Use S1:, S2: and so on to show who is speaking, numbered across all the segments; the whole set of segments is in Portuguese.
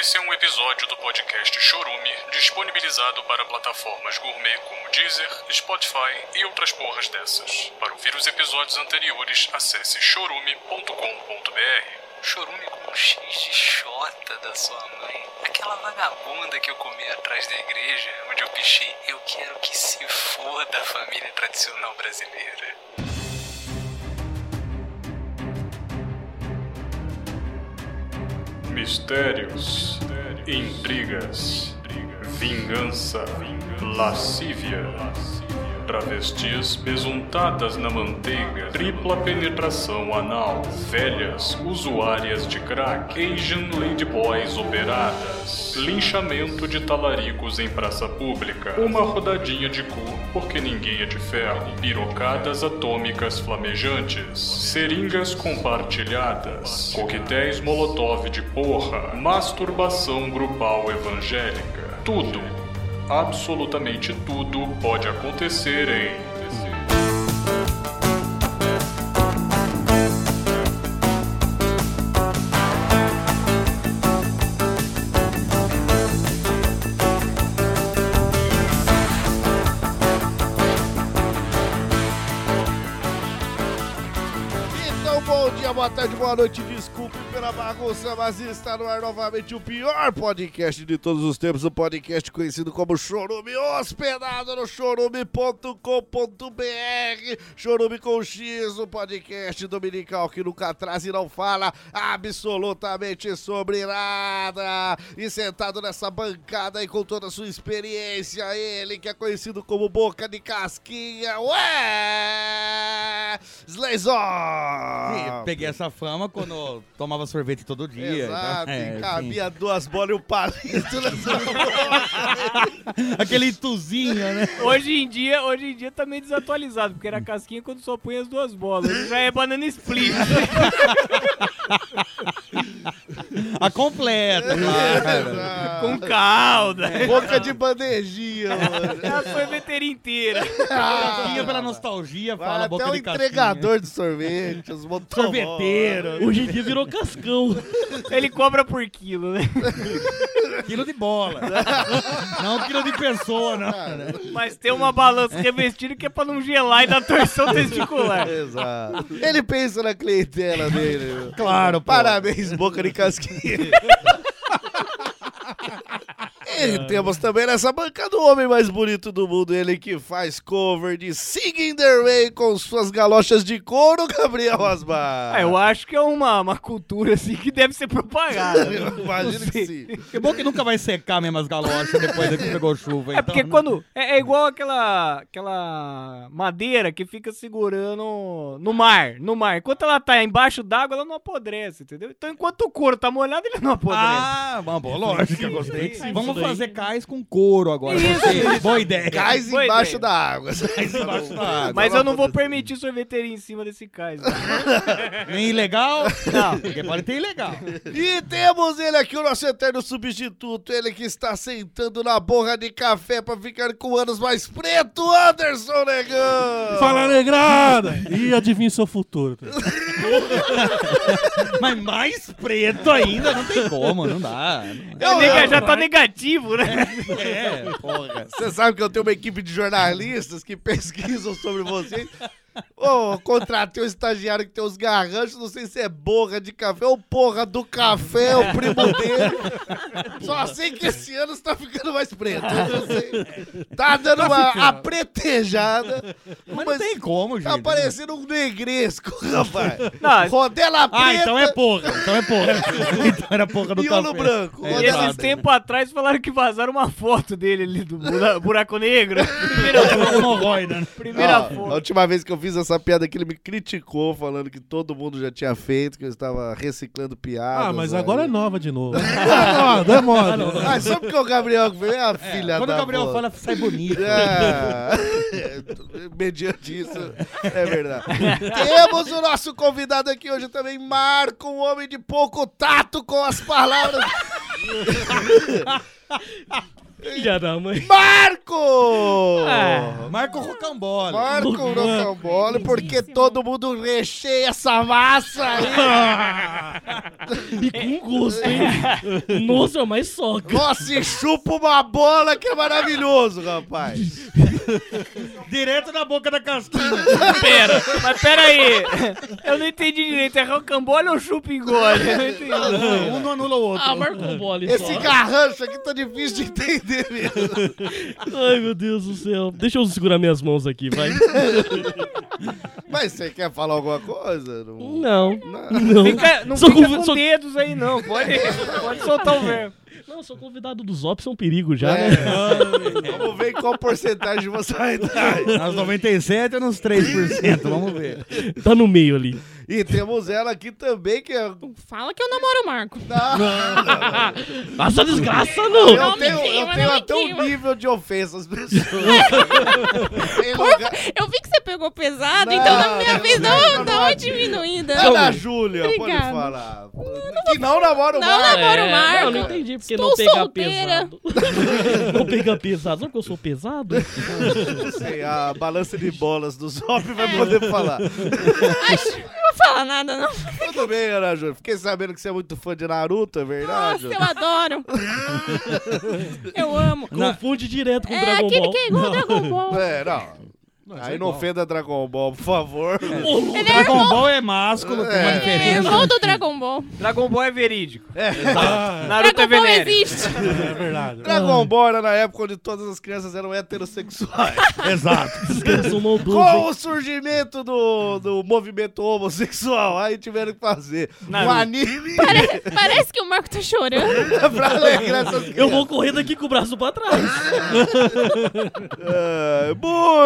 S1: Esse é um episódio do podcast Chorume, disponibilizado para plataformas gourmet como Deezer, Spotify e outras porras dessas. Para ouvir os episódios anteriores, acesse chorume.com.br.
S2: Chorume com um X de Xota da sua mãe. Aquela vagabunda que eu comi atrás da igreja, onde eu pichei Eu quero que se foda a família tradicional brasileira.
S1: Mistérios, intrigas, vingança, lascívia, travestis besuntadas na manteiga, tripla penetração anal, velhas usuárias de crack, Asian ladyboys operadas, linchamento de talaricos em praça pública, uma rodadinha de cu porque ninguém é de ferro, pirocadas atômicas flamejantes, seringas compartilhadas, coquetéis molotov de porra, masturbação grupal evangélica. Tudo, absolutamente tudo pode acontecer em.
S3: Então, bom dia, boa tarde, boa noite. Desculpe pela bagunça, mas está no ar novamente o pior podcast de todos os tempos. O podcast conhecido como Chorume, hospedado no chorume.com.br. Chorume com X, o podcast dominical que nunca traz e não fala absolutamente sobre nada. E sentado nessa bancada e com toda a sua experiência, ele que é conhecido como Boca de Casquinha, ué!
S4: Sim,
S3: Slayzor!
S4: peguei essa fama quando eu tomava sorvete todo dia.
S3: Exato,
S4: então, é,
S3: e
S4: Ah, assim,
S3: cabia duas bolas e um palito nessa bola.
S4: Aquele tuzinho, né?
S5: Hoje em dia, hoje em dia tá meio desatualizado, porque era casquinha quando só punha as duas bolas. Hoje Já é banana split.
S4: A completa, claro.
S5: com calda.
S3: Boca de bandejinha, mano.
S5: É a sorveteria inteira.
S4: Casquinha pela nostalgia,
S3: Vai
S4: fala
S3: até
S4: boca
S3: o
S4: de casquinha.
S3: entregador de sorvete, os motoboys.
S4: Sorveteiro. né?
S6: Hoje em dia virou cascão.
S5: Ele cobra por quilo, né?
S4: Quilo de bola. Não quilo de pessoa, não.
S5: Mas tem uma balança revestida que é pra não gelar e dar torção testicular.
S3: Exato. Ele pensa na clientela dele. meu.
S4: Claro, pô.
S3: Parabéns, boca de casquinha. E temos também nessa bancada o homem mais bonito do mundo, ele que faz cover de Singing the Rain com suas galochas de couro, Gabriel Osmar.
S5: Ah, eu acho que é uma, uma cultura assim que deve ser propagada. né?
S3: Eu imagino
S5: Não
S3: que
S5: sei.
S3: sim.
S4: Que bom que nunca vai secar mesmo as galochas depois que pegou chuva.
S5: É porque
S4: então,
S5: quando. É, é igual aquela, aquela madeira que fica segurando no mar. No mar. Enquanto ela tá embaixo d'água, ela não apodrece, entendeu? Então enquanto o couro tá molhado, ele não apodrece.
S4: Ah, uma boa lógica, gostei.
S6: Reflexivo
S4: Vamos
S6: isso daí.
S4: fazer cais com couro agora. gostei. Boa ideia.
S3: Cais
S5: Boa
S3: embaixo
S5: ideia.
S3: da água. Cais
S4: embaixo da água.
S5: Mas eu não vou permitir sorveteria em cima desse cais. né?
S4: Nem ilegal? Não, porque pode ter ilegal.
S3: E temos ele aqui, o nosso eterno substituto, ele que está sentando na borra de café pra ficar com anos mais preto, Anderson Negão!
S6: Fala,
S4: né?
S6: negrada! E adivinha o seu futuro. tá?
S4: Mas mais preto ainda, não tem como, não dá.
S3: Eu-
S5: O nega
S3: eu-
S5: já tá negativo, né?
S4: É,
S3: Você sabe que eu tenho uma equipe de jornalistas que pesquisam sobre vocês. Ô, contratei um estagiário que tem uns garranchos, não sei se é borra de café ou porra do café, o primo dele. Só sei que esse ano está ficando mais preto. eu não sei. Tá dando uma apretejada.
S4: mas não tem como, gente.
S3: Tá parecendo um negresco, rapaz.
S5: Não,
S3: Rodela preta
S4: Ah, então é porra, então é porra. então era porra do
S3: e
S4: café.
S3: olho branco.
S4: É,
S5: E
S3: Rodela-
S5: esses tempos atrás falaram que vazaram uma foto dele ali do bura- buraco negro. Primeira,
S4: Hemorroida, né?
S5: primeira
S3: Ó,
S5: foto.
S3: a última vez que eu fiz essa piada aqui, ele me criticou, falando que todo mundo já tinha feito, que eu estava reciclando piadas.
S6: Ah, mas
S3: né?
S6: agora é nova de novo. Ah, não, é moda.
S3: Ah, só porque o Gabriel que veio, é a filha
S4: Quando
S3: da
S4: o Gabriel
S3: puta.
S4: fala, sai bonito.
S3: É, mediante isso, é verdade. Temos o nosso convidado aqui hoje também, Marco, um homem de pouco tato com as palavras.
S6: Filha da mãe. Ah,
S3: Marco!
S4: Marco Rocambole.
S3: Marco é um
S6: Luan.
S3: Rocambole, porque todo mundo recheia essa massa aí.
S6: E com gosto, hein? É. Nossa, mas soca.
S3: Nossa, e chupa uma bola que é maravilhoso, rapaz.
S4: Direto na boca da castanha.
S5: Pera, mas pera aí. Eu não entendi direito. É rocambole ou chupa e engole? Eu não entendi.
S4: um não anula o outro.
S6: Ah, marca um bole
S3: Esse
S6: só.
S3: garrancho aqui tá difícil de entender mesmo.
S6: Ai, meu Deus do céu. Deixa eu segurar minhas mãos aqui, vai.
S3: Mas você quer falar alguma coisa? Não.
S6: Não.
S5: Não
S6: Não.
S5: fica, não
S6: Sou
S5: fica
S6: conv-
S5: com
S6: sou-
S5: dedos aí, não. Pode, pode soltar o verbo.
S6: Não, sou convidado dos ops, é um perigo já,
S3: É.
S6: né?
S3: Vamos ver qual porcentagem você vai dar.
S4: Nas 97 é nos 3%, vamos ver.
S3: É.
S6: Tá no meio ali.
S3: E temos ela aqui também, que é. Ah,
S7: Fala que eu namoro o Marco.
S6: Nossa, desgraça, não.
S3: Tá Eu
S7: Não,
S3: tenho,
S7: mentira,
S3: eu
S7: não,
S3: tenho até um
S7: mentira.
S3: nível de ofensa às pessoas. Tem lugar-
S7: Eu vi que você pegou pesado,
S3: Não,
S7: então na minha
S3: não,
S7: vez
S3: não,
S7: dá
S3: não,
S7: uma- dá
S3: não.
S7: uma diminuída.
S3: Ana Júlia, pode
S7: Obrigada.
S3: falar. que não namora o
S7: Não
S3: Marco.
S7: namoro o Marco.
S6: É, Não, não entendi porque
S7: Estou
S6: não pegar
S7: solteira.
S6: pesado. não pegar pesado. Sabe que eu sou pesado?
S3: Não sei, a balança de bolas do Zop vai
S7: É.
S3: poder falar.
S7: Acho que não vou falar nada, não.
S3: Tudo bem, Ana Júlia. Fiquei sabendo que você é muito fã de Naruto, é verdade?
S7: Nossa, eu adoro. Eu amo.
S6: Confunde direto com o
S7: É
S6: Dragon
S7: aquele
S6: Ball.
S7: que é igual ao Dragon Ball.
S3: É, não. Aí não ofenda Dragon Ball, por favor.
S7: Ele é
S4: Dragon
S7: irmão,
S4: Ball é másculo, tem uma
S3: É.
S7: é
S4: diferença.
S7: irmão do Dragon Ball.
S5: Dragon Ball é verídico. É. Naruto é
S7: Dragon Ball
S5: venéreo.
S7: existe.
S4: É verdade.
S3: Dragon Ball era na época onde todas as crianças eram heterossexuais.
S4: Exato.
S6: Esses caras são maldosos, hein?
S3: Com o surgimento do, do movimento homossexual, aí tiveram que fazer um
S5: Naruto.
S3: anime
S7: Pare- parece que o Marco tá chorando.
S3: pra alegrar essas crianças.
S6: Eu vou correr daqui com o braço pra trás.
S3: Ah,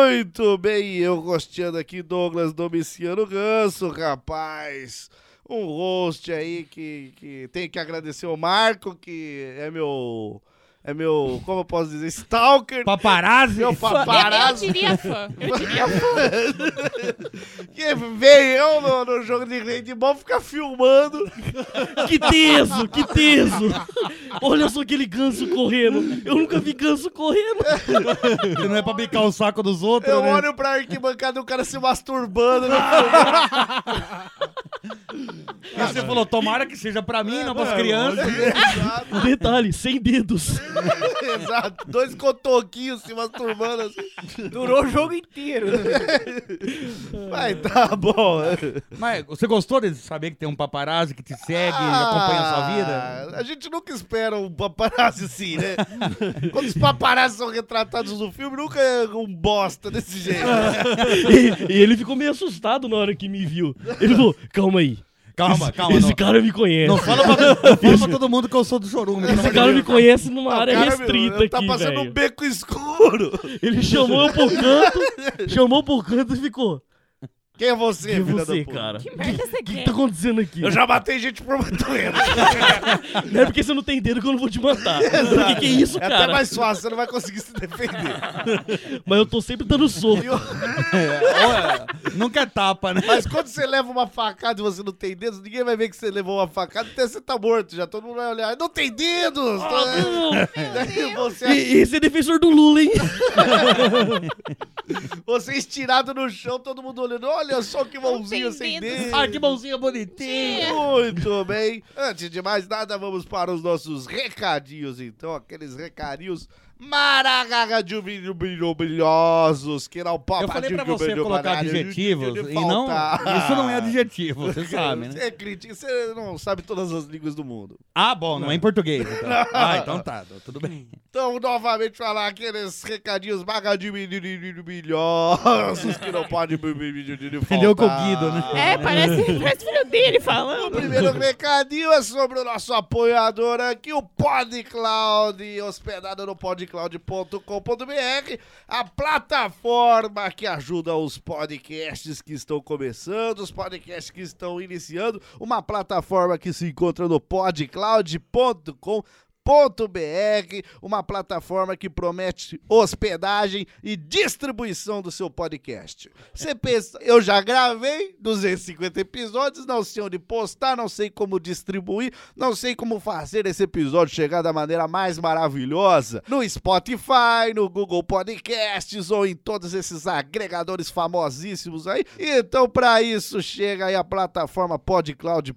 S3: muito bem, eu gosteando aqui, Douglas Domiciano Ganso, rapaz. Um host aí que, que tem que agradecer o Marco, que é meu. É meu. Como eu posso dizer? Stalker.
S4: Paparazzi.
S3: meu
S7: Eu, eu
S3: paparazzo.
S7: diria fã. Eu diria fã.
S3: Que veio eu no, no jogo de handball ficar filmando.
S6: Que teso, que teso. Olha só aquele ganso correndo. Eu nunca vi ganso correndo.
S4: Que não é pra bicar o saco dos outros,
S3: Eu
S4: né? Ah,
S3: olho pra arquibancada e o cara se masturbando. né?
S4: E você falou, tomara que seja pra
S3: É,
S4: mim, não pras crianças.
S3: Exato, é,
S6: Detalhe, sem dedos.
S3: exato. Dois cotoquinhos se masturbando assim.
S5: Durou o jogo inteiro. né?
S3: Mas tá bom.
S4: Mas você gostou de saber que tem um paparazzi que te segue e acompanha a sua vida?
S3: Ah, A gente nunca espera um paparazzi assim, né? Quando os paparazzi são retratados no filme, nunca é um bosta desse jeito.
S4: Ah,
S6: E, e ele ficou meio assustado na hora que me viu. Ele falou, calma aí.
S4: Calma,
S6: esse,
S4: calma.
S6: Esse
S4: não.
S6: cara me conhece.
S4: Não fala, pra, não fala pra todo mundo que eu sou do chorume. que não
S6: Esse cara me conhece numa
S3: Ah, o
S4: é
S6: área
S3: cara, meu,
S6: restrita
S3: ele Tá
S6: aqui,
S3: passando um
S6: velho.
S3: beco escuro.
S6: Ele chamou eu pro canto, chamou pro canto e ficou.
S3: Quem é você,
S6: E
S3: filha
S6: você,
S3: da puta?
S6: cara? O que,
S7: Que merda é você
S6: que
S7: quer?
S6: tá acontecendo aqui?
S3: Eu já matei gente por matoeira.
S6: Não é porque você não tem dedo que eu não vou te matar. O que, que é isso,
S3: É
S6: cara?
S3: até mais fácil, você não vai conseguir se defender.
S6: Mas eu tô sempre dando soco.
S3: E o-
S4: É, ou é- nunca é tapa, né?
S3: Mas quando você leva uma facada e você não tem dedos, ninguém vai ver que você levou uma facada, até você tá morto já. Todo mundo vai olhar, não tem dedos! Tá-
S6: Não.
S3: Daí você
S6: E, e você é defensor do Lula, hein?
S3: Você é estirado no chão, todo mundo olhando. Olha só que mãozinha
S7: tem
S3: sem
S7: dedo.
S3: dedo.
S4: Ai, Ah, que mãozinha bonitinha.
S3: Muito bem. Antes de mais nada, vamos para os nossos recadinhos, então. Aqueles recadinhos maravilhosos que não pode
S4: Eu falei pra você colocar adjetivos e não... Isso
S3: Ah.
S4: não é adjetivo, você sabe, né?
S3: Você é crítico, você não sabe todas as línguas do mundo.
S4: Ah, bom, não é em português, então. Ah, então tá, tudo bem.
S3: Então, novamente, falar aqueles recadinhos maravilhosos que não pode
S4: Entendeu
S3: Entendeu
S4: com o Guido, né?
S7: É, parece, parece filho dele falando.
S3: O primeiro recadinho é sobre o nosso apoiador aqui, o PodCloud, hospedado no podcloud.com.br, a plataforma que ajuda os podcasts que estão começando, os podcasts que estão iniciando, uma plataforma que se encontra no podcloud.com.br Podcasts.com.br, uma plataforma que promete hospedagem e distribuição do seu podcast. Você pensa, eu já gravei 250 episódios, não sei onde postar, não sei como distribuir, não sei como fazer esse episódio chegar da maneira mais maravilhosa. No Spotify, no Google Podcasts ou em todos esses agregadores famosíssimos aí. Então, para isso, chega aí a plataforma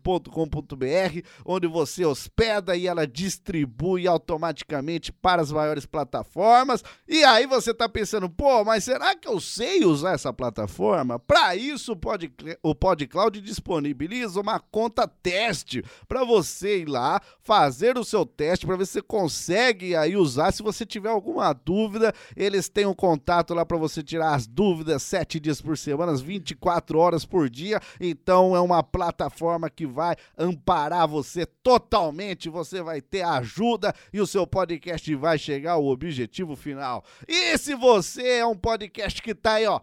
S3: podcloud.com.br, onde você hospeda e ela distribui automaticamente para as maiores plataformas. E aí você tá pensando, pô, mas será que eu sei usar essa plataforma? Para isso, o Podcle- o PodCloud disponibiliza uma conta teste para você ir lá fazer o seu teste para ver se você consegue aí usar. Se você tiver alguma dúvida, eles têm um contato lá para você tirar as dúvidas sete dias por semana, às 24 horas por dia. Então é uma plataforma que vai amparar você totalmente. Você vai ter ajuda e o seu podcast vai chegar ao objetivo final. E se você é um podcast que tá aí, ó,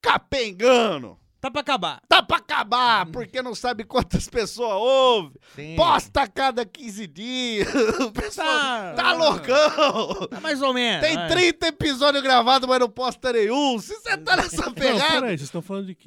S3: capengando,
S6: Tá pra acabar.
S3: tá pra acabar, porque não sabe quantas pessoas ouvem.
S4: Sim.
S3: Posta a cada 15 dias. O pessoal
S4: Tá.
S3: tá loucão.
S4: Tá mais ou
S8: É,
S4: menos.
S3: Tem
S4: vai.
S3: 30 episódios gravados, mas não posta nenhum. Se você tá nessa
S8: Não,
S3: pegada,
S8: peraí, vocês estão falando de quê?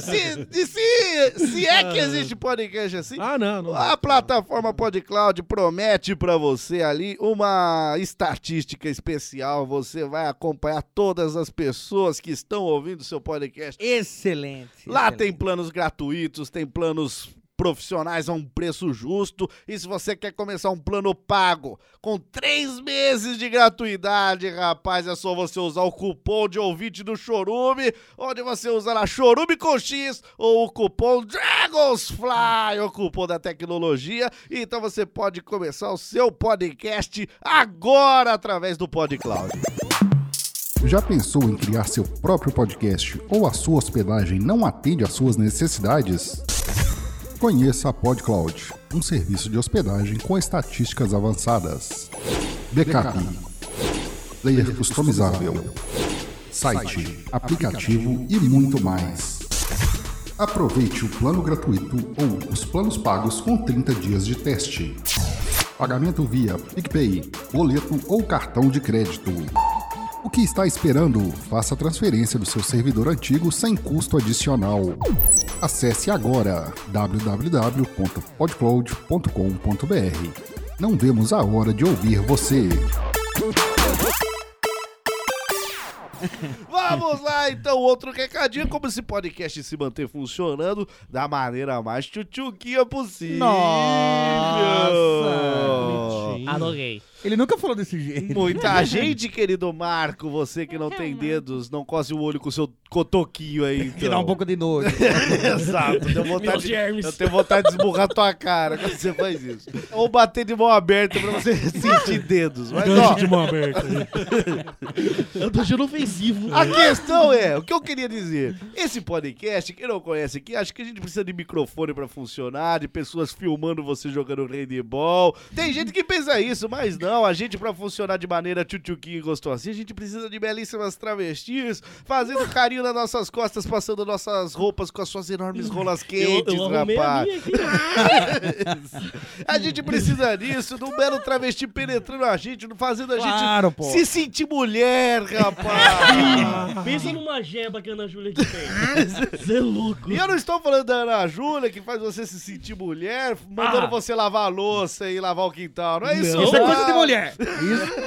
S3: se, e se, se é que existe podcast assim,
S8: ah, não, não.
S3: a plataforma PodCloud promete pra você ali uma estatística especial. Você vai acompanhar todas as pessoas que estão ouvindo seu podcast.
S4: Excelente.
S3: Lá
S4: excelente.
S3: tem planos gratuitos, tem planos profissionais a um preço justo. E se você quer começar um plano pago com três meses de gratuidade, rapaz, é só você usar o cupom de ouvinte do Chorume, onde você usa lá Chorume com X ou o cupom Dragonsfly, o cupom da tecnologia. Então você pode começar o seu podcast agora através do PodCloud.
S9: Já pensou em criar seu próprio podcast ou a sua hospedagem não atende às suas necessidades? Conheça a PodCloud, um serviço de hospedagem com estatísticas avançadas. Backup, player customizável, site, aplicativo e muito mais. Aproveite o plano gratuito ou os planos pagos com 30 dias de teste. Pagamento via PicPay, boleto ou cartão de crédito. O que está esperando? Faça a transferência do seu servidor antigo sem custo adicional. Acesse agora www.podcloud.com.br. Não vemos a hora de ouvir você.
S3: Vamos lá, então, outro recadinho. Como esse podcast se manter funcionando da maneira mais tchutchuquinha possível.
S4: Nossa,
S6: Adorei.
S4: Ele nunca falou desse jeito.
S3: Muita gente, querido Marco, você que não tem dedos, não cose o olho com seu cotoquinho aí, então.
S4: Que dá um pouco de nojo.
S3: Exato, deu vontade
S6: Meus
S3: de...
S6: germes.
S3: Eu tenho vontade de esburrar tua cara quando você faz isso. Ou bater de mão aberta pra você sentir dedos. Mas, ó,
S8: Gancho de mão aberta.
S6: Eu tô achando ofensivo.
S3: A questão é, o que eu queria dizer, esse podcast, quem não conhece aqui, acho que a gente precisa de microfone pra funcionar, de pessoas filmando você jogando handball. Tem gente que pensa isso, mas não, a gente pra funcionar de maneira tchutchuquinha e gostosinha, a gente precisa de belíssimas travestis fazendo carinho nas nossas costas, passando nossas roupas com as suas enormes rolas
S6: Eu,
S3: quentes,
S6: eu arrumei a
S3: rapaz.
S6: minha aqui.
S3: A gente precisa disso, de um belo travesti penetrando a gente, fazendo a gente
S4: Claro, pô.
S3: se sentir mulher, rapaz.
S6: Ah. Pensa numa jeba que a Ana Júlia que tem. Você é louco.
S3: E eu não estou falando da Ana Júlia, que faz você se sentir mulher, mandando
S6: Ah.
S3: você lavar a louça e lavar o quintal. Não é isso,
S4: Isso é
S3: não.
S4: coisa de mulher.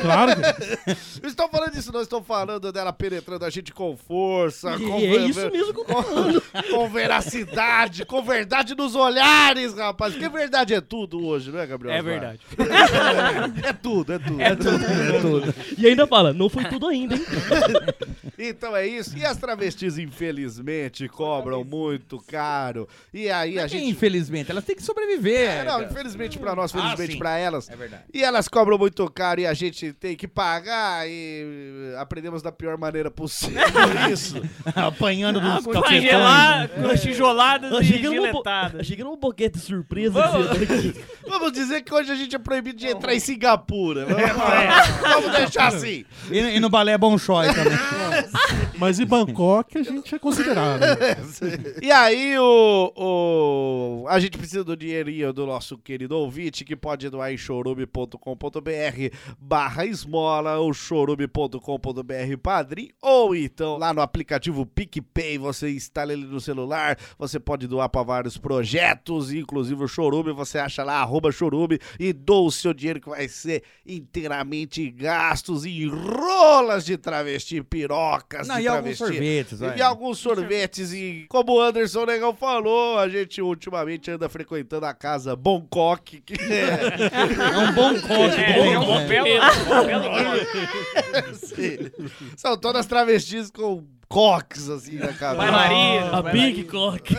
S8: Claro que
S3: Não estou falando disso, não. Estou falando dela penetrando a gente com força,
S6: E
S3: com,
S6: é isso mesmo que eu tô falando.
S3: com veracidade, com verdade nos olhares, rapaz. Porque verdade é tudo hoje, não é, Gabriel?
S5: É
S3: Osmar?
S5: verdade.
S3: É tudo, é tudo.
S6: E ainda fala, não foi tudo ainda, hein?
S3: Então é isso. E as travestis, infelizmente, cobram muito caro. E aí a gente.
S4: Infelizmente, elas têm que sobreviver.
S3: É, não, infelizmente pra nós, felizmente
S4: sim.
S3: pra elas.
S4: É verdade.
S3: E elas cobram muito caro e a gente tem que pagar e aprendemos da pior maneira possível isso.
S4: Apanhando dos então,
S5: Congelar, tijoladas e
S6: Achei que era uma bo-
S5: giletadas.
S6: achei que era um boquete surpresa. que você tá aqui.
S3: Vamos dizer que hoje a gente é
S4: É,
S3: proibido de entrar em Singapura. Vamos deixar assim.
S4: E, e no balé Bonchói também.
S8: Mas em Bangkok a gente é considerado.
S3: E aí, o, o- A gente precisa do dinheirinho do nosso querido ouvinte, que pode doar em chorume.com.br barra esmola, ou chorume.com.br padrim, ou então lá no aplicativo PicPay, você instala ele no celular, você pode doar para vários projetos, inclusive o Chorume, você acha lá, arroba chorume, e doa o seu dinheiro que vai ser inteiramente gastos em rolas de travesti, pirocas
S4: Não,
S3: de
S4: e alguns
S3: travesti.
S4: sorvetes, vai.
S3: E alguns sorvetes e, como o Anderson Negão falou, a gente ultimamente anda frequentando a casa Bangkok, que é
S4: É um bom corte.
S5: É, é um belo, um belo corte.
S3: assim, são todas travestis com coques, assim, na
S5: Vai,
S3: cabeça.
S5: Maria.
S6: "Ah, A Big Cock.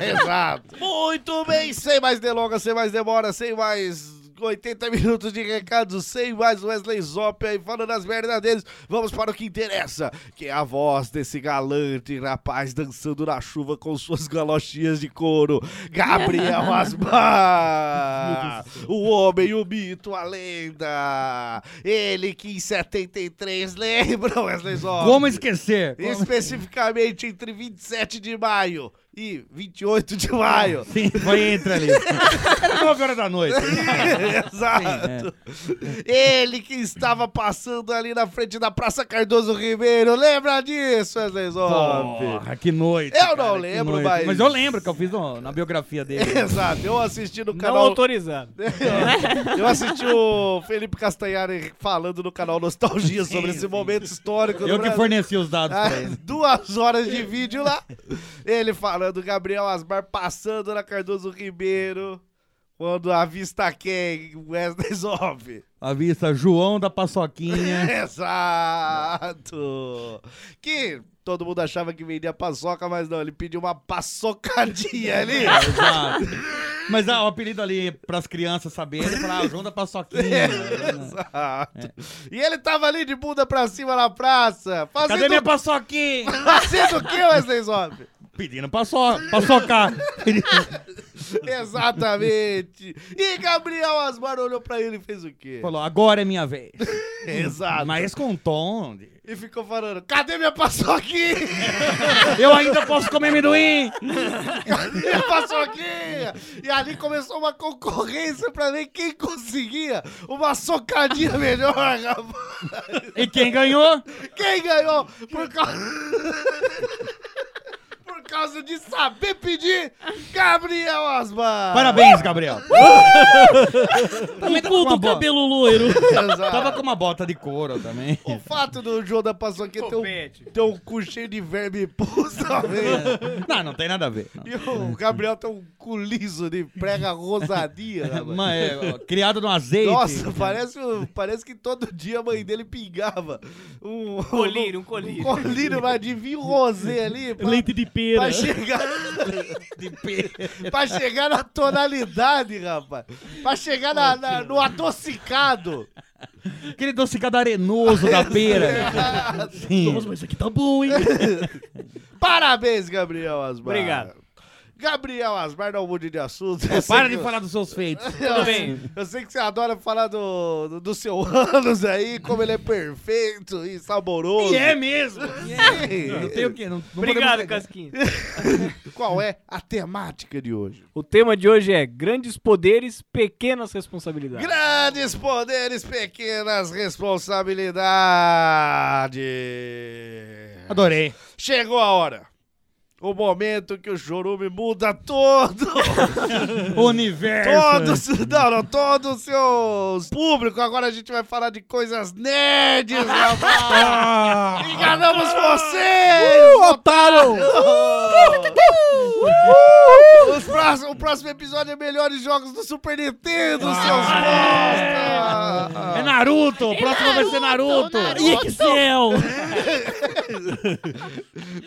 S3: Exato. Muito bem, sem mais delongas, sem mais demora, sem mais 80 minutos de recados, sem mais Wesley Zop aí falando as merdas deles. Vamos para o que interessa, que é a voz desse galante rapaz dançando na chuva com suas galochinhas de couro. Gabriel Asmar! o homem, o mito, a lenda! Ele que em 73, lembra Wesley Zop?
S4: Como assim? esquecer?
S3: Especificamente entre 27 de maio e 28 de maio.
S4: Sim, vai entra ali. 9 horas da noite.
S3: Exato.
S4: é.
S3: Ele que estava passando ali na frente da Praça Cardoso Ribeiro. Lembra disso, Wesley Zop?
S4: Porra, que noite.
S3: Eu
S4: cara,
S3: não
S4: que
S3: lembro,
S4: noite.
S3: mas-
S4: Mas eu lembro que eu fiz no- na biografia dele.
S3: Exato. Eu assisti no
S5: Não
S3: canal.
S5: autorizado.
S3: Eu assisti o Felipe Castanhari falando no canal Nostalgia sobre esse momento histórico. do
S4: Eu que
S3: Brasil.
S4: forneci os dados
S3: Ah,
S4: pra ele.
S3: Duas horas de vídeo lá. Ele falando, Gabriel Asmar passando na Cardoso Ribeiro. Quando avista quem? Wesley Zop.
S4: A vista João da Paçoquinha.
S3: Exato. Que todo mundo achava que vendia paçoca, mas não, ele pediu uma paçocadinha ali.
S4: Exato. Mas ah, o apelido ali, pras crianças saberem, falar, ah, o João da Paçoquinha.
S3: Exato. E ele tava ali de bunda pra cima na praça. Fazendo,
S4: Cadê minha paçoquinha?
S3: fazendo o que, Wesley Zop?
S4: Pedindo paço... paçocar.
S3: Exatamente. E Gabriel Asmar olhou pra ele e fez o quê?
S4: Falou, agora é minha vez.
S3: Exato.
S4: Mas com um tom de...
S3: E ficou falando, cadê minha paçoquinha?
S4: Eu ainda posso comer amendoim!
S3: Minha paçoquinha! E ali começou uma concorrência pra ver quem conseguia uma socadinha melhor, rapaz.
S4: E quem ganhou?
S3: Quem ganhou? Por causa... Por causa de saber pedir, Gabriel Asmar.
S4: Parabéns, Gabriel.
S3: Ah.
S6: O cu
S4: uma
S6: do
S4: boa.
S6: cabelo loiro.
S4: Tava com uma bota de couro também.
S3: O fato do João da paçoquinha ter um,
S5: Topete.
S3: ter um cu cheio de verme e pus também.
S4: Não, não tem nada a ver. não.
S3: E o Gabriel tem um cu liso de prega rosadinha, rapaz.
S4: Mas, é, ó, criado no azeite.
S3: Nossa, parece, o- parece que todo dia a mãe dele pingava um um-
S5: Colírio, um
S3: um
S5: colírio.
S3: colírio, mas de vinho rosé ali pra,
S6: Leite de pera.
S3: pra chegar,
S4: de pera.
S3: pra chegar na tonalidade, rapaz. Pra chegar na- na- no adocicado.
S4: Aquele doce cadarenoso da pera. Sim.
S6: Nossa, mas isso aqui tá bom, hein?
S3: Parabéns, Gabriel Asmar.
S5: Obrigado.
S3: Gabriel Asmar, não mude de assunto. Eu sei
S4: Para
S3: que-
S4: de falar dos seus feitos.
S3: Eu,
S5: bem.
S3: eu sei que você adora falar do, do, do seu ânus aí, como ele é perfeito e saboroso.
S4: E é mesmo. Não
S3: Sim.
S4: tem o quê? Não, não
S5: Obrigado,
S4: podemos-
S5: Casquinha.
S3: Qual é a temática de hoje?
S5: O tema de hoje é grandes poderes, pequenas responsabilidades.
S3: Grandes poderes, pequenas responsabilidades.
S4: Adorei.
S3: Chegou a hora. O momento que o chorume muda todo,
S4: Universo.
S3: todo, se- não, não, todo o seu público. Agora a gente vai falar de coisas nerds, rapaz.
S4: Ah,
S3: Enganamos vocês!
S4: otário!
S3: Uh. Os próximos- o próximo episódio é melhores jogos do Super Nintendo, seus bosta!
S4: É Naruto. O próximo vai ser Naruto.
S6: E Excel.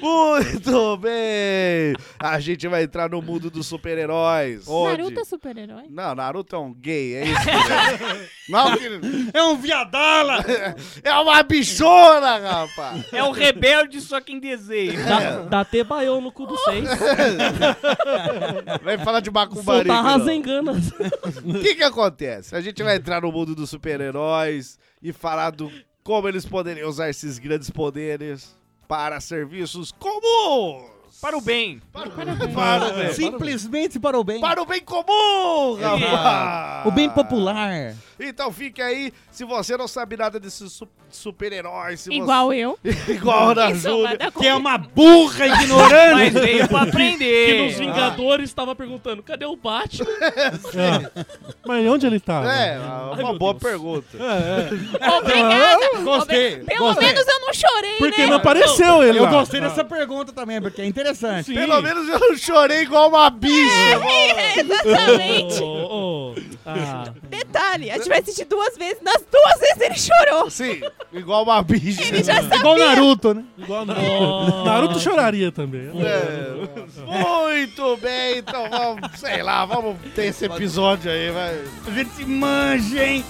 S3: Muito bem! A gente vai entrar no mundo dos super-heróis. Onde-
S7: Naruto é super-herói?
S3: Não, Naruto é um gay, é isso. né? Não, que-
S4: É um viadala.
S3: é uma bichona, rapaz!
S5: É o rebelde só quem
S3: É.
S5: deseja.
S6: Dá, dá até baião no cu do seis.
S3: Vai falar de
S6: tá
S3: macumbaria.
S6: Soltar
S3: aqui, não.
S6: rasenganas.
S3: O que que acontece? A gente vai entrar no mundo dos super-heróis e falar do como eles poderiam usar esses grandes poderes para serviços comuns.
S5: Para o bem.
S3: Para, para, para, o bem.
S4: Simplesmente para o bem.
S3: Para o bem comum, rapaz!
S4: o bem popular.
S3: Então fique aí, se você não sabe nada desses su- super-heróis... se
S7: Igual eu.
S3: Você... Igual a Ana
S7: Isso,
S3: Júlia.
S7: vai dar
S4: Que é
S6: um
S7: conta.
S4: uma burra ignorante.
S5: Mas veio pra
S6: Que nos
S5: aprender.
S6: Vingadores tava perguntando, cadê o Batman?
S8: Mas onde ele tá?
S3: É, uma boa pergunta.
S7: Obrigada.
S4: Gostei,
S7: Obri- Pelo
S4: gostei.
S7: menos eu não chorei,
S8: Porque
S7: né?
S8: não apareceu ele
S4: Eu
S8: lá.
S4: gostei dessa pergunta também, porque é interessante.
S3: Pelo menos eu não chorei igual uma bicha.
S7: Exatamente.
S6: Ô, ô, ah,
S7: Detalhe, eu tivesse assistido duas vezes, nas duas vezes ele chorou.
S3: Sim, igual uma bicha.
S7: É. Ele já sabia.
S4: Igual Naruto, né?
S8: Igual Naruto. Naruto choraria também.
S3: É. Muito bem, então vamos, sei lá, vamos ter esse episódio aí, vai.
S4: A gente se manja, hein?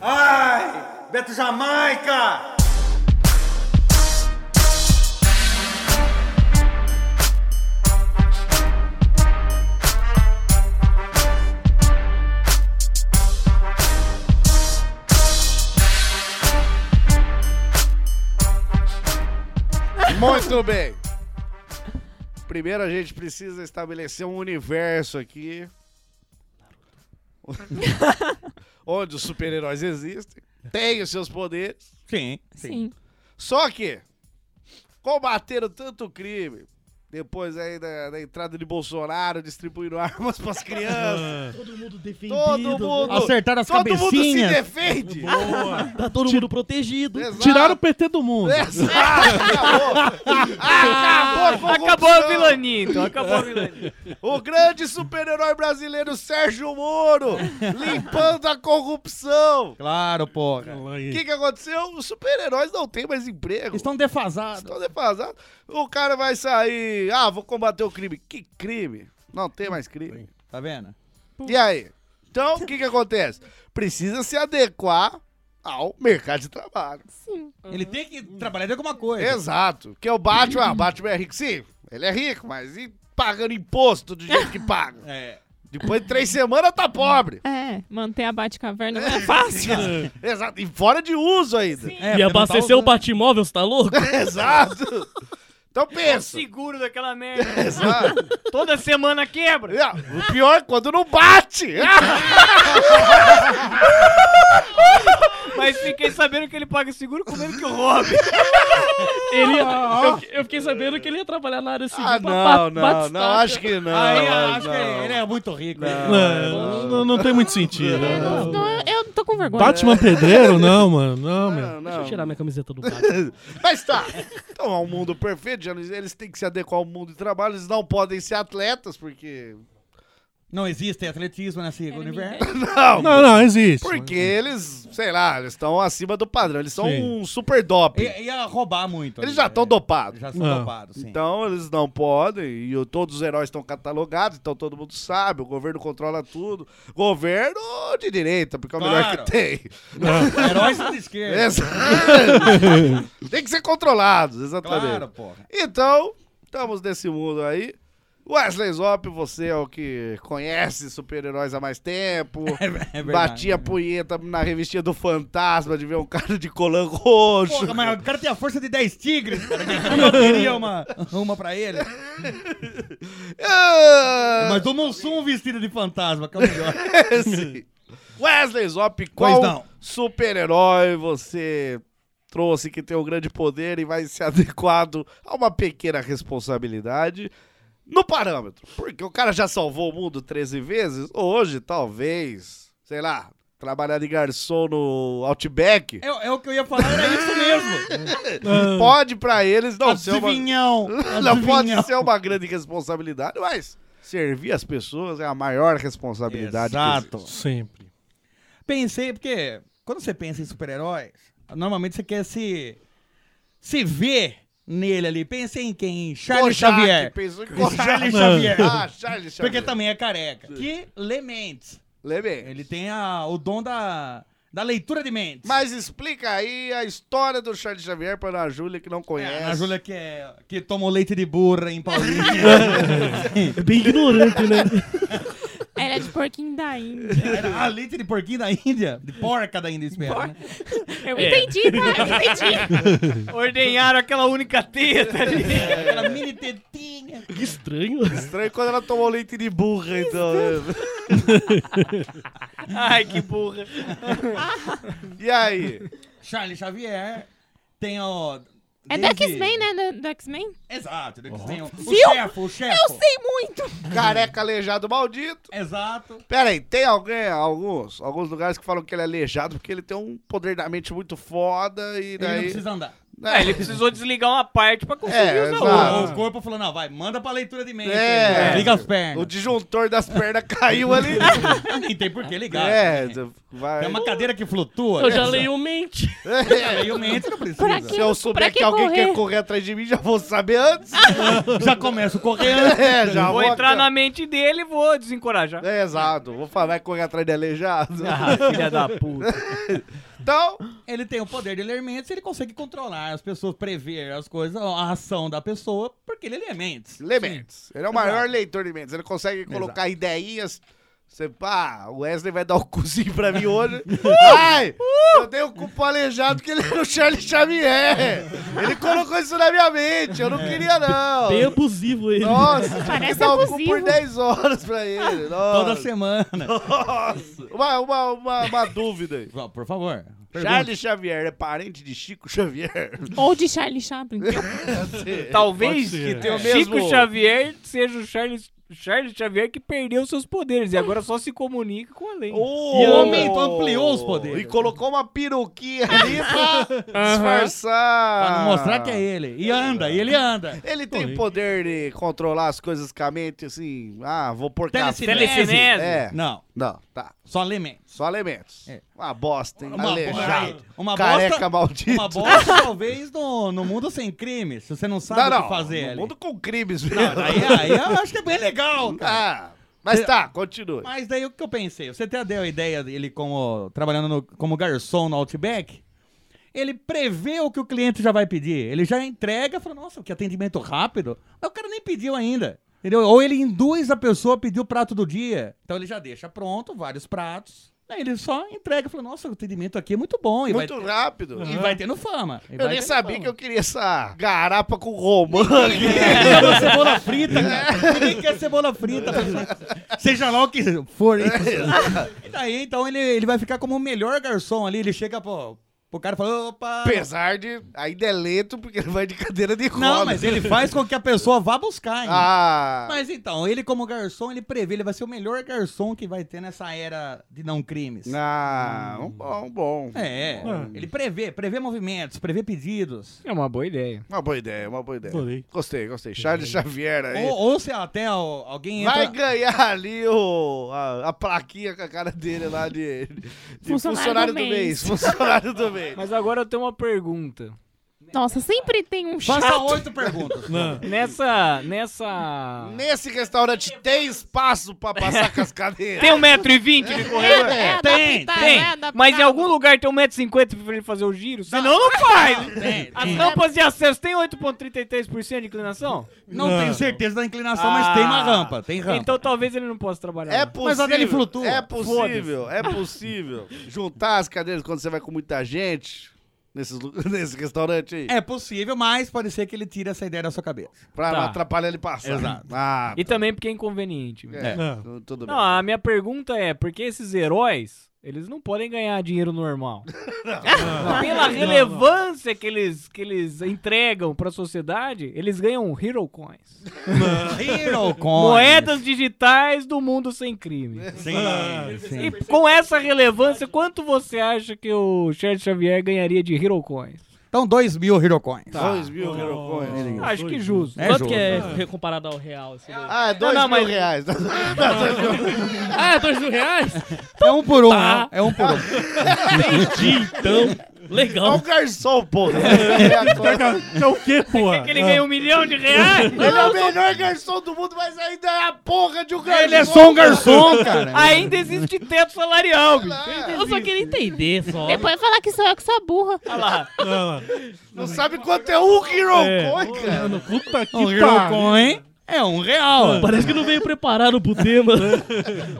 S4: Ai, Beto Jamaica!
S3: Muito bem. Primeiro a gente precisa estabelecer um universo aqui. onde os super-heróis existem, têm os seus poderes.
S4: Sim,
S7: Sim.
S3: Só que combateram tanto crime. Depois aí da, da entrada de Bolsonaro, distribuindo armas pras crianças.
S6: todo mundo defendido.
S3: É. Todo mundo.
S4: Acertaram as
S3: todo mundo se
S4: cabecinhas.
S3: defende.
S6: Tá todo mundo protegido.
S3: Exato.
S8: Tiraram o PT do mundo.
S3: Exato, acabou. Acabou, a
S5: Ah, Acabou a
S3: corrupção.
S5: vilania, então. Acabou a vilania.
S3: O grande super-herói brasileiro Sérgio Moro limpando a corrupção.
S4: Claro, porra.
S3: O que, que aconteceu? Os super-heróis não têm mais emprego.
S4: Estão defasados.
S3: Estão defasados. O cara vai sair. Ah, vou combater o crime. Que crime? Não tem mais crime.
S4: Tá vendo?
S3: E aí? Então, o que, que acontece? Precisa se adequar ao mercado de trabalho.
S4: Ele tem que trabalhar de alguma coisa.
S3: Exato. Porque o Batman, ah, o Batman é rico. Sim, ele é rico, mas e pagando imposto do jeito que paga?
S4: É.
S3: Depois de três semanas tá pobre.
S7: É, manter a Batcaverna não é fácil.
S3: Exato. E fora de uso ainda.
S4: É,
S7: Sim.
S6: e
S4: porque não tá
S6: abastecer o
S4: usando.
S6: Batmóvel, você tá louco?
S8: Ah.
S3: Exato. Então pensa.
S5: Seguro daquela merda.
S3: Exato.
S5: Toda semana quebra.
S3: Ah, O pior é quando não bate. Ah,
S5: Mas fiquei sabendo que ele paga seguro comendo que o Robin.
S6: Ele ia- eu, eu fiquei sabendo que ele ia trabalhar na área civil.
S3: Ah,
S6: pra
S3: não,
S6: bat-
S3: não,
S6: batistaca.
S3: não. Acho que não.
S4: Aí eu
S3: não,
S4: acho que ele é muito rico.
S8: Não, não, não tem muito sentido. né?
S7: Não, eu- eu tô com vergonha.
S8: Batman pedreiro? Não, mano. Não, meu.
S3: Não,
S6: Deixa eu
S3: não.
S6: tirar minha camiseta do Batman.
S3: Mas tá. Então é um mundo perfeito. já eles- Eles têm que se adequar ao mundo de trabalho. Eles não podem ser atletas, porque.
S4: Não existe atletismo nesse
S3: é
S4: universo.
S3: Não.
S8: Não, não, existe.
S3: Porque eles, sei lá, eles estão acima do padrão. Eles são
S8: Sim.
S3: um super doping.
S4: Ia, ia roubar muito.
S3: Eles
S4: ali,
S3: já estão
S4: é.
S3: dopados.
S4: Já são
S8: Não.
S4: dopados, sim.
S3: Então eles não podem, e o- todos os heróis estão catalogados, então todo mundo sabe, o governo controla tudo. Governo de direita, porque é o melhor
S4: Claro. É.
S3: que tem.
S4: Heróis da esquerda.
S3: Essa- tem que ser controlados, exatamente.
S4: Claro, porra.
S3: Então, estamos nesse mundo aí. Wesley Zop, você é o que conhece super-heróis há mais tempo.
S4: É verdade.
S3: Batia a punheta na revistinha do Fantasma de ver um cara de colã roxo.
S4: Porra, mas o cara tem a força de 10 tigres, cara. Eu teria uma, uma pra ele.
S3: Ah,
S4: Mas do Mussum vestido de fantasma, que é o melhor.
S3: esse. Wesley Zop, qual
S4: não.
S3: super-herói você trouxe que tem um grande poder e vai ser adequado a uma pequena responsabilidade no parâmetro? Porque o cara já salvou o mundo 13 vezes, hoje talvez, sei lá, trabalhar de garçom no Outback,
S4: É, é o que eu ia falar, era isso mesmo.
S3: pode pra eles não ser uma...
S4: É, Adivinhão.
S3: Não pode
S4: adivinhão.
S3: ser uma grande responsabilidade, mas servir as pessoas é a maior responsabilidade. que
S4: Exato.
S8: Sempre.
S4: Pensei, porque quando você pensa em super-heróis, normalmente você quer se, se ver nele ali. Pensei em quem? Charles
S3: Kojak,
S4: Xavier.
S3: Pensou em Kojak.
S4: Charles Xavier.
S3: Ah, Charles Xavier.
S4: Porque também é careca. Que lê mentes.
S3: Lembrei.
S4: Ele tem a- o dom da, da leitura de mentes.
S3: Mas explica aí a história do Charles Xavier para a Júlia que não conhece.
S4: É, a Júlia que, é, que tomou leite de burra em Paulínia.
S6: É bem ignorante, né?
S7: Ela é de porquinho da Índia.
S4: Era a leite de porquinho da Índia. De porca da Índia, espera. Né?
S7: Eu entendi, tá? Eu entendi.
S5: Ordenharam aquela única teta ali.
S4: Aquela É, mini tetinha.
S6: Que estranho.
S3: Estranho quando ela tomou leite de burra, então.
S5: Ai, que burra.
S3: É. E aí?
S4: Charles Xavier tem o...
S7: É do
S4: desde-
S7: X-Men, né? Do, do X-Men?
S4: Exato,
S3: Uhum.
S4: do X-Men. O
S7: Viu?
S4: chefe, o chefe.
S7: Eu sei muito.
S3: Careca aleijado maldito.
S4: Exato.
S3: Pera aí, tem alguém, alguns, alguns lugares que falam que ele é aleijado porque ele tem um poder da mente muito foda e
S4: Ele não
S3: daí...
S4: precisa andar.
S5: Ah, ele precisou desligar uma parte pra conseguir
S3: É,
S5: usar
S3: exato.
S5: outra.
S3: Ah.
S4: O, o corpo falou, não, vai, manda pra leitura de mente. né?
S3: É.
S4: Liga as
S3: O
S4: pernas.
S3: disjuntor das pernas caiu ali.
S4: Eu nem tem por que ligar.
S3: é,
S4: né?
S3: vai...
S4: Tem uma cadeira que flutua.
S6: Eu já
S4: né?
S7: um.
S6: leio mente.
S4: Já leio mente, não
S7: Pra
S4: precisa.
S7: quê?
S3: Se eu
S7: Pra
S3: souber
S7: que
S3: que alguém
S7: correr?
S3: quer correr atrás de mim, já vou saber antes.
S4: Já começo correndo.
S3: É, já
S5: Vou entrar
S3: aqui, ó.
S5: na mente dele e vou desencorajar.
S3: É, exato. Vou falar, vai correr atrás de aleijado.
S5: Ah, filha da puta.
S3: Então,
S4: Ele tem o poder de ler mentes, ele consegue controlar as pessoas, prever as coisas, a ação da pessoa, porque ele lê mentes.
S3: lê mentes. Ele é o maior leitor de mentes. Ele consegue colocar ideinhas. Você, pá, o Wesley vai dar o cozinho pra mim hoje. Ai, eu dei o cupo aleijado que ele era o Charles Xavier. Ele colocou isso na minha mente. Eu não queria, não.
S6: Bem abusivo ele.
S3: Nossa, tive que
S7: Parece
S3: dar o cu por
S7: abusivo.
S3: 10 horas pra ele.
S4: Toda
S3: Nossa.
S4: semana.
S3: Uma, uma, uma, uma dúvida aí.
S4: Ó, Por favor.
S3: Charles Xavier é parente de Chico Xavier? Tá
S7: Ou de Charlie Chaplin.
S5: Talvez
S8: Pode ser.
S5: que tenha Tá, o
S3: É.
S5: Chico
S3: Mesmo-
S5: Xavier seja o Charles, Charles Xavier que perdeu seus poderes e agora só se comunica com a lei.
S3: Oh!
S4: E aumentou, ampliou os poderes.
S3: E colocou uma peruquinha ali pra disfarçar.
S4: Pra não mostrar que é ele. E anda, e ele anda.
S3: Ele tem poder de controlar as coisas com a mente, assim. Ah, vou por cá.
S4: Telecinese.
S5: Telecinese.
S3: É.
S4: Não,
S3: Não, tá.
S4: só lê mentes.
S3: Só elementos.
S4: É.
S3: Uma bosta, hein?
S4: Uma,
S3: Aleijado.
S4: bosta, uma
S3: Careca
S4: bosta,
S3: maldito.
S4: uma bosta talvez no, no mundo sem crime, se você não sabe
S3: não,
S4: o
S3: não.
S4: que fazer
S3: no
S4: ali.
S3: mundo com crimes
S4: Não,
S3: mesmo.
S4: aí, aí eu acho que é bem legal, cara.
S3: Ah, mas tá, continue.
S4: Mas daí o que eu pensei? Você até deu a ideia dele como trabalhando no- como garçom no Outback. Ele prevê o que o cliente já vai pedir. Ele já entrega, fala, nossa, que atendimento rápido. Mas o cara nem pediu ainda. Entendeu? Ou ele induz a pessoa a pedir o prato do dia. Então ele já deixa pronto vários pratos. Aí ele só entrega, fala, nossa, o atendimento aqui é muito bom. E,
S3: Muito
S4: vai,
S3: rápido.
S4: e vai tendo fama. E
S3: Eu
S4: vai
S3: nem
S4: tendo
S3: sabia
S4: fama.
S3: que eu queria essa garapa com romã aqui.
S4: Cebola- cebola frita, cara. Ninguém quer cebola frita. Seja lá o que for. hein? E daí, então, ele, ele vai ficar como o melhor garçom ali. Ele chega pro, pro cara e fala, opa...
S3: Apesar de ainda é lento porque ele vai de cadeira de rodas.
S4: Não, mas ele faz com que a pessoa vá buscar, hein?
S3: Ah,
S4: Mas então, ele como garçom, ele prevê, ele vai ser o melhor garçom que vai ter nessa era de não crimes.
S3: ah um bom, um bom.
S4: É, ele prevê, prevê movimentos, prevê pedidos.
S5: É uma boa ideia.
S3: Uma boa ideia, uma boa ideia.
S6: Adorei.
S3: Gostei, gostei. Charles Xavier aí.
S4: Ou, ou se até ó, alguém entra...
S3: É Vai ganhar ali o, a, a plaquinha com a cara dele lá de, de
S7: Funcionário do mês.
S3: Funcionário do mês.
S5: Mas agora eu tenho uma pergunta.
S7: Nossa, sempre tem um
S4: Faça
S7: chato.
S4: oito perguntas.
S3: Ah.
S5: Nessa. Nessa.
S3: Nesse restaurante tem espaço pra passar com as cadeiras.
S4: um-
S5: Tem 1,20m de corredor?
S7: É,
S4: Tem,
S7: adaptado,
S5: Tem,
S7: é adaptado.
S5: mas em algum lugar tem 1,50m pra ele fazer o giro? Senão não faz! As rampas de acesso tem 8,33% de inclinação?
S4: Não,
S8: Não.
S4: tenho certeza da inclinação, mas tem uma rampa, tem rampa.
S5: Então talvez ele não possa trabalhar.
S3: É
S5: lá.
S3: possível.
S4: Mas a dele flutua.
S3: É possível, é possível. Juntar as cadeiras quando você vai com muita gente nesses, lu- nesse restaurante aí.
S4: É possível, mas pode ser que ele tire essa ideia da sua cabeça.
S3: Pra
S5: Tá.
S3: não atrapalhar ele passar.
S4: Exato.
S3: Ah,
S5: E também porque é inconveniente.
S3: é,
S8: É.
S3: tu- Tudo bem.
S5: Não, a minha pergunta é, por que esses heróis, eles não podem ganhar dinheiro normal? Pela relevância Que, eles, que eles entregam pra sociedade, eles ganham hero coins.
S4: Hero Coin.
S5: Moedas digitais do mundo sem crime.
S4: Sim, Ah,
S6: Ah.
S4: sim.
S5: E com essa relevância, quanto você acha que o Charles Xavier ganharia de hero coins?
S4: Então, dois mil Hero Coins.
S3: Dois mil herocoins.
S5: Acho que justo.
S4: É
S6: Quanto
S4: justo.
S6: que é comparado ao real? Assim, né?
S3: Ah, é dois
S5: Não, não,
S3: mil
S5: mas-
S3: reais.
S6: Ah, dois mil reais?
S4: É um por um,
S6: Tá.
S4: né? É um por um.
S6: Entendi, então.
S3: É um
S6: Legal.
S3: garçom, porra. Ele
S8: Você é o quê, porra?
S5: Que ele ganha um milhão de reais?
S3: é o melhor garçom do mundo, mas ainda é a porra de um garçom.
S4: Ele é só um garçom, cara.
S5: Ainda existe teto salarial, bicho.
S6: Eu só queria entender, só.
S7: Depois falar que sou eu que sou a burra.
S5: Olha lá.
S8: Não,
S3: Não sabe quanto é um Hirokoi,
S8: É.
S3: cara.
S8: mano, puta que
S4: Um
S8: pariu.
S4: Hirocon é um real.
S6: Parece que não veio preparado pro tema.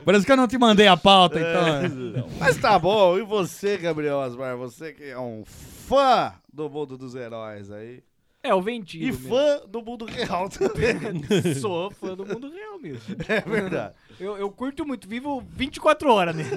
S4: Parece que eu não te mandei a pauta, então.
S3: Mas tá bom, e você, Gabriel Asmar? Você que é um fã do mundo dos heróis aí.
S5: É o ventinho.
S3: E
S5: mesmo.
S3: fã do mundo real também.
S5: Sou fã do mundo real mesmo.
S3: É verdade.
S5: Eu, eu curto muito, vivo 24 horas nele.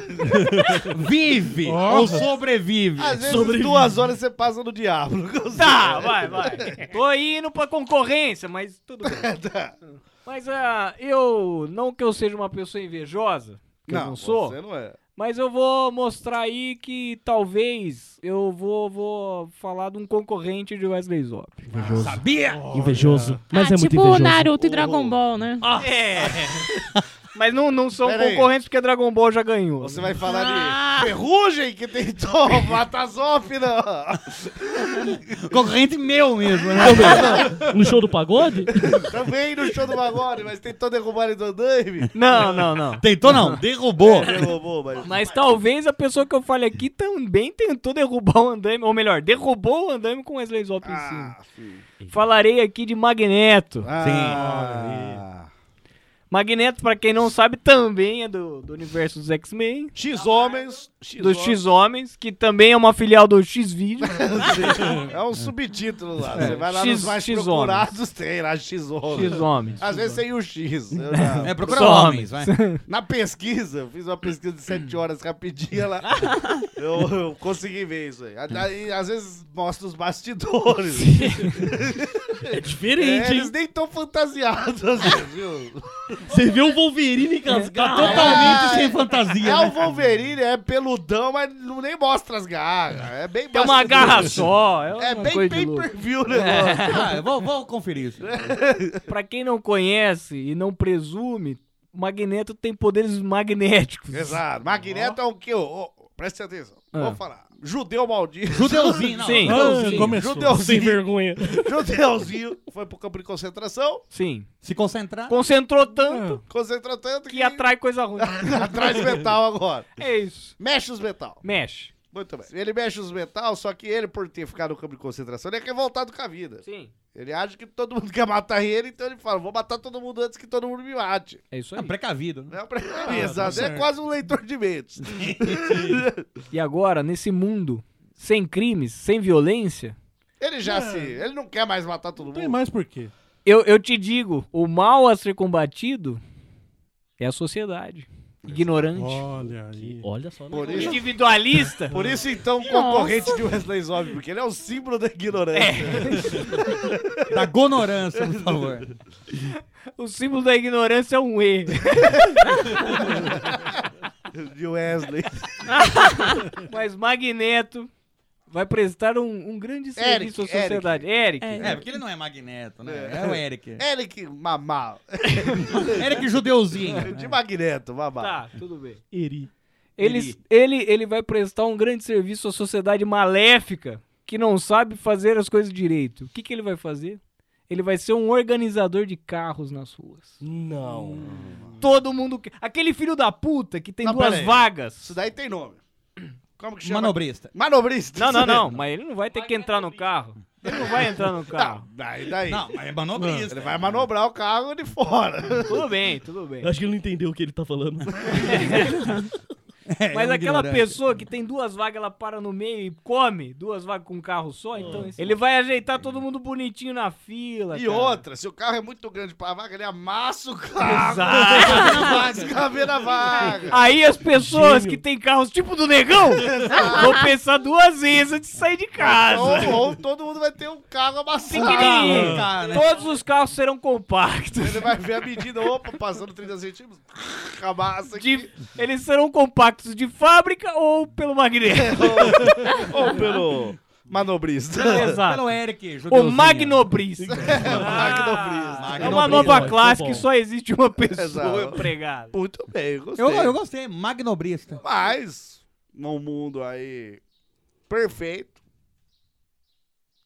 S4: Vive ou sobrevive.
S3: Às vezes
S6: Sobrevive.
S3: duas horas você passa no diabo.
S5: Tá, vai, vai. Tô indo pra concorrência, mas tudo bem. Mas ah, eu. Não que eu seja uma pessoa invejosa, que eu não sou.
S3: você não é.
S5: Mas eu vou mostrar aí que talvez eu vou, vou falar de um concorrente de Wesley Zop.
S6: Invejoso.
S4: Sabia?
S6: Invejoso. Mas
S7: ah,
S6: é muito
S7: tipo
S6: invejoso.
S7: Naruto e Dragon Ball, né?
S5: É. Mas não, não são
S3: Ah. Pera aí.
S5: concorrentes porque Dragon Ball já ganhou. né?
S3: Você vai falar
S5: Ah!
S3: de ferrugem que tentou matar Zof, não.
S4: Concorrente meu mesmo, né?
S6: No show do pagode?
S3: Também no show do Magone, mas tentou derrubar ele do andaime.
S5: Não, não, não.
S4: Tentou não, derrubou.
S3: Derrubou, mas...
S5: Mas talvez a pessoa que eu fale aqui também tentou derrubar o Andame, ou melhor, derrubou o Andame com Wesley Zop em cima.
S3: Ah, filho.
S5: Falarei aqui de Magneto.
S3: Ah,
S5: Magneto, pra quem não sabe, também é do, do universo dos X-Men,
S3: X-Homens.
S5: dos X-Homens, que também é uma filial do X-Video.
S3: É um subtítulo lá. Você vai lá
S5: X-
S3: nos mais
S5: X-Homens.
S3: procurados, tem lá X-Homens.
S5: X-Homens.
S3: Às vezes tem o X. Eu já-
S4: É, procura
S5: Só
S4: homens, vai.
S3: Na pesquisa, eu fiz uma pesquisa de 7 horas rapidinha lá. Eu, eu consegui ver isso aí. Aí, às vezes mostra os bastidores.
S6: É
S3: É,
S6: diferente,
S3: eles
S6: hein?
S3: nem tão fantasiados, às vezes, viu?
S6: Você vê o Wolverine com as garras.
S4: Totalmente sem fantasia.
S3: É
S4: né?
S3: o Wolverine, é peludão, mas não nem mostra as garras. É bem
S5: Tem uma
S3: bastidor.
S5: garra só. É, uma
S3: É bem
S5: coisa de louco.
S3: pay-per-view né? o negócio.
S4: Ah, eu vou, vou conferir isso.
S5: Pra quem não conhece e não presume, Magneto tem poderes magnéticos.
S3: Exato. Magneto é o que? Ô, ô, presta atenção.
S5: Ah.
S3: Vou falar. Judeu maldito.
S4: Judeuzinho, não.
S5: Sim.
S8: Ah,
S4: Judeuzinho.
S8: começou.
S3: Judeuzinho.
S6: Sem vergonha.
S3: Judeuzinho foi pro campo de concentração,
S5: Sim.
S4: Se concentrar.
S5: Concentrou tanto
S3: concentrou tanto que,
S5: que atrai coisa ruim.
S3: atrás do metal agora.
S5: É isso.
S3: Mexe os metal.
S5: Mexe.
S3: Muito bem. Ele mexe os metal, só que ele, por ter ficado no campo de concentração, ele é revoltado com a vida.
S5: Sim.
S3: Ele acha que todo mundo quer matar ele, então ele fala: vou matar todo mundo antes que todo mundo me mate.
S5: É isso
S4: Ah,
S5: aí.
S4: precavido. né?
S3: É, pra... Exato. é quase um leitor de mentes.
S5: E agora, nesse mundo sem crimes, sem violência,
S3: Ele já se. Ele não quer mais matar todo
S8: Não tem
S3: mundo.
S8: mais por quê.
S5: eu, eu te digo, o mal a ser combatido é a sociedade. Ignorante.
S8: Olha aí.
S6: Olha só. né?
S3: Por isso,
S5: Individualista.
S3: por isso, então, o concorrente de Wesley Zombie, porque ele é o símbolo da ignorância.
S4: Da gonorância, por favor.
S5: O símbolo da ignorância é um E. É.
S3: De Wesley.
S5: Mas Magneto vai prestar um, um grande serviço
S3: Eric,
S5: à sociedade. Eric. tá,
S4: É, porque ele não é magneto, né? É o Eric.
S3: Eric Mamal.
S4: Eric judeuzinho.
S3: De Magneto, Mamal.
S5: Tá, tudo bem.
S6: Eri.
S5: Ele, ele, ele vai prestar um grande serviço à sociedade maléfica que não sabe fazer as coisas direito. O que, que ele vai fazer? Ele vai ser um organizador de carros nas ruas.
S6: Não.
S5: Todo mundo. que- Aquele filho da puta que tem
S3: Não,
S5: duas
S3: pera aí.
S5: vagas.
S3: Isso daí tem nome. Como que chama?
S4: Um Manobrista.
S3: Manobrista.
S5: Não, não, não. Mas ele não vai ter que entrar no carro. Ele não vai entrar
S3: Tá.
S5: no carro.
S3: Daí, daí.
S4: Não, mas é manobrista.
S3: Ele vai manobrar o carro de fora.
S5: Tudo bem, tudo bem.
S6: Eu acho que ele não entendeu o que ele tá falando.
S4: É,
S5: Mas
S4: é um
S5: aquela
S4: ignorante.
S5: pessoa que tem duas vagas, ela para no meio e come duas vagas com um carro só, então esse- ele vai ajeitar todo mundo bonitinho na fila.
S3: E
S5: cara.
S3: outra, se o carro é muito grande pra vaga, ele amassa o carro.
S5: Exato.
S3: Descabe na vaga.
S5: Aí as pessoas
S6: Gênio.
S5: que têm carros tipo do negão vão pensar duas vezes antes de sair de casa.
S3: Ou, ou todo mundo vai ter um carro amassado.
S5: Pequenininho.
S4: Tá, né?
S5: Todos os carros serão compactos.
S3: Ele vai ver a medida, opa, passando 30 centímetros, amassa aqui.
S5: De- eles serão compactos de fábrica ou pelo magneto.
S3: ou, ou pelo manobrista.
S5: Exato.
S4: Pelo Eric
S5: O
S4: judeuzinho.
S5: magnobrista.
S3: Manobrista.
S5: é uma nova classe que só existe uma pessoa
S3: Exato.
S5: empregada.
S3: Muito bem, gostei.
S4: Eu, eu gostei, magnobrista.
S3: Mas, num mundo aí perfeito,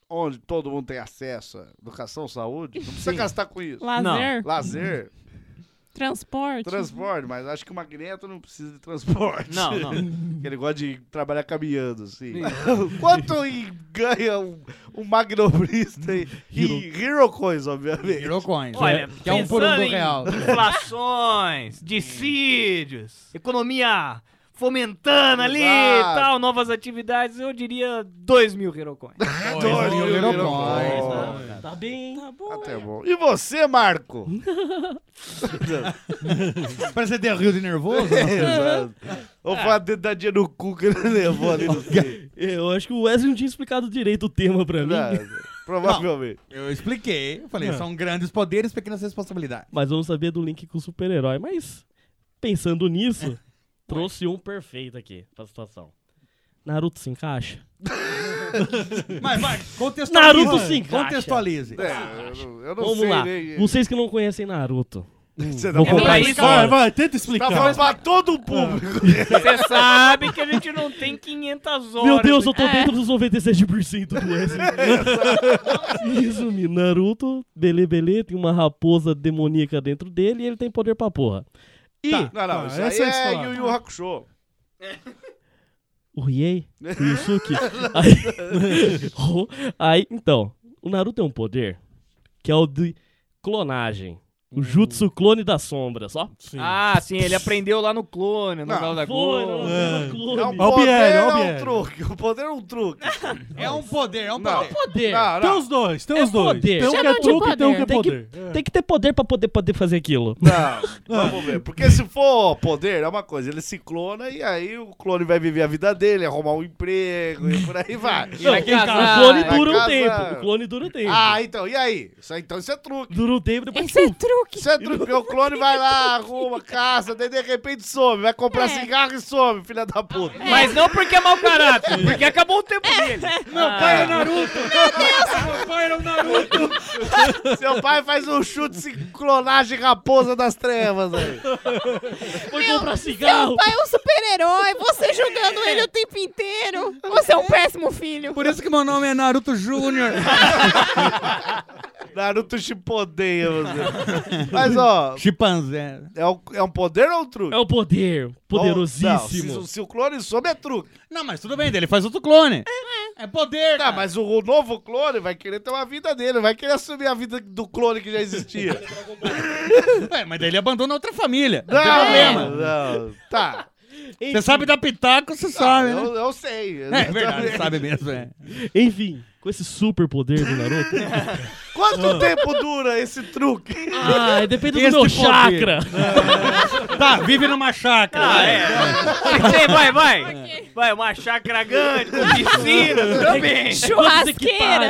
S3: onde todo mundo tem acesso à educação, saúde, não precisa gastar com isso.
S5: Lazer,
S7: Lazer,
S3: Lazer,
S7: transporte.
S3: transporte, mas acho que o Magneto não precisa de transporte.
S5: Não, não.
S3: Porque ele gosta de trabalhar caminhando, assim. Quanto em- ganha um, um magnobrista e, e Hero Coins, obviamente?
S4: Eurocoins.
S5: Olha,
S4: né? que é um por um
S5: pensando
S4: do
S5: em
S4: real.
S5: Inflações, dissídios, economia fomentando ali e
S3: Exato.
S5: tal, novas atividades, eu diria 2 mil Herocoins.
S3: Dois mil
S4: Hero
S3: Hero
S4: Coins,
S3: Coins.
S4: né?
S6: Tá bem.
S7: Tá bom.
S3: Até bom. E você, Marco?
S4: Parece que tem rio de nervoso. né?
S3: Exato. Ou foi a dedadinha no cu que ele levou ali no fim.
S6: Eu acho que o Wesley não tinha explicado direito o tema pra mim.
S3: Não, Provavelmente.
S4: Eu expliquei, eu falei, são grandes poderes, pequenas responsabilidades.
S6: Mas vamos saber do link com o super-herói. Mas, pensando nisso, trouxe um perfeito aqui pra situação. Naruto se encaixa?
S4: Mas, vai, contextualize.
S6: Naruto se encaixa.
S4: Contextualize.
S3: É, eu não, eu não
S6: Vamos
S3: sei né?
S6: lá.
S3: nem-
S6: Vocês que não conhecem Naruto.
S3: Você
S6: Vou
S3: tá
S6: comprar
S5: isso.
S8: Vai,
S6: história.
S8: vai, tenta
S3: Tá
S8: explicar.
S3: falando pra todo o público.
S5: Você sabe que a gente não tem 500 horas.
S6: Meu Deus, eu tô
S7: É.
S6: dentro dos 97% do Wesley. Resumindo, Naruto, belê, belê, tem uma raposa demoníaca dentro dele e ele tem poder pra porra. E
S3: Não, não,
S8: Tá,
S3: isso aí
S8: essa é a
S3: é,
S8: história.
S3: Yu Yu Hakusho.
S6: o Riei, o Yusuke. aí, aí, então, o Naruto tem um poder que é o de clonagem. O
S8: Hum.
S6: Jutsu clone da sombra, só.
S8: Sim.
S5: Ah, sim, ele aprendeu lá no clone, no
S3: Não,
S8: É
S5: Gal da
S6: Foi,
S5: Globo.
S6: Naruto, clone.
S3: É um
S8: Olha o
S3: poder,
S8: Biel, olha o
S3: é um
S8: Biel.
S3: truque. O poder é um truque.
S4: É um poder, é um
S3: Não.
S4: poder.
S6: poder.
S3: Não,
S8: Tem
S3: não.
S8: os dois, Ah, tem
S6: É
S8: os dois.
S6: poder.
S8: Tem um que
S7: Chamam
S8: é
S7: de
S8: truque e tem um que é
S6: poder.
S8: poder. É.
S6: Tem que ter poder pra poder, poder fazer aquilo.
S3: Não, vamos ver. Porque se for poder, é uma coisa. Ele se clona e aí o clone vai viver a vida dele, arrumar um emprego e por aí vai.
S5: vai
S6: o
S5: casar,
S6: clone
S3: vai
S6: dura um
S3: casar.
S6: tempo. O clone dura um tempo.
S3: Ah, então, e aí? Isso aí então isso é truque.
S6: Dura um tempo, depois
S7: Isso é truque.
S3: Isso é truque. porque O clone vai lá, arruma, caça, daí de repente some. Vai comprar cigarro e some, filha da puta.
S5: Mas não porque é mau caráter, porque acabou o tempo dele. Meu pai é Naruto.
S3: Seu pai faz um chute de clonagem raposa das trevas aí.
S6: foi comprar cigarro.
S7: Seu pai é um super-herói, você jogando ele o tempo inteiro. Você é um péssimo filho.
S4: Por isso que meu nome é Naruto Júnior.
S3: Naruto Shippuden, você. Mas, ó,
S4: Chipanzé.
S3: é um, é um poder ou um truque?
S6: É o poder.
S3: Não,
S6: Poderosíssimo.
S3: se, se o clone some, é truque.
S4: Não, mas tudo bem, ele faz outro clone. É poder.
S3: Tá, mas o, o novo clone vai querer ter uma vida dele, vai querer assumir a vida do clone que já existia.
S4: Ué, mas daí ele abandona outra família.
S3: não,
S4: problema.
S3: não. Tá.
S4: Você sabe dar pitaco, você sabe, né?
S3: Eu, eu sei.
S4: É verdade, sabe mesmo, é.
S6: Enfim, com esse super poder do Naruto.
S3: Quanto tempo dura esse truque?
S6: ah, depende do
S4: Esse
S6: meu
S4: poder.
S6: chakra.
S4: Tá, vive numa chácara.
S5: Ah, é. Vai, vai, vai. Vai, uma chácara grande, com piscina, também.
S7: Churrasqueira.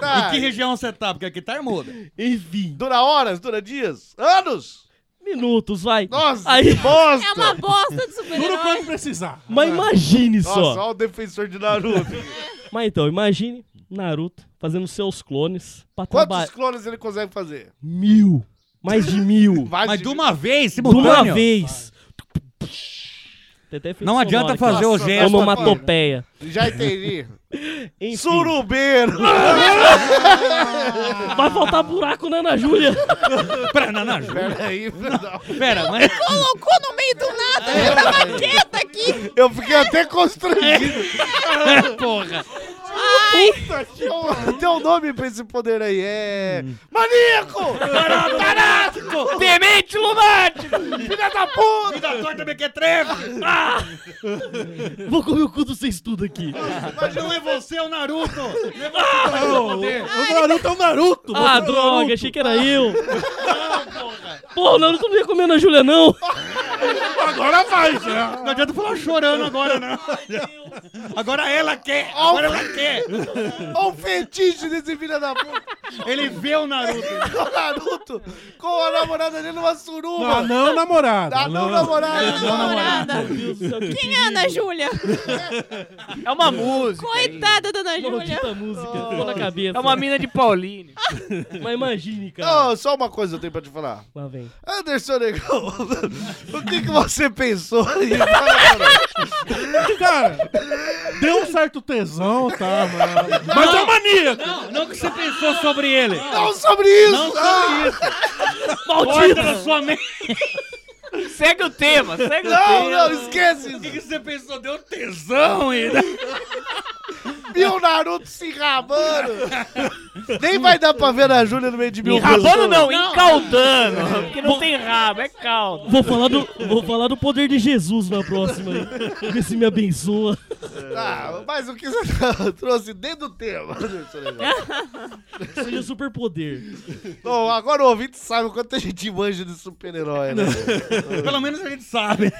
S3: Tá.
S4: Em que região você tá? Porque aqui tá armuda.
S6: Enfim,
S3: Dura horas? Dura dias? Anos?
S6: minutos, vai.
S3: Nossa,
S6: Aí-
S3: que bosta!
S7: É uma bosta de
S8: Dura
S7: super-herói.
S8: quanto precisar.
S6: Mas imagine
S3: Nossa,
S6: só.
S3: olha o defensor de Naruto.
S6: Mas então, imagine Naruto fazendo seus clones pra
S3: Quantos
S6: trabalhar.
S3: clones ele consegue fazer?
S6: Mil. Mais de mil.
S3: Mais
S4: Mas
S3: de-
S4: de uma vez,
S6: de uma
S4: simultâneo.
S6: vez. Tem até efeito
S4: Não adianta
S6: sonoro aqui.
S4: fazer o
S3: Nossa,
S4: gesto.
S3: vamos
S6: Onomatopeia.
S3: Já entendi.
S6: Enfim,
S3: Surubeiro!
S6: vai faltar buraco né, na Ana Júlia.
S4: Pera, não, não,
S3: Peraí, não.
S4: pera, mas...
S7: Colocou no meio do nada, eu tava quieta aqui.
S3: eu fiquei até constrangido.
S4: Porra.
S3: Tem um nome pra esse poder aí, é... Maníaco!
S5: Demente lunático.
S3: Filha da puta!
S4: Vida torta, mequetrefe.
S6: Vou comer o cu do vocês tudo aqui.
S4: Mas não é você, é o Naruto.
S3: Ah,
S8: O Naruto é o Naruto.
S6: Ah, droga, achei que era eu. Pô, o Naruto não ia comer na Júlia, não.
S3: Agora vai, já!
S4: Ah, né? Não adianta falar chorando agora, não. Agora ela quer. Agora ela quer.
S3: Olha o É um fetiche desse filho da puta!
S4: Ele vê o Naruto.
S3: O Naruto com a namorada dele numa suruba!
S8: Não, não, namorado.
S3: Ah, não, namorada!
S7: Namorada. Quem é a Ana Júlia?
S5: É uma música.
S7: Coitada da Ana Júlia.
S6: Maldita música. Ficou na cabeça.
S5: É uma mina de Pauline.
S6: Mas imagine, cara.
S3: Não, só uma coisa eu tenho pra te falar.
S6: Lá vem.
S3: Anderson Negão, o que, que você pensou aí?
S8: Cara, Deu um certo tesão, tá, mano?
S6: Mas é maníaco!
S10: Não, não que você pensou sobre ele.
S3: Não sobre isso! Ah,
S10: Não sobre isso. Corta na sua mente.
S5: Segue o tema, segue o
S3: Não,
S5: tema.
S3: não, esquece
S10: O que,
S3: isso.
S10: que você pensou? Deu tesão ainda.
S3: Viu o Naruto se rabando? Nem vai dar pra ver a Júlia no meio de mil
S5: Rabando
S3: pessoas.
S5: não, encaldando. Porque não tem rabo, é caldo.
S6: Vou falar, do, vou falar do poder de Jesus na próxima aí. Vê se me abençoa.
S3: Ah, mas o que você trouxe dentro do tema? Deixa eu lembrar.
S6: Seja superpoder.
S3: Bom, agora o ouvinte sabe o quanto a gente manja de super-herói, né?
S10: Pelo menos a gente sabe.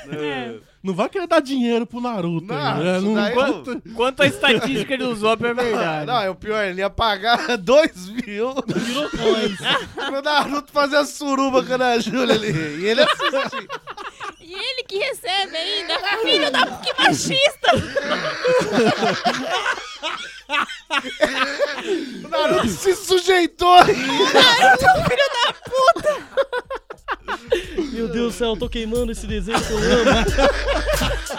S8: Não vai querer dar dinheiro pro Naruto.
S3: Não,
S8: aí, né?
S3: isso
S8: não
S3: daí é
S8: vai-
S3: não-
S5: Quanto a estatística de Usopp é
S3: Ah,
S5: verdade.
S3: Não, é o pior, ele ia pagar dois mil
S6: Virou coins.
S3: pro Naruto fazer a suruba com a Ana Júlia ali. E ele é assim, assistir.
S7: E ele que recebe ainda. Filho da... Que machista!
S3: O Naruto se sujeitou aí.
S6: Meu Deus do céu, eu tô queimando esse desenho que eu amo.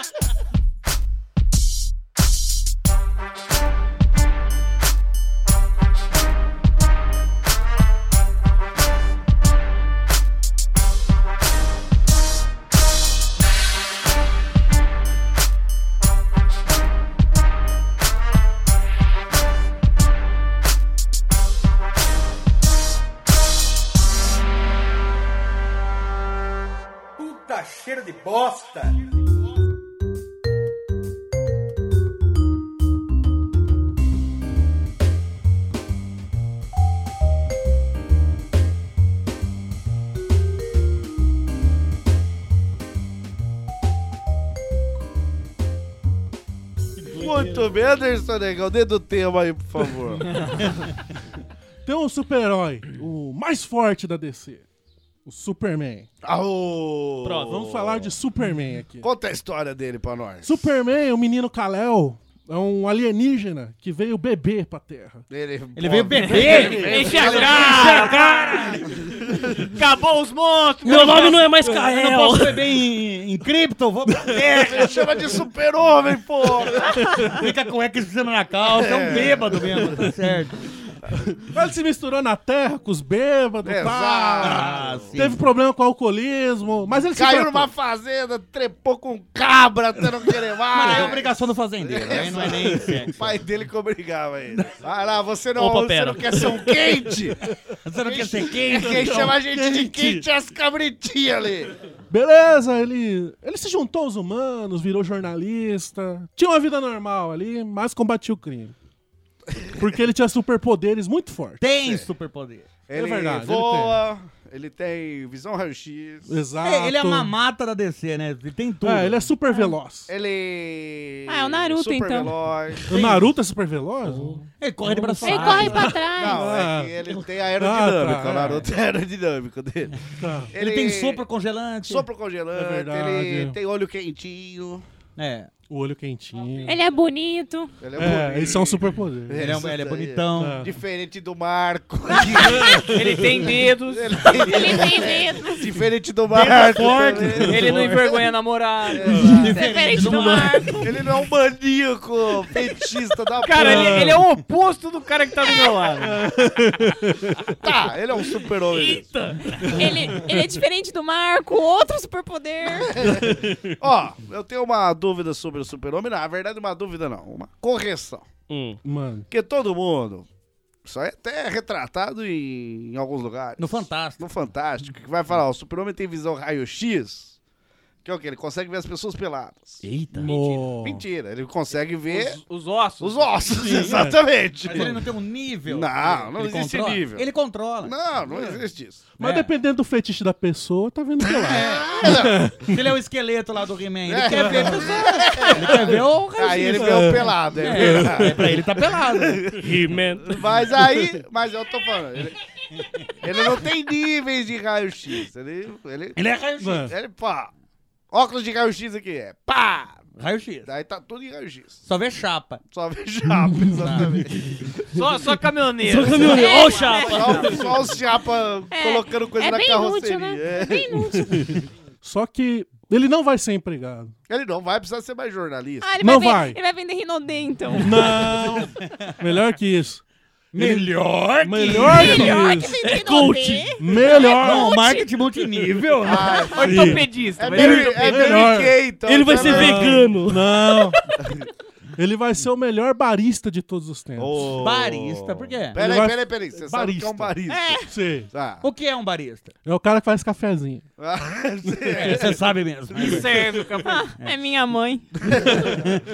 S3: Muito bem, Anderson Negão, dentro do tema aí, por favor.
S8: Tem um super-herói, o mais forte da DC. O Superman.
S3: Aô!
S8: Pronto, vamos falar de Superman aqui.
S3: Ah, Conta a história dele pra nós.
S8: Superman, o menino Kal-El, é um alienígena que veio beber pra Terra.
S3: Ele,
S4: Ele veio beber.
S5: Enche a cara! Acabou os monstros!
S6: Meu nome não é mais
S4: Eu não
S6: Kael.
S4: posso beber em, em cripto. Vou
S3: Ele chama de super-homem, porra!
S4: ficar com a cueca em cima na calça. É um bêbado mesmo, tá certo?
S8: Ele se misturou na Terra com os bêbados, pá.
S4: Ah,
S3: Exato.
S8: Teve problema com o alcoolismo, mas ele
S3: Caiu
S8: se tratou.
S3: numa fazenda, trepou com cabra até não querer
S4: Mas aí é
S3: mais.
S4: obrigação do fazendeiro. Aí não é nem
S3: O
S4: sexo.
S3: pai dele que obrigava ele. Vai lá, você não,
S6: Opa,
S3: você
S6: pera.
S3: não quer ser um quente?
S4: Você não quer ser
S3: É
S4: quente? então?
S3: quem chama a gente de quente é as cabritinhas ali.
S8: Beleza, ele, ele se juntou aos humanos, virou jornalista. Tinha uma vida normal ali, mas combatia o crime. Porque ele tinha superpoderes muito fortes.
S4: Tem superpoder.
S3: Ele
S8: verdade, ele
S3: voa, ele tem, visão raio-x,
S8: Exato.
S4: É, ele é a mamata da DC, né? Ele tem tudo.
S8: É, ele é super veloz.
S3: ele...
S7: Ah, é o Naruto,
S3: super
S7: então.
S3: Veloz.
S8: O Naruto é super veloz?
S4: Ele corre de braço.
S7: Ele corre pra trás.
S3: Não, é que ele tem aerodinâmica,
S8: Ah, tá,
S3: o Naruto é aerodinâmico dele.
S8: Tá.
S4: Ele tem sopro congelante.
S3: Sopro congelante,
S8: É verdade.
S3: ele tem olho quentinho,
S4: É.
S8: O olho quentinho.
S7: Ele é bonito.
S3: ele é,
S8: É,
S3: bonito.
S8: eles são superpoderes.
S4: Ele é, um- ele é
S3: Isso daí.
S4: bonitão.
S8: É.
S3: Diferente do Marco.
S5: Ele tem dedos,
S7: Ele tem dedos.
S3: Diferente do Marco. também.
S5: ele não
S8: é.
S5: É. envergonha a namorada.
S7: Diferente do Marco.
S3: Ele não é um maníaco petista da
S5: Cara,
S3: porra.
S5: ele, ele é o oposto do cara que tá do meu lado.
S3: Tá, ele é um super-homem.
S7: Ele, ele é diferente do Marco. Outro superpoder.
S3: Ó, eu tenho uma dúvida sobre o super-homem. Na verdade, uma dúvida não, uma correção.
S6: Hum.
S3: É.
S8: Mano.
S3: Porque todo mundo, isso aí até é retratado em, em alguns lugares.
S4: No Fantástico.
S3: No Fantástico, que vai falar, ó, o super-homem tem visão raio-x, que é o quê? Ele consegue ver as pessoas peladas.
S6: Eita.
S8: No...
S3: Mentira, ele consegue ver
S5: Os, É. os ossos.
S3: os ossos, exatamente.
S4: Mas ele não tem um nível.
S3: Não,
S4: que
S3: não
S4: ele
S3: existe
S4: controla.
S3: nível.
S4: Ele controla.
S3: Não, não existe isso.
S8: Mas
S4: É.
S8: dependendo do fetiche da pessoa, tá vendo pelado.
S4: Se ele é o esqueleto lá do He-Man, ele quer ver a pessoa. Ele quer ver o
S3: É. Aí ele vê o pelado, é verdade.
S4: Pra ele tá pelado.
S6: He-Man.
S3: Mas aí, mas eu tô falando, ele, ele não tem níveis de raio-x. Ele, ele,
S4: Ele é raio-x.
S3: ele, pá, óculos de raio-x aqui é, pá.
S4: Raio-x.
S3: Daí tá tudo em raio-x.
S4: Só vê chapa.
S3: Só vê chapa, exatamente.
S5: Só, só caminhoneiro.
S6: Só
S10: é
S6: caminhoneiro. Ó o é chapa.
S3: Só, só os chapa colocando coisa
S7: é
S3: na
S7: bem
S3: carroceria.
S7: inútil, né?
S3: é.
S7: É bem inútil.
S8: Só que Ele não vai ser empregado.
S3: Ele não vai precisar ser mais jornalista.
S7: Ah, ele
S8: Não
S7: vai,
S8: vai.
S7: Vender, ele vai vender Rinodê, então.
S8: Não! Melhor que isso.
S10: Melhor que...
S8: Melhor
S7: Melhor
S8: que
S7: que
S8: isso.
S7: vender Rinodê.
S8: Melhor!
S10: Não, marketing multinível.
S3: Tá
S4: né?
S3: Ah,
S7: Ah,
S5: Ortopedista. tá
S3: é
S5: vai ser
S3: Mary, é
S5: ortopedista.
S8: melhor.
S3: Mary Kay, então.
S6: Ele vai
S3: tá
S6: ser
S10: é
S3: melhor.
S6: é vegano.
S8: Não! Ele vai ser o melhor barista de todos os tempos.
S3: Ô.
S4: Barista, por quê?
S3: Peraí,
S8: vai-
S3: peraí, peraí. Você sabe o que é um barista.
S8: Sim.
S3: Tá.
S4: O que é um barista?
S8: É o cara que faz cafezinho.
S3: Tá. É.
S4: Você sabe mesmo.
S5: Que serve o café.
S7: É minha mãe.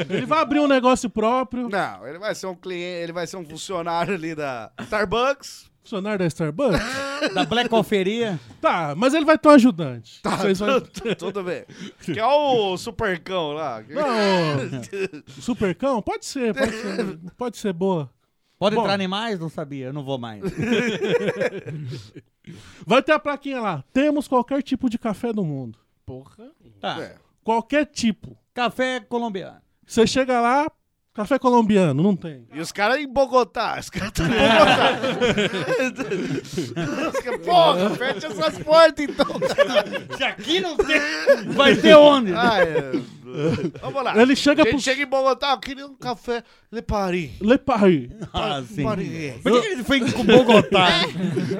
S8: Ele vai abrir um negócio próprio.
S3: Não, ele vai ser um cliente, ele vai ser um funcionário ali da Starbucks.
S8: Funcionário da Starbucks?
S3: é-
S4: Da Black Coferia.
S8: Tá, mas ele vai ter um ajudante.
S3: Tá,
S8: Vocês vão-
S3: tudo, tudo bem. Que é o supercão lá.
S8: Tá,
S3: tá.
S8: Não, Supercão? Pode ser, pode ser. Pode ser boa.
S4: Pode
S8: Bom.
S4: entrar animais? Não sabia, eu não vou mais.
S8: Vai ter a plaquinha lá. Temos qualquer tipo de café do mundo. Porra.
S4: Tá.
S3: É.
S8: Qualquer tipo.
S4: Café colombiano.
S8: Você chega lá, café colombiano, não tem.
S3: E os caras em Bogotá. Os caras estão em
S8: É.
S3: Bogotá. Os caras, Porra, fecha essas portas então.
S4: Se aqui não tem, vai ter onde?
S3: Ah, é. Vamos lá.
S8: Ele chega
S3: a gente
S8: pro-
S3: chega em Bogotá, eu queria um café Le Paris.
S8: Le Paris.
S4: Ah, sim.
S3: Paris.
S4: Por que, que ele foi com Bogotá?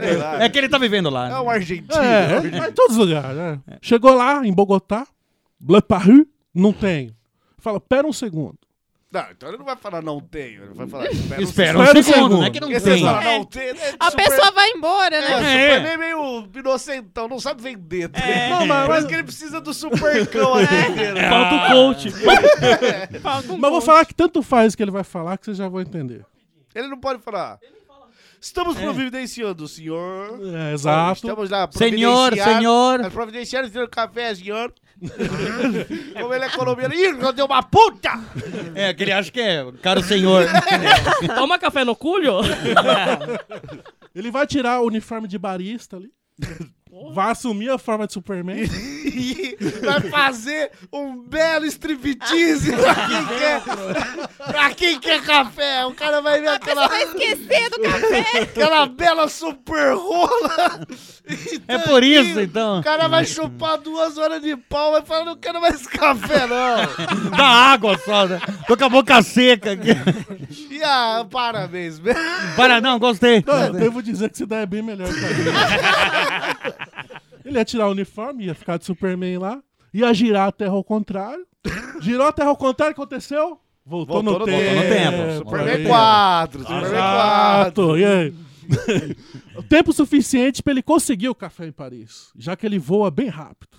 S3: Sei lá.
S4: É que ele tá vivendo lá.
S3: É um
S4: né?
S3: argentino.
S8: É, ele vai em todos os lugares. né? Chegou lá, em Bogotá, Le Paris, não tem. Fala, pera um segundo.
S3: Não, então ele não vai falar não tenho. Ele vai falar espera. um
S4: Espera
S3: segundo."
S4: um
S8: Espera um
S4: segundo,
S8: segundo.
S4: não é que não
S3: Porque se ele
S4: tem.
S3: falar
S7: É.
S3: não tenho... é
S7: A
S3: super-
S7: pessoa vai embora,
S3: É,
S4: É.
S7: né?
S3: Superman meio inocentão, não sabe vender. tá ligado?
S8: É. Não, mas- É.
S3: Parece que ele precisa do supercão atender. né?
S6: Falta o coach.
S7: Falta um
S8: Mas vou
S7: monte.
S8: falar que tanto faz que ele vai falar que vocês já vão entender.
S3: Ele não pode falar. Estamos providenciando, senhor.
S8: É, exato.
S3: Estamos lá
S4: Senhor,
S3: providenciar-
S4: senhor.
S3: é, Providenciar o senhor café, senhor. Como ele é colombiano. Ih, eu dei uma puta!
S4: É, que ele acha que é caro senhor.
S6: Toma café no culho?
S8: Ele vai tirar o uniforme de barista ali. Vai assumir a forma de Superman.
S3: E vai fazer um belo striptease pra quem quer, pra quem quer café. O cara vai ver aquela,
S7: Vai esquecer do café.
S3: aquela bela super rola.
S4: É por isso, então.
S3: O cara vai chupar duas horas de pau e falar, não quero mais café, não.
S4: Da água só. né? Tô com a boca seca aqui.
S3: E ah, parabéns, velho.
S4: Para, não, gostei.
S8: Não, eu devo dizer que se der é bem melhor que a minha. Ele ia tirar o uniforme, ia ficar de Superman lá, ia girar a terra ao contrário. Girou a terra ao contrário, o que aconteceu?
S3: Voltou
S8: Voltou, no,
S3: no-
S8: tempo.
S3: voltou
S4: no tempo.
S8: Olha
S3: Superman
S8: aí.
S3: 4, Superman 4.
S8: Exato, e aí? tempo suficiente pra ele conseguir o café em Paris, já que ele voa bem rápido.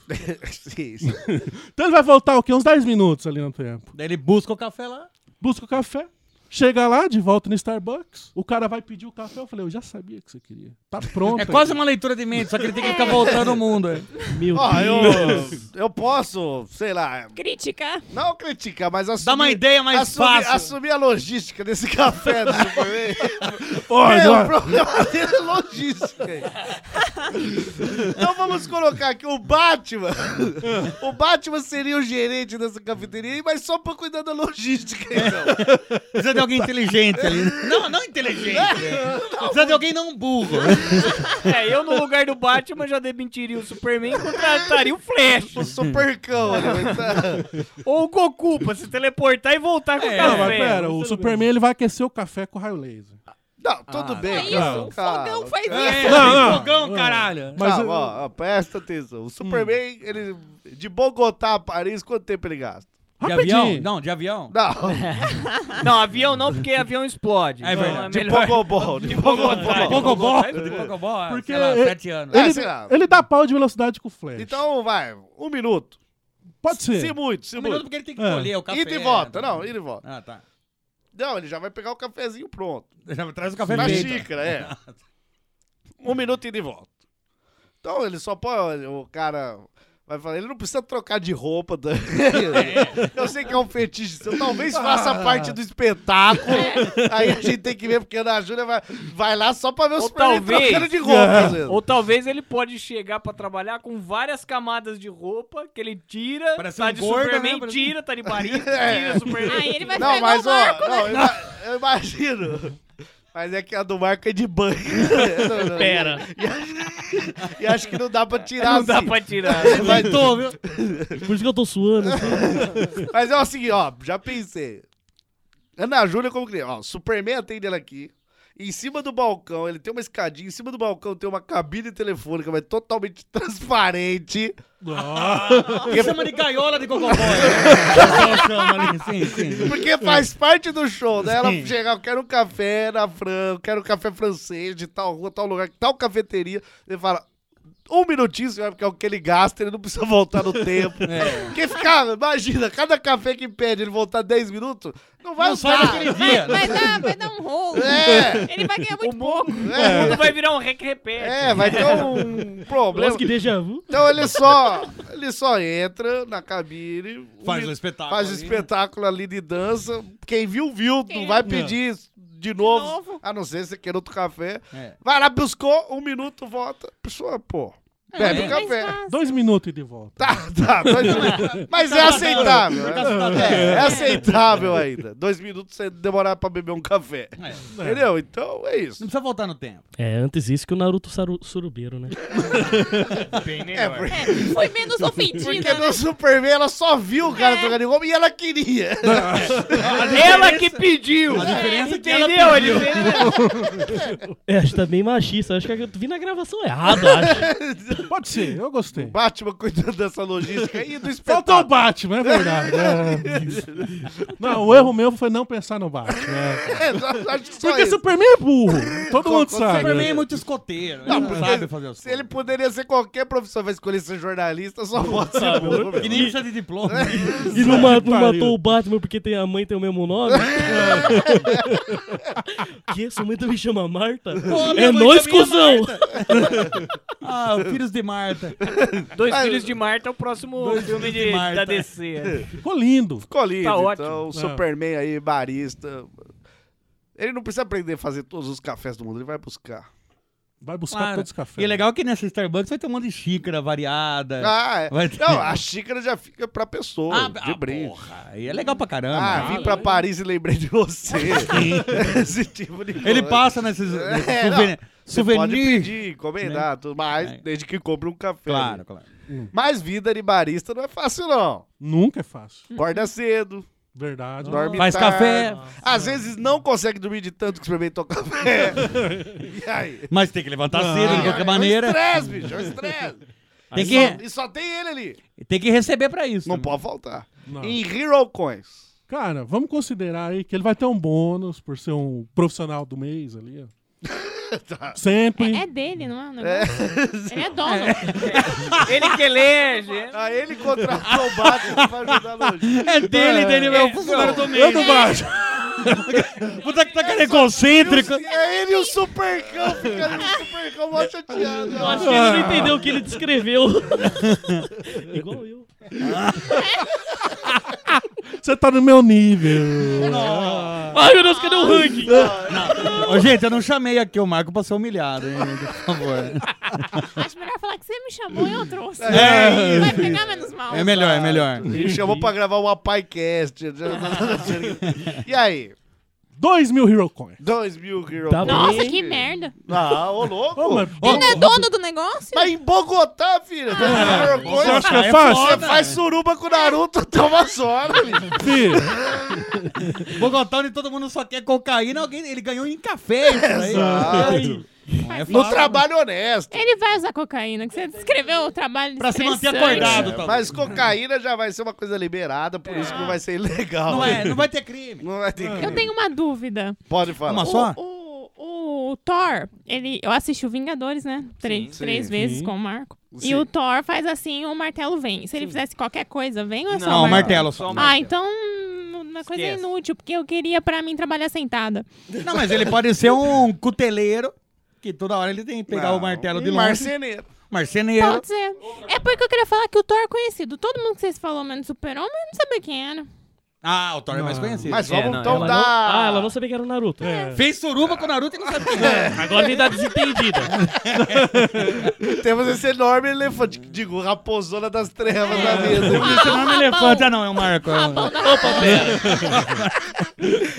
S3: Sim, sim.
S8: Então ele vai voltar o quê? Uns 10 minutos ali no tempo.
S4: Daí ele busca o café lá.
S8: Busca o café, chega lá, de volta no Starbucks, o cara vai pedir o café, eu falei, eu já sabia que você queria. Tá pronto.
S4: É
S8: aqui.
S4: quase uma leitura de mente, só que ele tem que ficar voltando o mundo. é.
S6: Meu
S3: Ó,
S6: Deus.
S3: eu, eu posso, sei lá,
S7: Criticar.
S3: não criticar, mas assumir...
S4: Dá uma ideia mais
S3: assumir,
S4: fácil.
S3: Assumir a logística desse café do Superman.
S8: Ó,
S3: É, o
S8: Eduardo,
S3: problema dele é logística. aí. então vamos colocar aqui o Batman. O Batman seria o gerente dessa cafeteria, aí, mas só pra cuidar da logística, então.
S4: Precisa de alguém inteligente ali. Não, não inteligente. né? Precisa de alguém não burro.
S5: É, eu no lugar do Batman já demitiria o Superman e contrataria o Flash.
S3: O supercão. né? Mas tá-
S5: Ou o Goku pra se teleportar e voltar
S4: É,
S5: com o
S8: Não, mas
S5: café.
S8: pera, o Superman ele vai aquecer o café com raio laser.
S3: Ah, Não, tudo bem.
S7: É isso,
S3: calma,
S7: o
S3: calma.
S7: fogão faz
S4: É,
S7: isso.
S8: Não, não.
S4: fogão, caralho.
S8: Mas
S3: Calma,
S8: eu-
S3: ó, ó, presta atenção. O Superman, ele. De Bogotá a Paris, quanto tempo ele gasta?
S4: De
S8: Rapidinho.
S4: avião? Não, de avião.
S3: Não,
S5: Não, avião não, porque avião explode.
S4: É
S5: Então
S4: verdade.
S3: de
S5: melhor-
S3: Pogobol. De Pogobol.
S4: Pogobó? é, De Pogobó,
S8: Porque
S4: sei lá,
S8: ele-
S4: sete anos. Tá
S3: É,
S8: Ele,
S3: sei lá.
S8: ele dá pau de velocidade com o Flash.
S3: Então vai, um minuto.
S8: Pode ser.
S3: Se muito, se
S4: Um minuto
S3: muito.
S4: porque ele tem que
S8: É.
S4: colher o café.
S3: Ida e volta, não, ida e volta.
S4: Ah, tá.
S3: Não, ele já vai pegar o cafezinho pronto.
S4: Já traz o café
S3: Na
S4: feito.
S3: xícara, é. Um minuto e de volta. Então ele só pode. O cara vai falar, ele não precisa trocar de roupa. da- Eu sei que é um fetiche seu, talvez faça parte do espetáculo. Aí a gente tem que ver, porque a Ana Júlia vai, vai lá só pra ver os
S5: Ou
S3: Superman
S5: talvez- É.
S3: trocando de roupa. às vezes.
S5: Ou talvez ele pode chegar pra trabalhar com várias camadas de roupa que ele tira,
S4: Parece
S5: tá
S4: um É.
S5: de
S4: gordo,
S5: Superman,
S4: né? Parece-
S5: tira, tá de barista, tira Superman.
S7: Aí ele vai
S3: Não,
S7: pegar
S3: mas
S7: o
S3: ó,
S7: barco,
S3: não,
S7: né?
S3: eu ima- eu imagino. Mas é que a do Marco é de banho. Não, não.
S6: Pera.
S3: E acho- E acho que não dá pra tirar
S5: Não dá
S3: assim.
S5: pra tirar. né?
S3: Mas,
S6: Tô, viu? Por isso que eu tô suando.
S3: mas é o seguinte, ó, já pensei. Ana Júlia como que Ó, Superman atende ela aqui. Em cima do balcão, ele tem uma escadinha. Em cima do balcão tem uma cabine telefônica, mas totalmente transparente.
S4: Chama de gaiola de cocobó. né? Chama ali, sim, sim.
S3: Porque faz parte do show, né? Ela chega, eu quero um café na Fran, eu quero um café francês de tal rua, tal lugar, tal cafeteria. Ele fala, um minutinho, senhora, porque é o que ele gasta, ele não precisa voltar no tempo.
S4: É.
S3: Porque ficar, imagina, cada café que pede ele voltar 10 minutos, não vai
S4: Não sai
S3: usar.
S4: daquele dia.
S7: Vai dar, vai dar um rolo.
S3: É.
S7: Ele vai ganhar muito pouco.
S3: É,
S5: Tudo vai virar um rec repete.
S3: é, vai ter um problema.
S6: Parece que déjà vu.
S3: Então ele só, ele só entra na cabine, um
S4: Faz
S3: mi-
S4: um espetáculo.
S3: faz o
S4: ali.
S3: espetáculo ali de dança. Quem viu, viu. Não
S7: Quem-
S3: vai pedir de novo.
S7: novo.
S3: A não ser se você quer outro café.
S4: É.
S3: Vai lá, buscou, um minuto, volta. Pessoa, pô, bebe
S4: é.
S3: o
S7: Mas
S3: café.
S7: faz.
S8: Dois minutos e de volta.
S3: Tá, tá. Mas, mas é aceitável. né? É, é aceitável ainda. Dois minutos você demorar pra beber um café. Entendeu? Então é isso.
S4: é. Não precisa voltar no tempo.
S6: É, antes isso que o Naruto saru, Surubeiro, né?
S5: Bem melhor.
S3: É, porque,
S7: É, foi menos
S3: porque
S7: ofendida, né?
S3: no Superman ela é só viu o cara trocando de roupa e ela queria. é
S5: Ela que pediu!
S4: A diferença é que ela
S5: Entendeu? A diferença-
S6: É, acho que tá bem machista. Acho que eu vi na gravação errada, acho.
S8: Pode ser, eu gostei.
S3: Batman cuidando dessa logística e do
S8: Faltou o
S3: espetáculo.
S8: Batman, é verdade. é. Não, o erro meu foi não pensar no Batman. é.
S3: É, só- acho que só
S8: Porque
S3: isso.
S8: Superman é burro. Todo mundo sabe.
S4: Superman é muito escoteiro.
S3: Não,
S4: Ele não
S3: porque
S4: sabe fazer as
S3: Se ele
S4: coisas.
S3: poderia ser qualquer profissão, vai escolher ser jornalista, só pode ser burro.
S4: Que
S3: meu.
S4: nem precisa de diploma.
S3: É.
S6: E não, ma- não
S8: pariu.
S6: matou o Batman porque tem a mãe tem o mesmo nome? que? Sua mãe também chama Marta?
S4: Pô, minha
S6: é
S4: mãe
S6: nóis,
S4: também é
S6: cuzão!
S4: Ah, filhos de Marta.
S5: Dois Filhos de Marta é o próximo filme de,
S4: de Marta.
S5: da DC.
S8: Ficou lindo.
S3: Ficou lindo,
S5: Tá
S3: então,
S5: ótimo.
S4: É.
S3: o Superman aí, barista. Ele não precisa aprender a fazer todos os cafés do mundo, ele vai buscar.
S8: Vai buscar
S4: Claro.
S8: todos os cafés.
S4: E é legal que nessa Starbucks vai ter um monte de xícara variada.
S3: Ah, é.
S4: Vai ter-
S3: Não, a xícara já fica pra pessoa,
S4: Ah,
S3: de
S4: ah,
S3: brinde.
S4: porra. Aí é legal pra caramba.
S3: Ah, vim pra Paris e lembrei de você. Esse tipo de coisa.
S4: Ele passa nesses nesses
S3: É, não.
S4: souvenir.
S3: Você pode
S4: souvenir.
S3: pedir, encomendar, tudo mais,
S4: É.
S3: desde que compre um café.
S4: Claro, claro.
S3: Mas vida de barista não é fácil, não.
S8: Nunca é fácil.
S3: Acorda cedo,
S8: Verdade.
S3: dorme
S4: Ah. Faz
S3: tarde.
S4: café.
S3: Às vezes não consegue dormir de tanto que experimentou café. e aí?
S4: Mas tem que levantar cedo de qualquer
S3: É um
S4: maneira.
S3: estresse, bicho, é um estresse.
S4: Tem
S3: Só-
S4: que,
S3: E só tem ele ali.
S4: tem que receber pra isso.
S3: Não
S4: né?
S3: pode faltar.
S8: Não.
S3: Em Hero Coins.
S8: Cara, vamos considerar aí que ele vai ter um bônus por ser um profissional do mês ali, ó.
S3: Tá.
S8: Sempre.
S7: É, é dele, não é? um negócio? Ele é dono.
S5: Ele que elege.
S3: Aí ele contratou o Batman pra ajudar no jogo.
S4: É dele, dele, meu. Funcionário do meio.
S8: do baixo.
S4: Puta que tá cara egocêntrico.
S3: É ele e o Supercão ficando no Supercão mó chateado.
S6: Eu acho que ele não entendeu o que ele descreveu. Igual eu.
S8: Você tá no meu nível.
S6: Ai, meu Deus, cadê o ranking?
S4: Ô, gente, eu não chamei aqui o Marco pra ser humilhado, hein, gente, por favor.
S7: Acho melhor falar que você me chamou e eu trouxe.
S4: É,
S7: Vai pegar menos mal.
S4: é melhor, é melhor.
S3: Ele chamou pra gravar uma podcast. e aí?
S8: 2 mil Hero Coins.
S3: 2 mil Hero
S6: Tá
S3: Coins.
S7: Nossa,
S6: Bem.
S7: que merda.
S3: Ah, ô louco.
S8: Ô, mas
S4: Ô,
S7: Ele é dono do negócio?
S3: Mas em Bogotá, filho. Hero Coins,
S8: você acha que
S4: Ah,
S8: é
S4: é
S8: fácil?
S3: Você faz suruba com o Naruto, toma zona, bicho.
S8: Filho,
S4: Bogotá, onde todo mundo só quer cocaína, alguém, ele ganhou em café. Isso aí.
S3: Exato.
S4: Não é
S3: No
S4: fácil.
S3: trabalho honesto.
S7: Ele vai usar cocaína, que você descreveu o trabalho
S4: Pra se manter
S7: estressante.
S4: acordado, talvez.
S3: Mas cocaína já vai ser uma coisa liberada, por isso que não vai ser ilegal.
S4: Não, é, não vai ter crime.
S3: Não vai ter crime.
S7: Eu tenho uma dúvida.
S3: Pode falar.
S4: Uma só?
S7: O, o- o Thor, ele, eu assisti o Vingadores, né? Três- três vezes com o Marco.
S3: Sim.
S7: E o Thor faz assim, o martelo vem. Se ele fizesse qualquer coisa, vem ou é só
S4: Não,
S7: o
S4: o martelo só.
S7: Ah, então hum, uma coisa
S5: Esquece.
S7: inútil, porque eu queria pra mim trabalhar sentada.
S4: Não, mas ele pode ser um cuteleiro, que toda hora ele tem que pegar
S3: Não.
S4: o martelo
S3: E
S4: de longe.
S3: Um Marceneiro.
S4: Marceneiro.
S7: Pode ser. É porque eu queria falar que o Thor é conhecido. Todo mundo que vocês falaram, menos o Super-Homem, eu não sabia quem era.
S4: Ah, o Thor é mais conhecido.
S3: Mas
S4: É,
S3: vamos
S4: não,
S3: então
S6: Ela
S3: dar.
S6: não- Ah, ela não sabia que era o Naruto. É.
S4: Fez suruba com o Naruto e não sabe quem é.
S6: Agora vem da desentendida.
S3: Temos esse enorme elefante, digo, raposona das trevas na mesa.
S4: Esse nome é elefante. Ah, não, é o Marco. é o-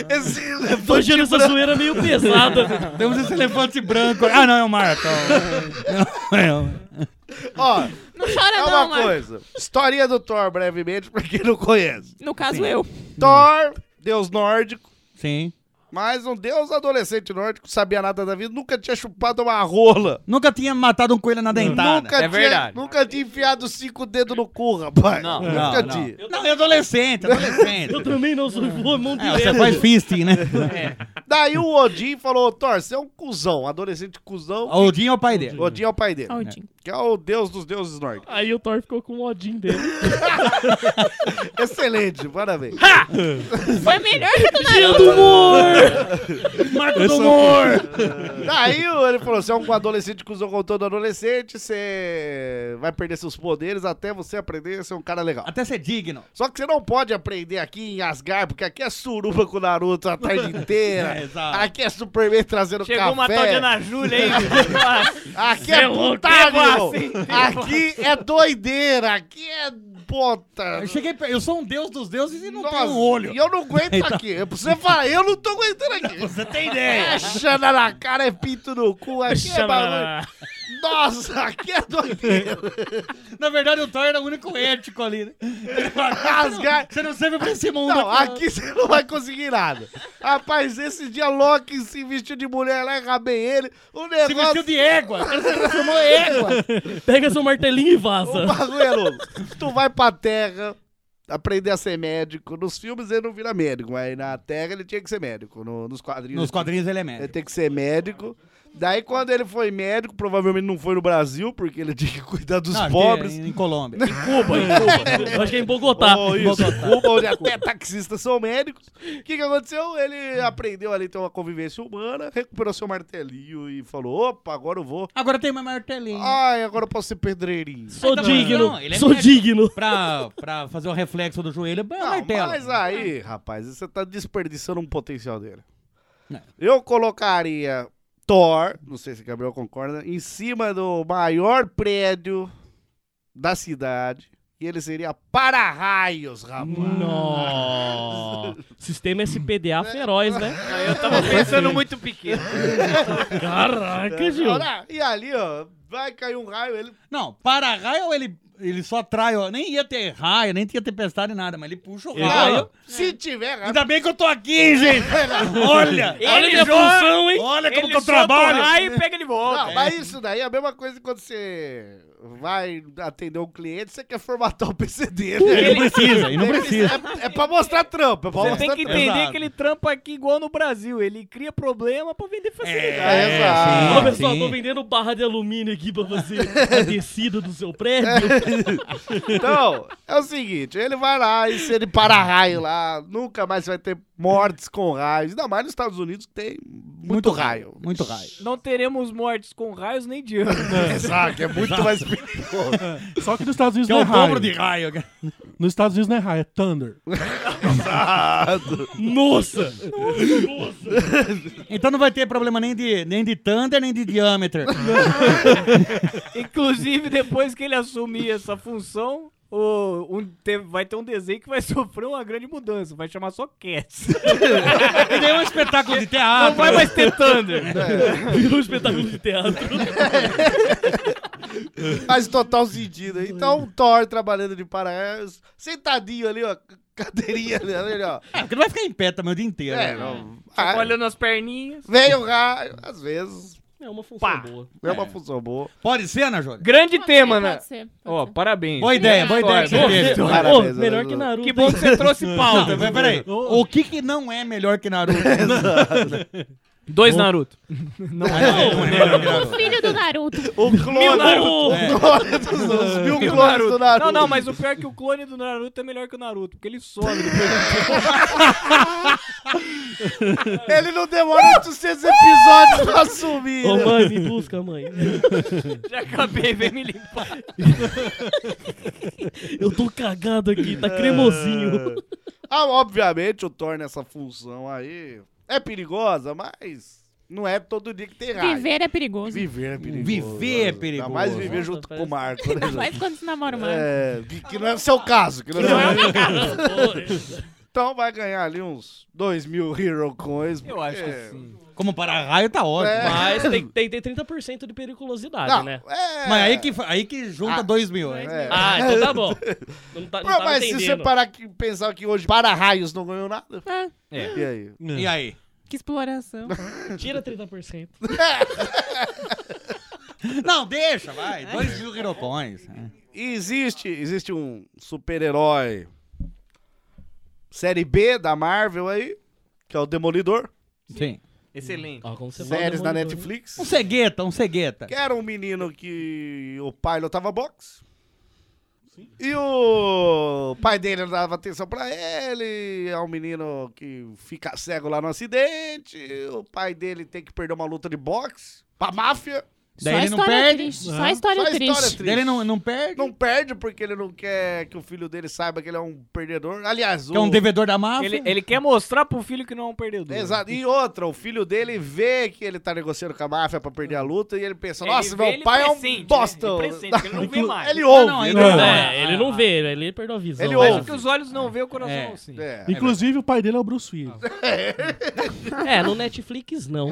S3: Esse
S6: Tô
S3: elefante
S6: achando essa zoeira meio pesada.
S4: Temos esse elefante branco. Ah, não, é o Marco. Não, é o-
S3: Ó,
S7: Não chora
S3: é
S7: não,
S3: uma
S7: Marco.
S3: coisa. Historinha do Thor, brevemente, pra quem não conhece.
S7: No caso, eu.
S3: Thor, deus nórdico,
S4: Sim.
S3: mas um deus adolescente nórdico, sabia nada da vida, nunca tinha chupado uma rola.
S4: Nunca tinha matado um coelho na dentada.
S3: Nunca,
S2: é
S3: tinha,
S2: verdade.
S3: nunca tinha enfiado cinco dedos no cu, rapaz.
S2: Não,
S3: nunca
S4: não,
S3: tinha.
S4: Não, é adolescente, adolescente.
S6: Eu também não sou vou mão
S4: É, você
S6: direto.
S4: faz fisting, né?
S3: Daí o Odin falou: Thor, você é um cuzão, adolescente cuzão.
S4: O Odin é o pai dele.
S3: Odin é o pai dele,
S7: Odin.
S3: que é o deus dos deuses nórdicos.
S6: Aí o Thor ficou com o Odin dele.
S3: Excelente, parabéns.
S7: Foi melhor que do
S6: Dia
S7: Naruto.
S6: do humor!
S4: Marco do humor!
S3: Daí o- ele falou: você é um adolescente cuzão com todo adolescente, você vai perder seus poderes até você aprender a ser um cara legal.
S4: Até ser digno.
S3: Só que você não pode aprender aqui em Asgard, porque aqui é suruba com o Naruto a tarde inteira.
S4: É, exato.
S3: aqui é Superman trazendo
S5: Chegou
S3: café.
S5: uma tal de Ana Júlia aí.
S3: Aqui é assim, putagem, irmão. Aqui é doideira. Aqui é bota.
S4: Eu, cheguei, per- eu sou um deus dos deuses e não
S3: Nossa,
S4: tenho um olho. Então.
S3: E eu não aguento aqui. Você fala, eu não tô aguentando aqui. Você tem ideia. É chana na cara, é pinto no cu, aqui é bagulho. Nossa, aqui é doideira.
S4: Na verdade, o Thor era o único ético ali, né? Ele fala,
S3: Rasgar.
S4: Você não serve pra esse mundo.
S3: Não, aqui você não vai conseguir nada. Rapaz, esse dia Loki se vestiu de mulher lá, acabei ele. O negócio.
S4: Se vestiu de égua. Ele se transformou em égua.
S6: Pega seu martelinho e
S3: O
S6: vaza.
S3: bagulho é louco. Tu vai pra terra aprender a ser médico. Nos filmes ele não vira médico, mas na terra ele tinha que ser médico. no- nos quadrinhos.
S4: Nos quadrinhos ele é
S3: Ele
S4: médico.
S3: tem que ser médico. Daí, quando ele foi médico, provavelmente não foi no Brasil, porque ele tinha que cuidar dos
S4: Não, aqui é
S3: pobres.
S4: Em, em Colômbia.
S6: Cuba, em Cuba. Eu acho que é em Bogotá.
S3: Ou
S6: Em
S3: isso,
S6: Bogotá.
S3: Cuba, onde até taxistas são médicos. O que, que aconteceu? Ele aprendeu ali ter uma convivência humana, recuperou seu martelinho e falou: opa, agora eu vou.
S4: Agora tem uma martelinha.
S3: Ai, agora eu posso ser pedreirinho.
S6: Sou
S4: Então,
S6: digno.
S4: não, ele é
S6: sou
S4: médico.
S6: digno.
S4: Pra, pra fazer o reflexo do joelho, é um
S3: Não,
S4: martelo.
S3: mas aí, rapaz, você tá desperdiçando um potencial dele. Eu colocaria Thor, não sei se o Gabriel concorda, em cima do maior prédio da cidade. E ele seria para-raios, rapaz.
S6: Nossa. Sistema SPDA feroz, né?
S5: É. Eu tava pensando muito pequeno.
S6: Caraca, Gil.
S3: Olha, e ali, ó, vai cair um raio, ele...
S4: Não, para raio ele, ele só atrai, ó. Nem ia ter raio, nem tinha tempestade, nada, mas ele puxa o
S6: Ele-
S4: raio.
S6: Olha.
S3: Se tiver raio...
S4: Ah, Ainda bem que eu tô aqui, gente. Olha,
S6: Olha a minha função, hein?
S4: olha como
S5: Ele
S4: que eu
S5: solta o
S4: trabalho.
S5: raio e pega de volta.
S3: Não, mas isso daí é a mesma coisa que quando você vai atender um cliente, você quer formatar o PC dele.
S4: Ele não precisa, ele não
S3: Tem que-
S4: precisa.
S3: né? É, é pra mostrar trampa, é pra
S5: Você
S3: mostrar
S5: tem que
S3: trampa.
S5: entender
S4: Exato.
S5: que ele trampa aqui igual no Brasil. Ele cria problema pra vender facilidade.
S3: É, exato.
S6: Ô, pessoal,
S4: sim.
S6: tô vendendo barra de alumínio aqui pra você a descida do seu prédio.
S3: Então, é o seguinte, ele vai lá e se ele para raio lá, nunca mais vai ter mortes com raios. Ainda mais nos Estados Unidos que tem muito, raio.
S4: Muito raio.
S5: Não teremos mortes com raios nem de
S3: Exato, é muito mais perigoso.
S8: Só que nos Estados Unidos
S4: Que é
S8: não é
S4: o dobro
S8: raio.
S4: de raio.
S8: Nos Estados Unidos não é raio, é thunder.
S6: Nossa!
S4: Então não vai ter problema nem de, nem de thunder, nem de diâmetro.
S5: Inclusive, depois que ele assumir essa função, o, um, te- vai ter um desenho que vai sofrer uma grande mudança. Vai chamar só Cats.
S4: E daí é um espetáculo de teatro.
S5: Não vai mais ter Thunder.
S6: Virou um espetáculo de teatro.
S3: Faz total sentido. Então, o Thor trabalhando de para raios, sentadinho ali, ó, cadeirinha ali, ali, ó.
S4: É, porque não vai ficar em pé também o dia inteiro.
S3: É,
S4: né?
S3: não. Ah,
S5: Olhando as perninhas.
S3: vem o raio, às vezes,
S6: É uma função
S5: Pá.
S6: boa.
S3: é uma função boa.
S4: Pode ser, Ana Júlia?
S5: Grande
S7: Pode
S5: tema,
S7: ser,
S5: né?
S7: pode ser.
S5: Ó, parabéns.
S4: Boa ideia, boa ideia que você teve.
S6: Ô,
S3: Parabéns,
S6: melhor
S3: Naruto.
S6: que Naruto.
S5: É, Que bom que você trouxe pauta. né?
S4: Não, mas peraí. O que que não é melhor que Naruto?
S5: Dois Naruto.
S4: Não, não é melhor que Naruto. É,
S7: O filho do Naruto.
S3: O clone,
S5: tá
S3: o clone dos, os mil
S5: E o
S3: clones do Naruto.
S5: Não, não, mas o pior é que o clone do Naruto é melhor que o Naruto, porque ele some.
S3: Ele não demora 800 episódios pra assumir.
S6: Ô,
S3: né?
S6: mãe, me busca, mãe.
S5: Já acabei, vem me limpar.
S6: Eu tô cagado aqui, tá cremosinho.
S3: Ah, obviamente, o Thor nessa função aí é perigosa, mas não é todo dia que tem raio.
S7: Viver é perigoso.
S3: Viver é perigoso.
S4: Viver é
S3: Ainda
S4: perigoso.
S3: mais viver
S6: Nossa,
S3: junto com
S6: parece-
S3: o Marco. né,
S7: Ainda
S3: gente?
S7: mais quando se namora uma.
S3: É, que, que não é o seu caso. Que não é o meu caso. Então vai ganhar ali uns 2 mil Hero Coins.
S5: Eu acho que
S3: porque-
S5: sim.
S4: Como para raio tá ótimo.
S3: É.
S6: Mas tem, tem, tem 30% de periculosidade,
S3: Não,
S6: né?
S3: é...
S4: Mas aí que, fa- aí que junta
S3: Ah,
S4: dois mil. né?
S3: é.
S6: Ah, então tá bom. Não tá, não
S3: Ué,
S6: tava
S3: mas se você
S6: entendendo.
S3: parar que pensar que hoje para-raios não ganhou nada,
S7: Ah,
S6: É.
S3: e aí?
S4: E aí?
S7: que exploração.
S6: Tira 30%.
S4: Não, deixa, vai. Dois mil girocões. É.
S3: E existe, existe um super-herói série B da Marvel aí, que é o Demolidor,
S4: Sim.
S5: Excelente.
S6: Ó, como você fala,
S3: séries da
S6: demolidor, né?
S3: Netflix,
S4: Um cegueta, um cegueta.
S3: que era um menino que o pai lutava boxe. E o pai dele não dava atenção pra ele, é um menino que fica cego lá no acidente, o pai dele tem que perder uma luta de boxe pra máfia.
S4: Daí
S7: Só
S4: ele não
S7: história
S4: perde.
S7: triste. Só história
S3: Só
S7: triste.
S3: história triste.
S4: Daí ele não, não perde.
S3: Não perde porque ele não quer que o filho dele saiba que ele é um perdedor. Aliás,
S4: Que é um
S3: o-
S4: devedor da máfia.
S5: Ele, ele quer mostrar pro filho que não é um perdedor.
S3: Exato. E outra, o filho dele vê que ele tá negociando com a máfia pra perder a luta e ele pensa,
S5: Uhum. Ele
S3: nossa,
S5: vê,
S3: meu
S5: ele
S3: pai é um
S5: pressente,
S3: bosta.
S5: né? Ele pressente, ele não vê mais.
S3: Ele ouve. né?
S4: não,
S3: ele
S4: ele não-
S3: ouve.
S6: É, ele não vê, ele perdeu a visão.
S3: Ele
S6: né?
S5: Mas
S3: ouve.
S5: o que os olhos não vê, o coração
S4: É.
S5: não sente.
S3: É.
S8: Inclusive, o pai dele é o Bruce Willis.
S6: É, no Netflix não.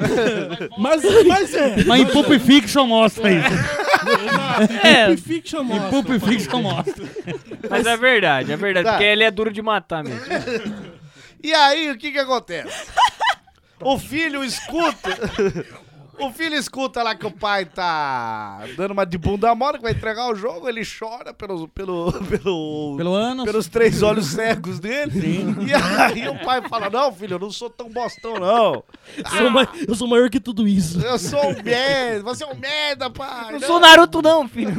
S8: Mas, mas é.
S4: Mas em Pulp Fiction mostra isso.
S6: É,
S8: Pulp Fiction
S4: Em
S8: mostra.
S4: Pulp Fiction mostra.
S5: Mas é verdade, é verdade.
S3: Tá.
S5: Porque ele é duro de matar mesmo.
S3: E aí, o que que acontece? o filho escuta... O filho escuta lá que o pai tá dando uma de bunda mole, que vai entregar o jogo, ele chora pelo, pelo, pelo,
S4: Pelo ano.
S3: pelos três olhos cegos dele. E aí o pai fala, não, filho, eu não sou tão bostão, não.
S6: sou ma- eu sou maior que tudo isso.
S3: Eu sou um merda, você é um merda, pai.
S5: Não sou Naruto, não, filho.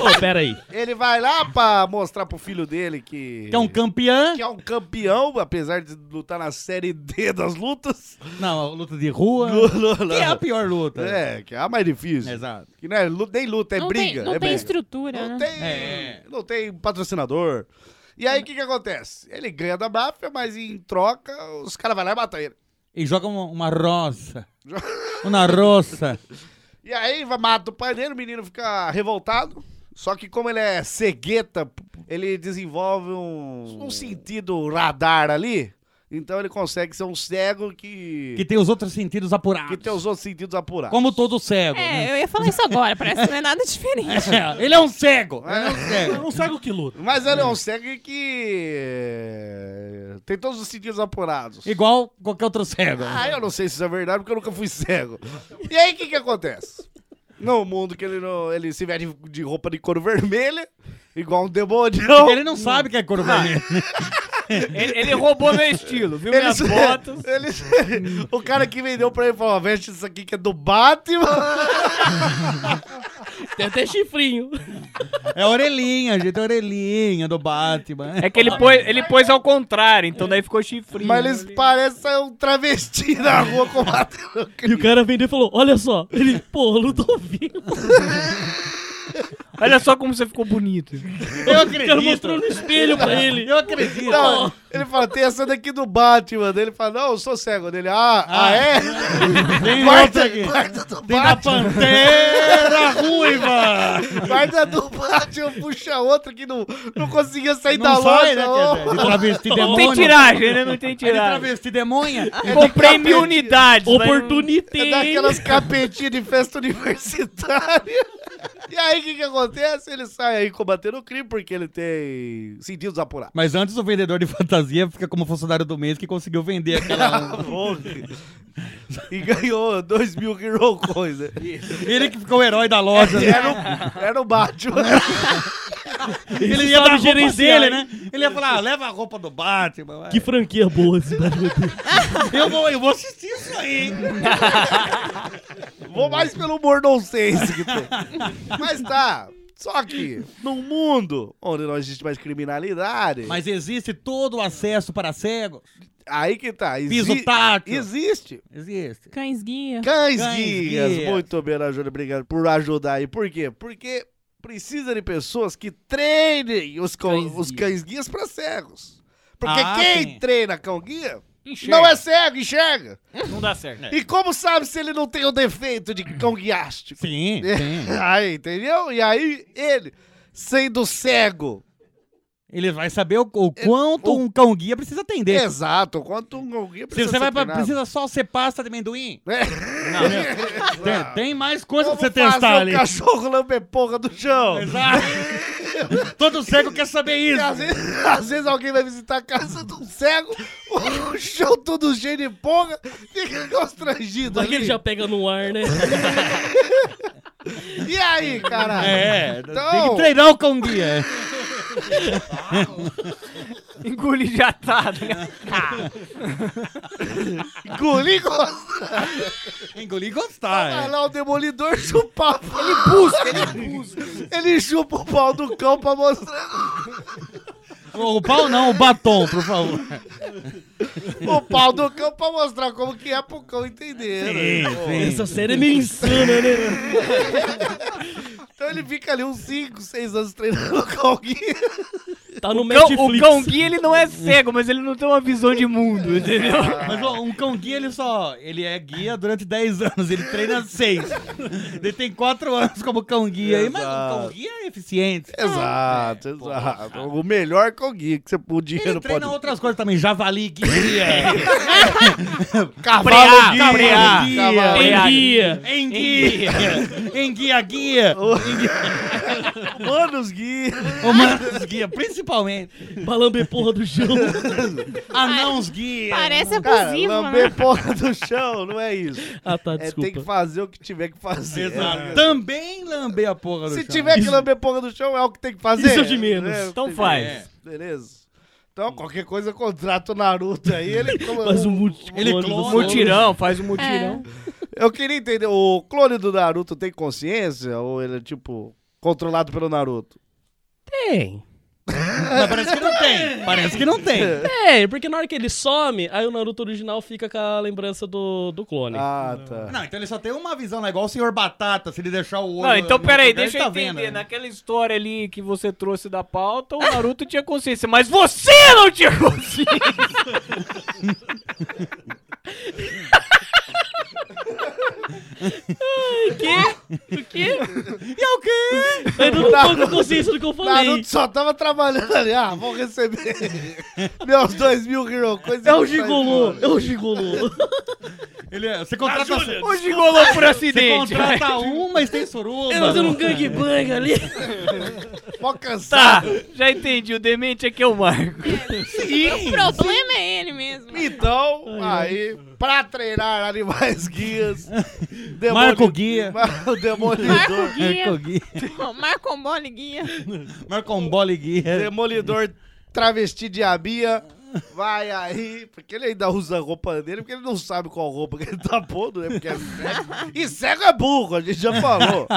S6: Ô, pera aí.
S3: Ele vai lá pra mostrar pro filho dele que.
S4: Que é um campeão.
S3: que é um campeão, apesar de lutar na série D das lutas.
S4: Não, luta de rua.
S3: não.
S4: Que é a pior luta.
S3: É, que é a mais difícil.
S4: Exato.
S3: Que não é lu- nem luta, é
S7: não
S3: briga.
S7: tem, não
S3: é
S7: tem
S3: briga.
S7: estrutura,
S3: Não
S7: né?
S3: tem,
S4: É.
S3: não tem patrocinador. E aí, o que que acontece? Ele ganha da máfia, mas em troca, os caras vão lá e matam ele.
S4: E joga uma, uma roça. Uma roça.
S3: E aí vai- mata o pai dele, o menino fica revoltado. Só que como ele é cegueta, ele desenvolve um, um sentido radar ali. Então ele consegue ser um cego que,
S4: Que
S3: que,
S4: tem os outros sentidos apurados.
S3: tem os outros sentidos apurados.
S4: Como todo cego.
S7: É, eu ia falar isso agora, parece que não é nada diferente.
S4: né? Ele é um cego. Ele é um cego.
S8: Não sabe o que luta.
S3: Mas ele é um cego que tem todos os sentidos apurados.
S4: Igual qualquer outro cego.
S3: Ah, eu não sei se isso é verdade, porque eu nunca fui cego. E aí, o que que acontece? No mundo que ele, não, ele se veste de roupa de couro vermelha, igual um demonião.
S4: Porque ele não sabe que é cor vermelha.
S5: Ele, ele roubou meu estilo, viu minhas
S3: Eles-
S5: fotos.
S3: eles- o cara que vendeu pra ele falou: "Ó, veste isso aqui que é do Batman.
S6: Tem até chifrinho.
S4: É a orelhinha, gente. É a orelhinha do Batman.
S5: É que ele pôs, ele pôs ao contrário, então daí ficou chifrinho.
S3: Mas eles parecem um travesti na rua com o Batman.
S6: E o cara vendeu e falou: Olha só. Ele, pô, eu não tô ouvindo.
S5: Olha só como você ficou bonito.
S4: Eu
S6: O cara
S4: acredito.
S6: mostrou no espelho pra ele.
S4: Eu acredito.
S3: Não, ele fala, tem essa daqui do Batman. Daí Ele fala, não, eu sou cego dele. Ah, ah,
S4: Ah.
S3: é?
S4: Tem outra
S3: Guarda,
S4: aqui.
S3: guarda do
S4: Tem da
S3: Batman.
S4: Pantera Ruiva.
S3: Guarda é do Batman, puxa outra que não, não conseguia sair da
S4: Não sai,
S5: é
S4: né,
S3: loja.
S4: quer dizer, De travesti
S5: Não
S4: demônio.
S5: tem tiragem, né? Não tem
S4: Ele
S5: tiragem.
S4: travesti demônia.
S5: Comprei mil
S3: capeta.
S5: unidades. mas
S3: É
S6: Oportunidade.
S3: daquelas capetinhas de festa universitária. E aí, o que, que acontece? Ele sai aí combatendo o crime porque ele tem sentidos apurados.
S4: Mas antes o vendedor de fantasia fica como funcionário do mês que conseguiu vender aquela.
S3: e ganhou 2 mil Hero Coins. né?
S4: Ele que ficou o herói da loja. né?
S3: Era o, era o Batman.
S4: Ele
S6: Esse
S4: ia dar a
S6: sabe
S4: roupa
S6: gerenciar,
S4: dele,
S6: hein?
S4: né? Ele ia falar, ah, leva a roupa do Batman. vai.
S6: Que franquia boa esse Batman.
S4: Eu, vou, eu vou assistir isso aí. hein?
S3: Vou mais pelo humor nonsense que tem. Mas tá. Só que, num mundo onde não existe mais criminalidade,
S4: Mas existe todo o acesso para cegos?
S3: aí que tá.
S4: Piso
S3: exi-
S4: tátil.
S3: Existe.
S4: Existe.
S7: Cães guia.
S3: Cães
S4: Cães
S3: guias.
S4: guias.
S3: Muito bem, Ana Júlia. Obrigado por ajudar aí. Por quê? Porque precisa de pessoas que treinem os, cão- os cães guias pra cegos. Porque
S4: Ah,
S3: quem
S4: sim.
S3: treina cão guia
S5: Enxerga.
S3: não é cego, enxerga.
S5: Não dá certo.
S3: E como sabe se ele não tem o defeito de cão guiástico?
S4: Sim, sim.
S3: aí, entendeu? E aí ele, sendo cego,
S4: Ele vai saber o, o
S3: É,
S4: quanto um cão guia precisa atender.
S3: exato, quanto um cão guia
S4: Se
S3: É, precisa
S4: você vai
S3: ser
S4: pra,
S3: treinado.
S4: precisa só ser pasta de amendoim.
S3: É.
S4: Não, meu, tem, tem mais coisa
S3: Como
S4: pra você
S3: fazer
S4: testar
S3: um
S4: ali.
S3: cachorro lamber porra do chão?
S4: Exato. Todo cego quer saber
S3: E
S4: isso.
S3: Às vezes, às vezes alguém vai visitar a casa de um cego, o chão todo cheio de porra, fica constrangido.
S6: Vai que
S3: Ali.
S6: ele já pega no ar, né?
S3: E aí, caralho?
S4: É, tem
S3: Então-
S4: que treinar o cão guia.
S5: Engolir de atado. né?
S3: Engolir gosta.
S4: Engolir e
S3: Vai
S4: gostar. é.
S3: lá é o demolidor chupar. Ele busca, ele busca. Ele chupa o pau do cão pra mostrar.
S4: O o pau não, o batom, por favor.
S3: O pau do cão pra mostrar como que é pro cão entender. né? Pô.
S6: Essa série é meio insana, né?
S3: Então ele fica ali uns 5, 6 anos treinando com alguém.
S6: Tá no
S5: Cão-
S6: Netflix.
S5: o cão guia, ele não é cego, mas ele não tem uma visão de mundo, entendeu?
S4: Mas ó, um cão guia, ele só. Ele é guia durante 10 anos, ele treina 6. ele tem 4 anos como cão guia aí, mas um cão guia é eficiente.
S3: Exato, exato. O melhor cão guia que você o
S4: Ele
S3: dinheiro
S4: treina
S3: pode.
S4: outras coisas também, javali guia,
S3: Cavalo guia,
S4: cabrear,
S3: guia,
S4: cabrear.
S3: cavalo-
S6: Em guia.
S4: enguia, enguia guia,
S3: Humanos guia.
S4: humanos guia, principalmente,
S6: Balambe porra do chão.
S4: anãos guia.
S7: Parece
S3: Cara,
S7: abusivo, né?
S3: lamber porra do chão, não é isso.
S6: Ah, tá,
S3: É, tem que
S6: desculpa.
S3: fazer o que tiver que fazer.
S4: Exato. Também lambei a porra do
S3: Se
S4: chão.
S3: tiver que lamber porra do chão, é o que tem que fazer.
S6: Isso é o de menos.
S3: É,
S5: Então
S3: tem-
S5: faz.
S3: Beleza. Então, qualquer coisa, contrata o Naruto aí. Ele
S6: Faz um multi-
S4: Ele
S3: assim,
S4: clona.
S6: clone dos
S3: né?
S6: outros.
S5: Mutirão, faz um mutirão.
S4: É.
S3: Eu queria entender, o clone do Naruto tem consciência? Ou ele é, tipo, controlado pelo Naruto?
S6: Tem.
S4: Mas parece que não tem, parece que não tem.
S6: É, porque na hora que ele some, aí o Naruto original fica com a lembrança do, do clone.
S3: Ah, tá.
S4: Não, então ele só tem uma visão, né? Igual o senhor Batata, se ele deixar o olho.
S5: Não, então
S4: no
S5: peraí,
S4: lugar, ele
S5: deixa eu
S4: tá
S5: entender.
S4: vendo, né?
S5: Naquela história ali que você trouxe da pauta, o Naruto tinha consciência, mas você não tinha consciência!
S4: E é o quê?
S6: Eu não tô com consciência do que eu
S3: O
S6: falei.
S3: Naruto só tava trabalhando ali. Ah, vou receber meus dois mil Hirokões.
S6: É o Gigolô, é o Gigolô.
S4: Ele é- você contrata,
S5: O gigolô por
S4: você
S5: acidente! Tá,
S4: contrata um, mas tem suruba. né?
S6: Eu tô num gangbang ali.
S3: Mó
S5: Tá,
S3: cansado.
S5: já entendi. O demente aqui é o Marco.
S7: O problema é ele mesmo.
S3: Então, aí, pra treinar animais guias, demoli-
S4: Marco Guia.
S3: Mar- o Demolidor,
S7: Marco Guia.
S4: Guia.
S7: Marco Boni Guia.
S4: Marcombole Guia.
S3: Demolidor travesti de Abia, vai aí, porque ele ainda usa a roupa dele, porque ele não sabe qual roupa que ele tá pondo, né? Porque é cego. E cego é burro, a gente já falou.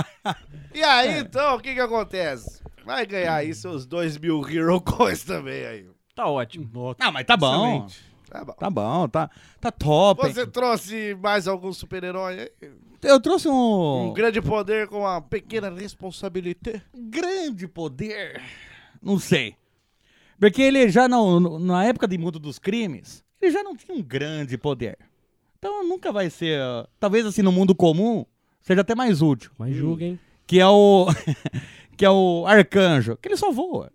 S3: E aí, então, o que que acontece? Vai ganhar aí seus dois mil Hero Coins também aí.
S5: Tá ótimo.
S4: Ah, mas tá bom.
S3: Tá bom.
S4: Tá bom, tá, tá top.
S3: Você trouxe mais algum super-herói aí?
S4: Eu trouxe um...
S3: Um grande poder com uma pequena responsabilidade.
S4: grande poder. Não sei. Porque ele já não, no- na época de mundo dos crimes, ele já não tinha um grande poder. Então nunca vai ser. ó, Talvez assim no mundo comum seja até mais útil.
S6: Mas julga, hein?
S4: Que é o. que é o arcanjo. Que ele só voa.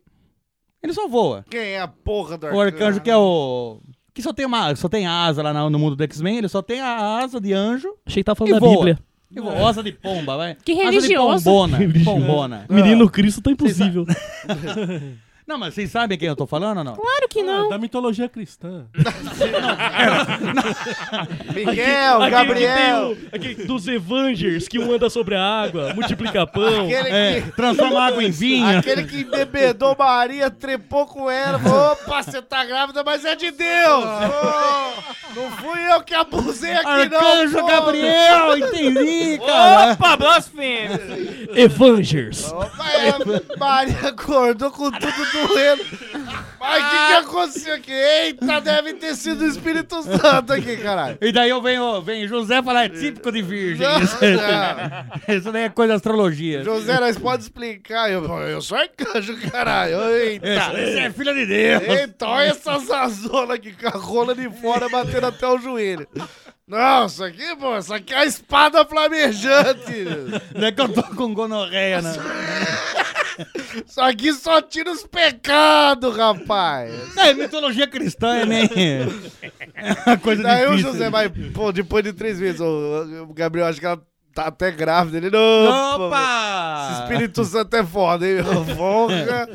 S4: Ele só voa.
S3: Quem é a porra do
S4: O arcanjo que é o. Que só tem uma. Só tem asa lá na- no mundo do X-Men, ele só tem a asa de anjo
S6: Achei que tava
S4: e
S6: falando da
S4: voa.
S6: Bíblia.
S4: e voa. Asa de pomba, vai.
S7: Que
S4: Asa de
S7: religioso.
S4: pombona.
S6: Religioso.
S3: Ah.
S4: Pombona.
S6: Menino Cristo tá impossível.
S4: Não, mas vocês sabem quem eu tô falando ou não?
S7: Claro que
S8: Ah,
S7: não.
S8: da mitologia cristã.
S3: Miguel, É
S4: um-
S3: Gabriel,
S6: Que tem o- aquele dos Evangers que um anda sobre a água, multiplica pão.
S3: aquele
S4: É,
S3: que...
S4: transforma água em vinho.
S3: Aquele que embebedou Maria, trepou com ela, falou, opa, você tá grávida, mas é de Deus! Ô, não fui eu que abusei aqui, não!
S4: Arcanjo
S3: pô. Oh,
S4: Gabriel, entendi, cara.
S5: Opa, blasfêmia!
S6: Evangers.
S3: Opa, é, Maria acordou com tudo doendo. Mas o que, que aconteceu aqui? Eita, deve ter sido o Espírito Santo aqui, caralho.
S4: E daí eu venho, venho José falar, é típico de virgem.
S3: Não,
S4: Isso, isso daí é coisa de astrologia.
S3: José, nós pode explicar. Eu, eu sou arcanjo, caralho. Eita.
S4: Esse, esse é filho de Deus.
S3: Eita, olha essa zazona Então, aqui com a rola de fora batendo até o joelho. Não, isso aqui, pô, isso aqui é a espada flamejante.
S4: Não é que eu tô com gonorreia, né?
S3: Isso aqui só tira os pecados, rapaz.
S4: É mitologia cristã, é nem... É uma coisa
S3: Daí o
S4: difícil. né?
S3: José vai, pô, depois de três meses, o, o Gabriel acho que ela tá até grávida. Ele, não, pô, Esse
S4: Opa!
S3: Espírito Santo é foda, hein? meu? Porra.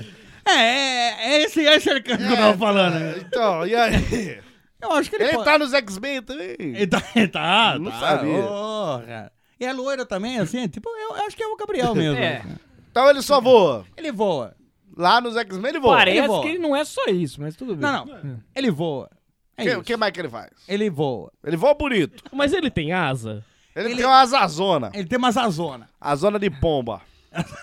S4: É, é, é esse Asher que eu tava falando.
S3: Então, e aí?
S4: Eu acho que ele,
S3: Ele
S4: pode-
S3: tá nos X-Men também.
S4: Ele tá, ele tá,
S3: Não
S4: tá.
S3: sabia.
S4: Porra. E é loira também, assim? Tipo, eu, eu acho que é o Gabriel mesmo.
S5: É.
S3: Então ele só voa.
S4: Ele voa.
S3: Lá nos X-Men ele voa.
S4: Ele
S5: Parece
S4: voa.
S5: que ele não é só isso, mas tudo bem.
S4: Não, não. Ele voa. É
S3: O
S4: isso.
S3: que, que mais que ele faz?
S4: Ele voa.
S3: Ele voa bonito.
S6: Mas ele tem asa?
S3: Ele, tem uma azazona.
S4: Ele tem uma zazona.
S3: Azona de pomba.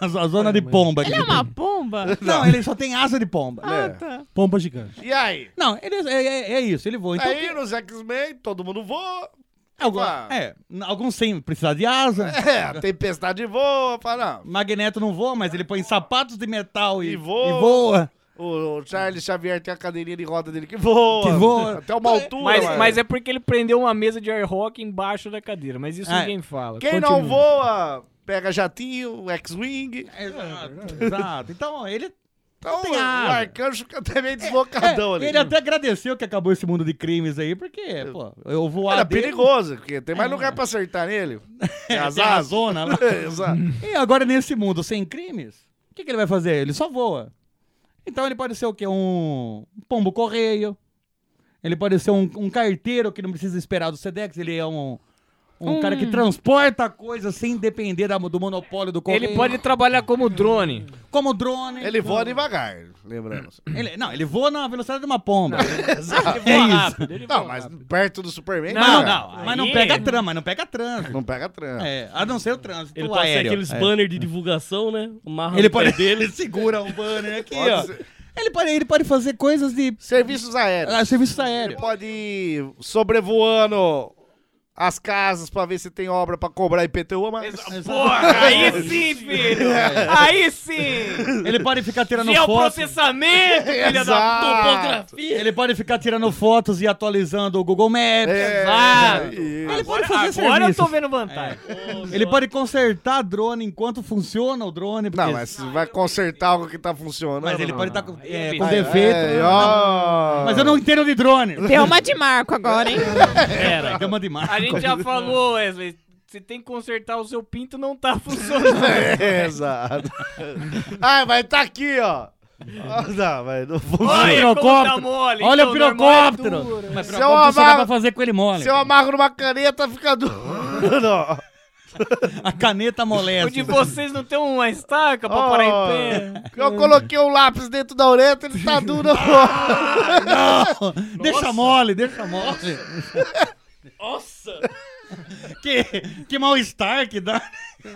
S4: Zazona de pomba. que
S7: Ele é
S4: tem.
S7: uma bomba?
S4: Não, ele só tem asa de pomba.
S7: Ah,
S3: É.
S7: tá.
S8: Pomba gigante.
S3: E aí?
S4: Não, ele é, é- é isso, ele voa. Então,
S3: aí nos X-Men todo mundo voa.
S4: algum,
S3: pá.
S4: é, n- alguns sem precisar de asa.
S3: É, a tempestade voa. Fala, não.
S4: Magneto não voa, mas ele põe sapatos de metal e,
S3: E voa.
S4: e voa.
S3: O, o Charles Xavier tem a cadeirinha de roda dele que voa.
S4: Que voa.
S3: Até uma altura.
S5: Mas,
S3: mano.
S5: mas é porque ele prendeu uma mesa de air hockey embaixo da cadeira, mas isso
S4: É.
S5: ninguém fala.
S3: Quem não voa, pega jatinho, X-Wing.
S4: É, Exato, exato. Então, ele
S3: Então
S4: Tem
S3: o
S4: asa.
S3: arcanjo fica até meio
S4: É,
S3: deslocadão ali.
S4: Ele até agradeceu que acabou esse mundo de crimes aí, porque, pô, eu voar
S3: Era
S4: dele,
S3: perigoso, porque tem mais lugar pra acertar nele.
S4: É. tem
S3: As
S4: a
S3: asas.
S4: zona lá.
S3: Exato.
S4: E agora nesse mundo sem crimes, o que, que ele vai fazer? Ele só voa. Então ele pode ser o quê? Um pombo correio. Ele pode ser um, um carteiro que não precisa esperar do Sedex. Ele é um, um cara que transporta coisas sem depender da- do monopólio do correio.
S5: Ele pode trabalhar como drone.
S4: Como drone.
S3: Ele voa devagar, lembramos.
S4: Ele- não, ele voa na velocidade de uma pomba.
S3: Exato.
S4: é isso.
S5: Rápido, ele
S3: Não,
S5: voa
S3: mas
S5: rápido.
S3: perto do Superman.
S4: Mas não,
S3: cara,
S4: não, mas não
S5: Aí-
S4: pega trama, mas não pega trânsito.
S3: Não pega trânsito.
S4: É, a não ser o trânsito.
S6: Ele
S4: o
S6: pode ser
S4: aéreo.
S6: aqueles
S4: É.
S6: banner de divulgação, né? Amarra
S4: Ele
S6: no pé
S4: pode-
S6: dele.
S4: Ele segura um banner aqui,
S3: Pode
S4: ó.
S3: ser.
S4: Ele pode, ele pode fazer coisas de
S3: Serviços aéreos.
S4: ah, serviço
S3: Ele
S4: aéreo.
S3: pode ir sobrevoando as casas pra ver se tem obra pra cobrar IPTU, mas... é
S5: Porra, aí sim, filho!
S4: É.
S5: Aí sim! é
S4: Ele pode ficar tirando
S5: Geoprocessamento,
S4: fotos.
S5: filha da
S3: Exato.
S4: Ele pode ficar tirando fotos e atualizando o Google Maps. Ah,
S3: É,
S5: Exato.
S3: isso.
S4: Ele pode
S5: Agora,
S4: fazer É.
S5: agora eu tô
S4: serviços.
S5: vendo vantagem.
S4: Ele pode consertar drone enquanto funciona o drone. porque-
S3: Não, mas se vai consertar algo que tá funcionando.
S4: Mas ele
S3: não.
S4: pode estar com, é,
S5: Aí,
S4: com
S5: aí,
S4: defeito.
S3: É,
S4: Não,
S3: ó.
S4: Mas eu não entendo de drone.
S7: Deu uma de Marco agora, hein?
S4: Era, gama de
S5: A gente já falou, Wesley. Você tem que consertar o seu pinto, não tá funcionando.
S3: É, exato. Ai, mas tá aqui, ó. Ah, Não, mas não funciona.
S5: Olha como tá
S4: pirocóptero.
S5: mole.
S4: Olha
S5: então,
S4: o
S5: normal é
S4: pirocóptero.
S5: duro.
S4: Mas
S3: Se
S4: pirocóptero
S3: eu
S4: só dá
S3: amar-
S4: pra né? fazer com ele mole.
S3: Se eu amarro numa caneta, fica duro. Não.
S4: A caneta
S5: O
S4: amolece.
S5: de vocês não tem uma estaca pra parar
S4: Oh.
S5: em pé?
S3: Eu coloquei um lápis dentro da orelha, ele tá duro.
S4: Não, deixa mole, deixa mole.
S6: Nossa!
S4: Que, que mal-estar que dá.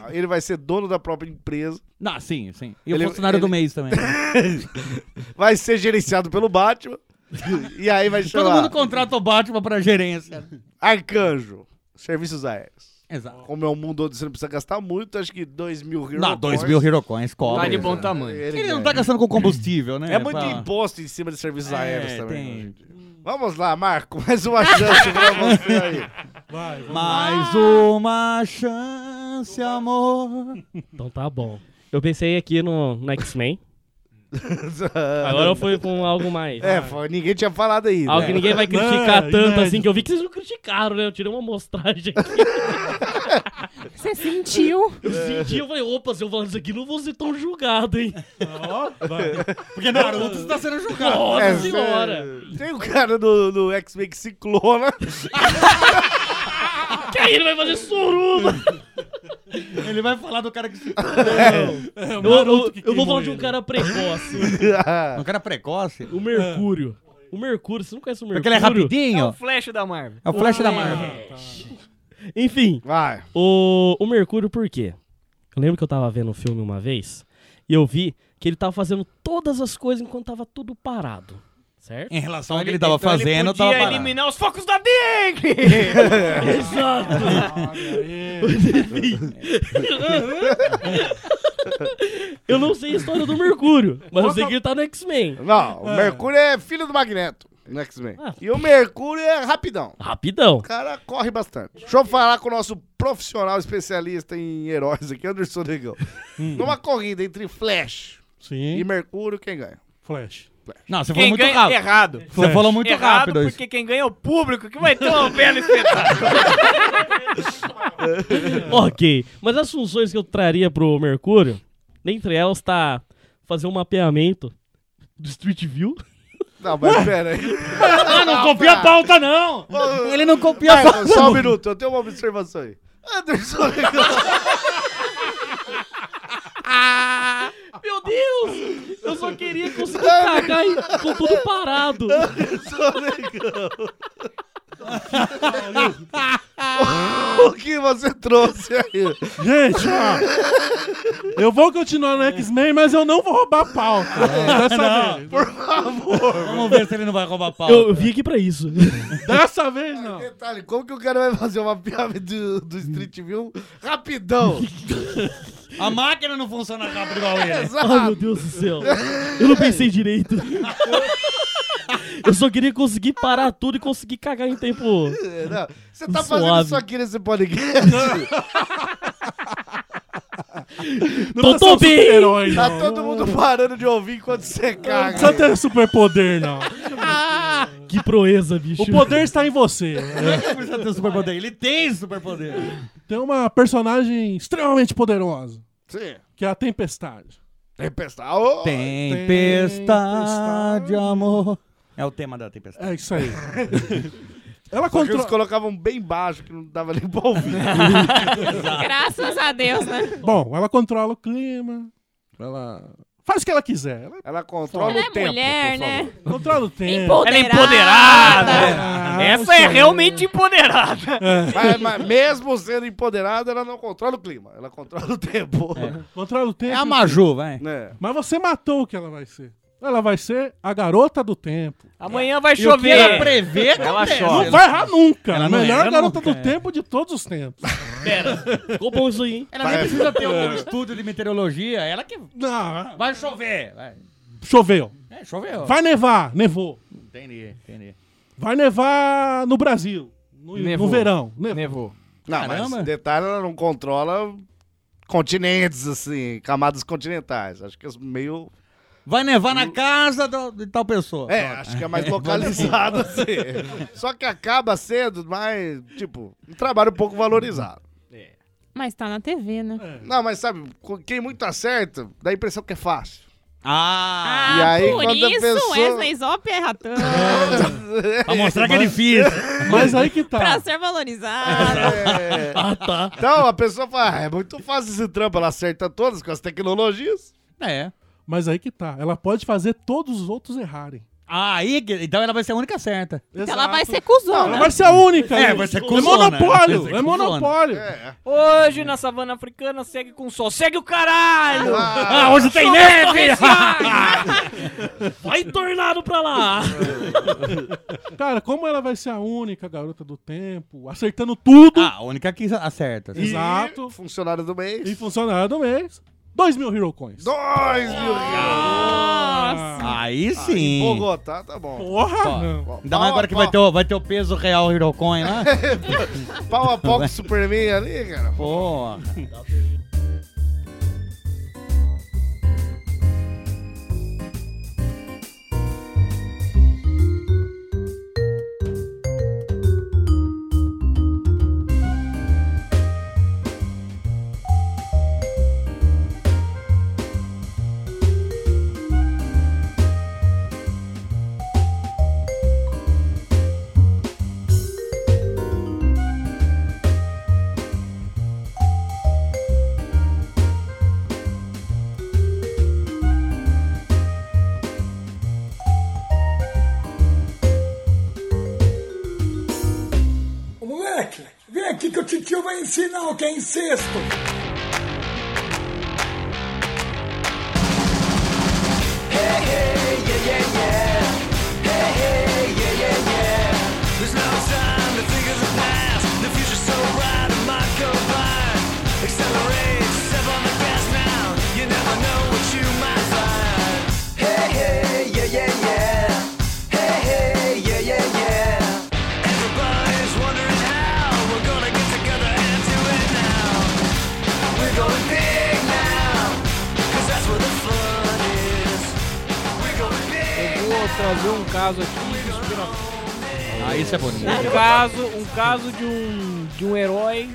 S3: ele vai ser dono da própria empresa.
S4: Não, sim, sim. E
S3: Ele-
S4: o funcionário
S3: ele-
S4: do mês também.
S3: Vai ser gerenciado pelo Batman. E aí vai
S4: Todo
S3: chamar
S4: mundo contrata o Batman pra gerência.
S3: Arcanjo. Serviços aéreos.
S4: Exato.
S3: Como é um mundo onde você não precisa gastar muito, acho que 2 mil reais.
S4: Não, 2 mil é Herocoins cobra.
S5: Tá de bom tamanho.
S4: Ele não tá gastando com combustível, né?
S3: É muito
S4: Pra-
S3: imposto em cima de serviços
S4: É,
S3: aéreos também. né,
S4: tem.
S3: hoje em dia. Vamos lá, Marco, mais uma chance pra você aí.
S4: Mais uma chance, amor.
S6: Então tá bom. Eu pensei aqui no, no X-Men. Agora eu fui com algo mais.
S3: É, foi- ninguém tinha falado aí.
S6: Algo
S4: é.
S6: que
S3: né?
S6: ninguém vai criticar
S8: Não,
S6: tanto
S8: não.
S6: assim, que eu vi que vocês não criticaram, né? Eu tirei uma amostragem aqui.
S7: Você sentiu?
S6: Eu
S4: É.
S6: senti, eu falei, opa, se eu falar isso aqui, não vou ser tão julgado, hein?
S8: Ó, vai.
S4: Porque Naruto está sendo julgado.
S6: Nossa
S3: É,
S5: assim,
S6: senhora!
S3: cê- Tem o cara do, do X-Men que se clona.
S6: Que aí ele vai fazer suruba!
S4: Ele vai falar do cara que se. É,
S6: Eu,
S8: Naruto
S6: eu-
S8: que
S6: eu vou
S8: queimou
S6: falar de um
S8: ele.
S6: cara precoce.
S4: Um cara precoce.
S6: O Mercúrio. O Mercúrio, você não conhece o Mercúrio?
S4: Porque ele é
S5: É o
S4: rapidinho.
S5: flash da Marvel.
S4: É o Flash da Marvel.
S6: Enfim,
S3: Vai.
S6: O, o Mercúrio, por quê? Eu lembro que eu tava vendo um filme uma vez e eu vi que ele tava fazendo todas as coisas enquanto tava tudo parado, certo?
S4: Em relação ao que
S5: Então
S4: ele tava
S5: então
S4: fazendo, eu
S5: podia
S4: tava parado.
S5: eliminar os focos da dengue!
S6: Exato! eu não sei a história do Mercúrio, mas eu sei que ele tá no X-Men.
S8: Ah.
S3: Não, o Mercúrio é filho do Magneto. No X-Men. E o Mercúrio é rapidão.
S6: Rapidão.
S3: O cara corre bastante. Deixa eu falar com o nosso profissional especialista em heróis aqui, Anderson Negão. Numa corrida entre Flash e
S8: Hum. Sim.
S3: Mercúrio, quem ganha?
S8: Flash.
S4: Não, você falou
S5: Quem
S4: muito
S5: ganha
S4: rápido.
S5: errado.
S4: Você falou muito
S5: errado
S4: rápido isso.
S5: porque quem ganha é o público, que vai ter uma bela espetáculo.
S6: Ok. Mas as funções que eu traria pro Mercúrio, dentre elas tá fazer um mapeamento do Street View.
S3: Não, mas pera aí.
S4: Ah, não copia a pauta, não! Ele não copia a pauta.
S3: Marcos, só um minuto, eu tenho uma observação aí. Anderson Negão.
S6: Meu Deus! Eu só queria conseguir cagar e com tudo parado.
S3: Anderson Negão. o que você trouxe aí?
S8: Gente, ó. eu vou continuar no X-Men, mas eu não vou roubar a pauta. Dessa vez.
S4: Vamos ver se ele não vai roubar a pauta.
S6: Eu, eu vim aqui pra isso.
S8: Dessa vez, não.
S3: Detalhe, como que o cara vai fazer uma piada do, do Street View rapidão?
S4: A máquina não funciona rápido igual ele.
S8: Tá
S6: Ai,
S3: Exato.
S6: meu Deus do céu. Eu não pensei direito. Eu só queria conseguir parar tudo e conseguir cagar em tempo.
S3: Não, Você tá fazendo
S6: Suave.
S3: isso aqui nesse podcast?
S6: Tô,
S8: Não precisa ser
S6: tô
S8: um
S6: bem.
S8: super-herói, não. Tá
S3: Tá todo mundo parando de ouvir enquanto você
S8: Não
S3: caga.
S8: precisa ter superpoder, não.
S6: Que proeza, bicho.
S8: O poder está em você.
S4: Ele precisa ter superpoder. Ele tem superpoder.
S8: Tem uma personagem extremamente poderosa,
S3: Sim.
S8: que é a Tempestade.
S3: Tempestade. Ô,
S4: Tempestade, amor. É o tema da tempestade.
S8: É isso aí. Ela
S3: Porque eles
S8: controla.
S3: colocavam bem baixo, que não dava nem pra ouvir.
S7: Graças a Deus, né?
S8: Bom, ela controla o clima. Ela faz o que ela quiser. Ela
S3: Ela controla
S7: Ela
S3: o
S7: é
S3: tempo.
S7: mulher,
S3: por
S7: né?
S3: favor.
S8: controla o tempo.
S7: Empoderada.
S5: Ela é empoderada.
S8: Ah,
S5: Essa é
S8: isso aí.
S5: realmente empoderada.
S3: Mas, mas mesmo sendo empoderada, ela não controla o clima. Ela controla o tempo.
S8: Controla o tempo.
S4: É a Maju, vai.
S3: Né?
S8: Mas você matou o que ela vai ser. Ela vai ser a garota do tempo.
S5: Amanhã vai
S4: E o que é? ela
S5: chover.
S4: prevê,
S5: Ela
S4: acontece.
S5: chora.
S8: Não vai errar nunca.
S4: ela
S8: a
S4: não
S8: melhor
S4: erra
S8: garota
S4: nunca,
S8: do
S4: é.
S8: tempo de todos os tempos.
S6: Ficou bom isso aí, hein?
S4: Ela nem precisa ter algum estúdio de meteorologia. Ela que
S8: Não,
S4: vai chover. Vai.
S8: choveu.
S4: É, choveu.
S8: Vai nevar. Nevou.
S4: Entendi, entendi.
S8: Vai nevar no Brasil. No, no
S5: Nevou.
S8: verão. Nevou.
S5: Nevou.
S3: Não,
S4: Caramba.
S3: mas detalhe, ela não controla continentes, assim, camadas continentais. Acho que é meio...
S4: Vai nevar na casa do- de tal pessoa.
S3: É,
S4: Pronto.
S3: acho que é mais localizado, assim. Só que acaba sendo mais, tipo, um trabalho um pouco valorizado.
S7: Mas tá na TV, né?
S4: É.
S3: Não, mas sabe, co- quem muito acerta, dá a impressão que é fácil.
S4: Ah!
S7: Ah,
S3: E aí,
S7: por
S3: quando a
S7: isso
S3: pessoa-
S7: Wesley Zop é ratão.
S4: Pra mostrar que é difícil.
S8: Mas aí que
S7: pra
S8: tá.
S7: ser valorizado.
S3: É.
S6: Ah, tá.
S3: Então a pessoa fala, ah, é muito fácil esse trampo, ela acerta todas com as tecnologias.
S4: É.
S8: Mas aí que tá. Ela pode fazer todos os outros errarem.
S4: Aí, que- então ela vai ser a única certa.
S7: Então ela vai
S8: Exato.
S7: ser
S8: Ela
S7: cuzona.
S8: vai ser a única.
S4: É, vai ser
S8: É
S4: cuzona. Vai ser
S8: monopólio. É
S4: cuzona.
S8: monopólio.
S3: É.
S5: Hoje na savana africana segue com sol. Segue o caralho!
S3: Ah,
S4: hoje tem neve!
S6: Vai tornado pra lá.
S3: é.
S8: Cara, como ela vai ser a única garota do tempo, acertando tudo.
S4: ah, a única que acerta.
S3: e
S8: Exato.
S3: Funcionário do mês.
S8: E funcionário do mês. 2 mil Hero Coins.
S3: Dois mil reais.
S7: Nossa.
S4: Aí
S3: Em
S4: sim.
S3: Bogotá, tá bom.
S8: Porra!
S3: Pau
S4: Ainda mais
S3: a
S4: agora que
S3: pau-
S4: vai ter, o, vai ter o peso real Hirocoin lá.
S3: Pau a pau com o Superman ali, cara.
S4: Porra.
S10: Moleque, vem aqui que o titio vai ensinar o que é incesto.
S5: Eu vou trazer um caso aqui de inspiração.
S4: Ah, isso é bonito.
S5: Um caso, um caso de um de um herói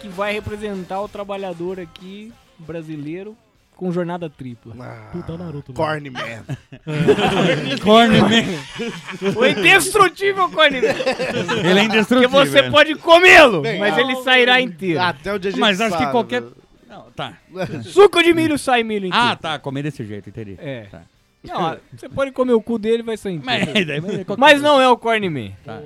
S5: que vai representar o trabalhador aqui brasileiro com jornada tripla.
S6: Puta, é o Naruto. mesmo.
S3: Corn Man.
S4: Corne
S5: é
S4: mesmo.
S5: O indestrutível Conan.
S4: Ele é
S5: Porque
S4: indestrutível.
S5: você pode comê-lo,
S3: Bem,
S5: mas
S3: ah,
S5: ele sairá inteiro.
S4: Ah,
S3: Até onde a gente
S4: Mas acho que
S3: sabe,
S4: qualquer.
S3: né?
S4: Não, tá.
S5: Suco de milho sai milho inteiro.
S4: Ah, tá. Comer desse jeito, entendi.
S5: É.
S4: Tá.
S5: Não, você pode comer o cu dele vai sair
S4: Mas,
S5: inteiro.
S4: daí- mas qualquer-
S5: Mas não é o Cornman.
S4: Tá.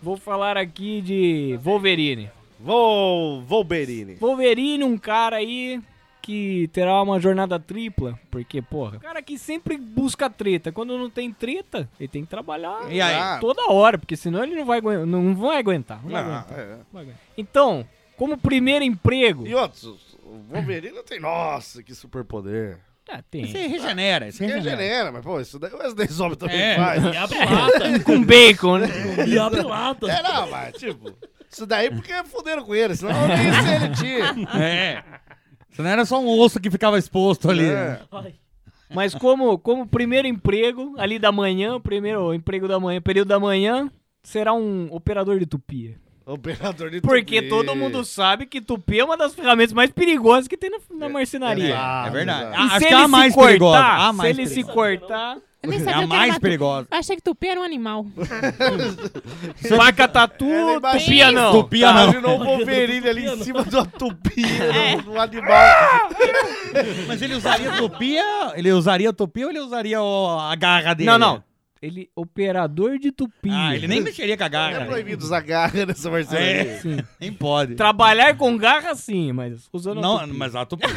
S5: Vou falar aqui de Wolverine.
S3: Vou... Wolverine.
S5: Wolverine, um cara aí que terá uma jornada tripla, porque, porra, um cara que sempre busca treta. Quando não tem treta, ele tem que trabalhar
S4: E aí?
S3: Ah,
S5: toda hora, porque senão ele não vai, aguen- não vai aguentar. não vai
S3: ah,
S5: aguentar.
S3: é.
S5: Então, como primeiro emprego...
S3: E outros, o Wolverine não tem... Nossa, que superpoder. é
S5: Ah,
S4: Você
S5: tem.
S4: regenera, você regenera.
S3: Regenera, mas pô, isso daí o Wesley Zombie também
S4: É.
S3: faz.
S6: E abre lata.
S5: Com bacon, né?
S6: E abre lata.
S3: É, não, mas tipo... Isso daí porque fuderam com ele, senão nem isso ele tinha.
S4: É. Você não era só um osso que ficava exposto ali.
S3: É.
S5: Mas como, como primeiro emprego, ali da manhã, o primeiro emprego da manhã, período da manhã, será um operador de tupia.
S3: Operador de
S5: Porque
S3: tupi.
S5: todo mundo sabe que tupi é uma das ferramentas mais perigosas que tem na, na marcenaria.
S3: Exato,
S4: É verdade.
S3: exato.
S5: E
S4: Ah,
S5: se
S4: acho
S5: ele
S4: que é a mais
S5: se cortar,
S4: perigosa. A mais
S5: se ele se
S4: perigosa.
S5: cortar,
S7: Eu nem
S4: É
S7: sabia
S4: a
S7: o que era
S4: mais
S7: tu-
S4: perigosa.
S7: Eu achei que tupi era um animal.
S5: faca tatu,
S3: Ela imagina-
S5: tupia não.
S4: Tupia
S3: Tá,
S4: não.
S3: Imaginou o Wolverine ali em cima de uma tupia, do, do É. Um animal.
S4: Mas ele usaria tupia? Ele usaria tupia ou ele usaria o- a garra dele?
S5: Não, não. Ele operador de tupia.
S4: Ah, ele nem mexeria com a
S3: É
S4: garra. É.
S3: proibido usar garra nessa marcenaria.
S5: Sim.
S4: Nem pode.
S5: Tá Trabalhar com garra sim, mas usando a
S4: Não,
S5: tupia.
S4: mas a tupia.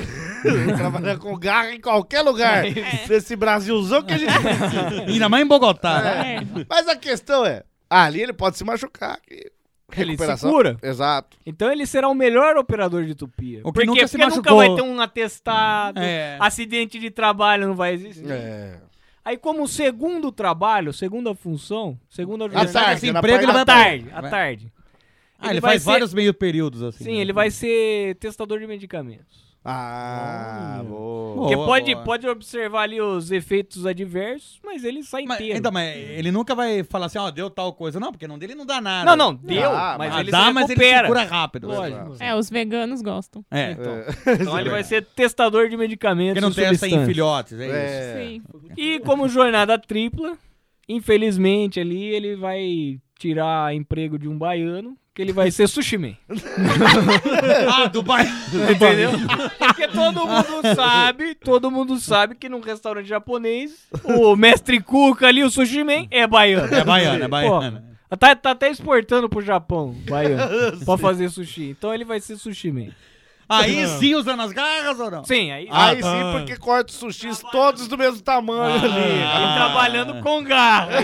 S3: Trabalhar com garra em qualquer
S5: É
S3: lugar. Nesse Brasilzão que a gente precisa.
S4: Ainda mais em Bogotá.
S3: É. Mas a questão é, ali ele pode se machucar. que
S5: Ele se
S3: recuperação-
S5: cura.
S3: Exato.
S5: Então ele será o melhor operador de tupia.
S4: O que
S5: Por quê?
S4: nunca se
S5: Porque nunca
S4: machucou.
S5: vai ter um atestado,
S4: É.
S5: acidente de trabalho não vai existir.
S3: É.
S5: Aí como segundo trabalho, segunda função, segunda
S3: À
S5: jornada...
S3: tarde,
S4: esse
S3: na
S4: assim, emprego,
S3: parte
S4: ele
S3: da
S4: vai-
S5: à tarde, à
S4: Vai.
S5: tarde.
S4: Ah, ele
S5: vai
S4: faz
S5: ser-
S4: vários meio períodos assim.
S5: Sim, ele vai ser testador de medicamentos.
S3: Ah, boa.
S5: Porque
S4: Boa,
S5: pode,
S4: boa.
S5: pode observar ali os efeitos adversos, mas ele sai
S4: Mas,
S5: inteiro.
S4: então, mas ele nunca vai falar assim, ó, deu tal coisa. Não, porque não dele não dá nada.
S5: Não, não, deu,
S3: Ah,
S5: mas
S4: Ah,
S5: ele
S4: dá,
S5: se
S4: mas ele
S5: recupera.
S4: se cura rápido.
S5: Lógico.
S7: É, os veganos gostam.
S4: É.
S5: Então ele vai ser testador de medicamentos
S4: Porque não
S5: e
S4: testa em
S5: substâncias.
S4: filhotes, é, isso.
S3: É.
S7: Sim.
S5: E como jornada tripla, infelizmente ali ele vai tirar emprego de um baiano, que ele vai ser sushi man.
S4: Ah, Dubai.
S5: Entendeu? Porque todo mundo sabe, todo mundo sabe que num restaurante japonês, o mestre Cuca ali, o sushi man, é baiano.
S4: É baiano, é baiano.
S5: Pô, Tá, tá até exportando pro Japão, baiano, pra fazer sushi. Então ele vai ser sushi man.
S4: Aí sim usando as garras ou não?
S5: Sim, aí
S3: Aí
S4: Ah,
S5: tá.
S3: sim, porque corta os sushis todos do mesmo
S5: Ah,
S3: tamanho ali.
S5: E trabalhando com garra.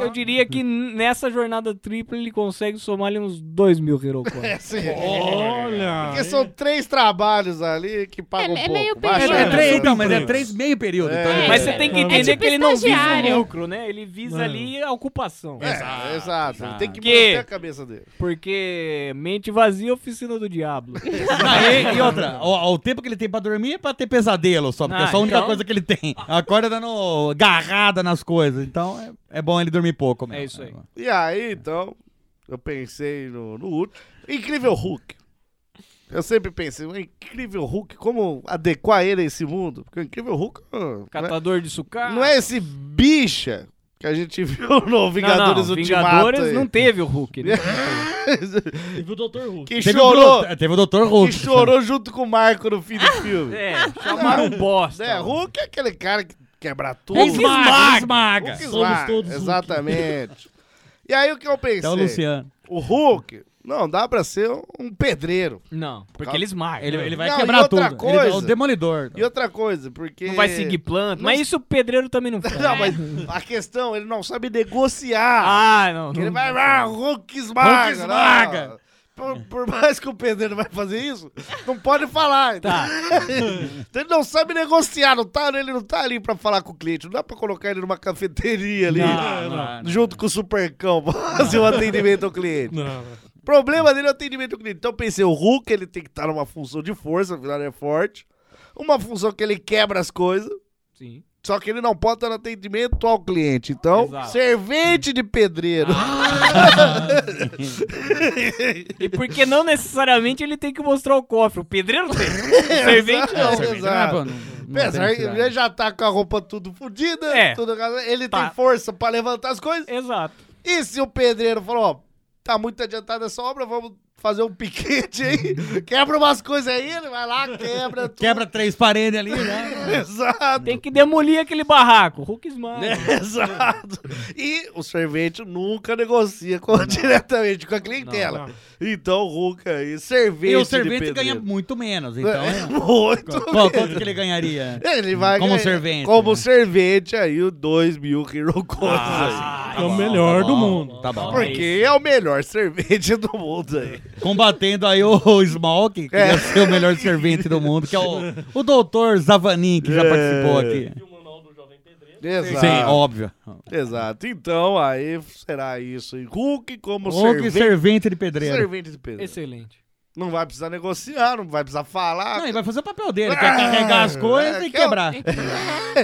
S5: Eu diria que nessa jornada tripla ele consegue somar ali uns 2 mil Hirokon.
S3: É, sim.
S8: Olha.
S3: Porque são três trabalhos ali que pagam
S7: É- é
S3: pouco.
S7: meio
S3: Baixa né,
S7: período.
S4: É,
S3: a
S4: três,
S3: renda.
S4: então, mas é três meio período. então
S3: É.
S4: ele-
S5: Mas você tem que
S7: É
S5: entender
S7: tipo
S5: que ele não visa o
S7: estagiário.
S5: lucro, né? Ele visa ali a ocupação.
S3: É, exato. Ele tem que
S5: Que-
S3: manter a cabeça dele.
S5: Porque mente vazia é oficina do diabo.
S4: Não, e, e outra, o, o tempo que ele tem pra dormir é pra ter pesadelo só, porque
S5: Ah,
S4: é só a única
S5: então-
S4: coisa que ele tem. Acorda dando garrada nas coisas, então é, é bom ele dormir pouco mesmo.
S5: É isso aí.
S3: E aí, então, eu pensei no, no último. Incrível Hulk. Eu sempre pensei, o Incrível Hulk, como adequar ele a esse mundo? Porque o Incrível Hulk ah, não é,
S5: Catador de sucata.
S3: não é esse bicha que a gente viu no Vingadores
S5: não, não.
S3: Ultimato.
S5: Vingadores
S3: aí.
S5: não teve o Hulk. Né?
S6: E viu o Dr. Hulk.
S3: Que
S4: Teve, um é
S3: chorou,
S4: O, Dr. teve o Dr.
S3: que
S4: Hulk.
S3: chorou junto com o Marco no fim do filme.
S5: é, chamaram um bosta.
S3: É, Hulk é aquele cara que quebra tudo.
S4: Hulk esmaga,
S3: Hulk
S4: esmaga.
S3: esmaga,
S6: todos Hulk.
S3: Exatamente. E aí o que eu pensei?
S4: Então, Luciano.
S3: O Hulk, não, dá pra ser um pedreiro.
S5: Não, porque eles marcam.
S4: Ele, ele vai
S3: Não, e
S4: quebrar tudo.
S3: outra
S4: Ele-
S3: coisa-
S4: o demolidor.
S3: E outra coisa, porque...
S5: Não vai seguir planta. Mas isso o pedreiro também não faz.
S3: Não, mas a questão, ele não sabe negociar.
S5: Ah, não.
S3: Que ele
S5: não-
S3: vai, ah, Hulk esmaga.
S4: Hulk esmaga.
S3: né? Por, por mais que o pedreiro vai fazer isso, não pode falar. Tá. então ele não sabe negociar, não tá, ele não tá ali pra falar com o cliente. Não dá pra colocar ele numa cafeteria ali,
S4: Não, não, não.
S3: junto com o supercão, pra fazer o atendimento ao cliente.
S8: Não.
S3: O problema dele é o atendimento ao cliente. Então eu pensei, o Hulk ele tem que estar numa função de força, afinal ele é forte. Uma função que ele quebra as coisas.
S5: Sim.
S3: Só que ele não pode estar no atendimento ao cliente. Então,
S4: Exato. Ah,
S3: servente de pedreiro.
S5: E porque não necessariamente ele tem que mostrar o cofre. O pedreiro tem. O servente não.
S4: Não, servente,
S3: Exato.
S4: não é, pô, não- não
S3: Apesar
S4: tem
S3: que
S4: necessidade.
S3: ele já tá com a roupa tudo fodida,
S5: É.
S3: tudo cagado, ele
S5: Tá.
S3: tem força pra levantar as coisas.
S5: Exato.
S3: E se o pedreiro falou, ó, tá muito adiantada essa obra, vamos fazer um piquete aí, quebra umas coisas aí, ele vai lá, quebra tudo.
S4: Quebra três paredes ali, né?
S3: Exato.
S5: Tem que demolir aquele barraco. Hulk esmaga.
S3: Né? Exato. E o servente nunca negocia com- diretamente com a clientela. Então o Hulk aí, servente.
S4: E o
S3: de
S4: servente
S3: pedreiro.
S4: ganha muito menos, então.
S3: É,
S4: é-
S3: muito.
S4: Qual- quanto que ele ganharia?
S3: Ele vai
S4: Como
S3: ganhar-
S4: servente,
S3: Como
S4: né?
S3: servente aí, o 2 mil Hirokons
S4: Ah,
S3: aí.
S8: É o melhor do mundo.
S4: Tá bom.
S3: Porque é o melhor servente do mundo aí.
S4: Combatendo aí o, o Smoke, que
S3: É.
S4: deve ser o melhor servente do mundo, que é o, o doutor Zavanin, que já
S3: É.
S4: participou aqui.
S3: Exato.
S4: Sim, óbvio.
S3: Exato. Então aí será isso. aí. Hulk como
S4: Hulk,
S3: servente.
S4: servente de pedreiro.
S3: Servente de pedreiro.
S5: Excelente.
S3: Não vai precisar negociar, não vai precisar falar.
S4: Não, ele vai fazer o papel dele, que é carregar as coisas
S3: Ah. É,
S4: e
S3: que é o-
S4: quebrar.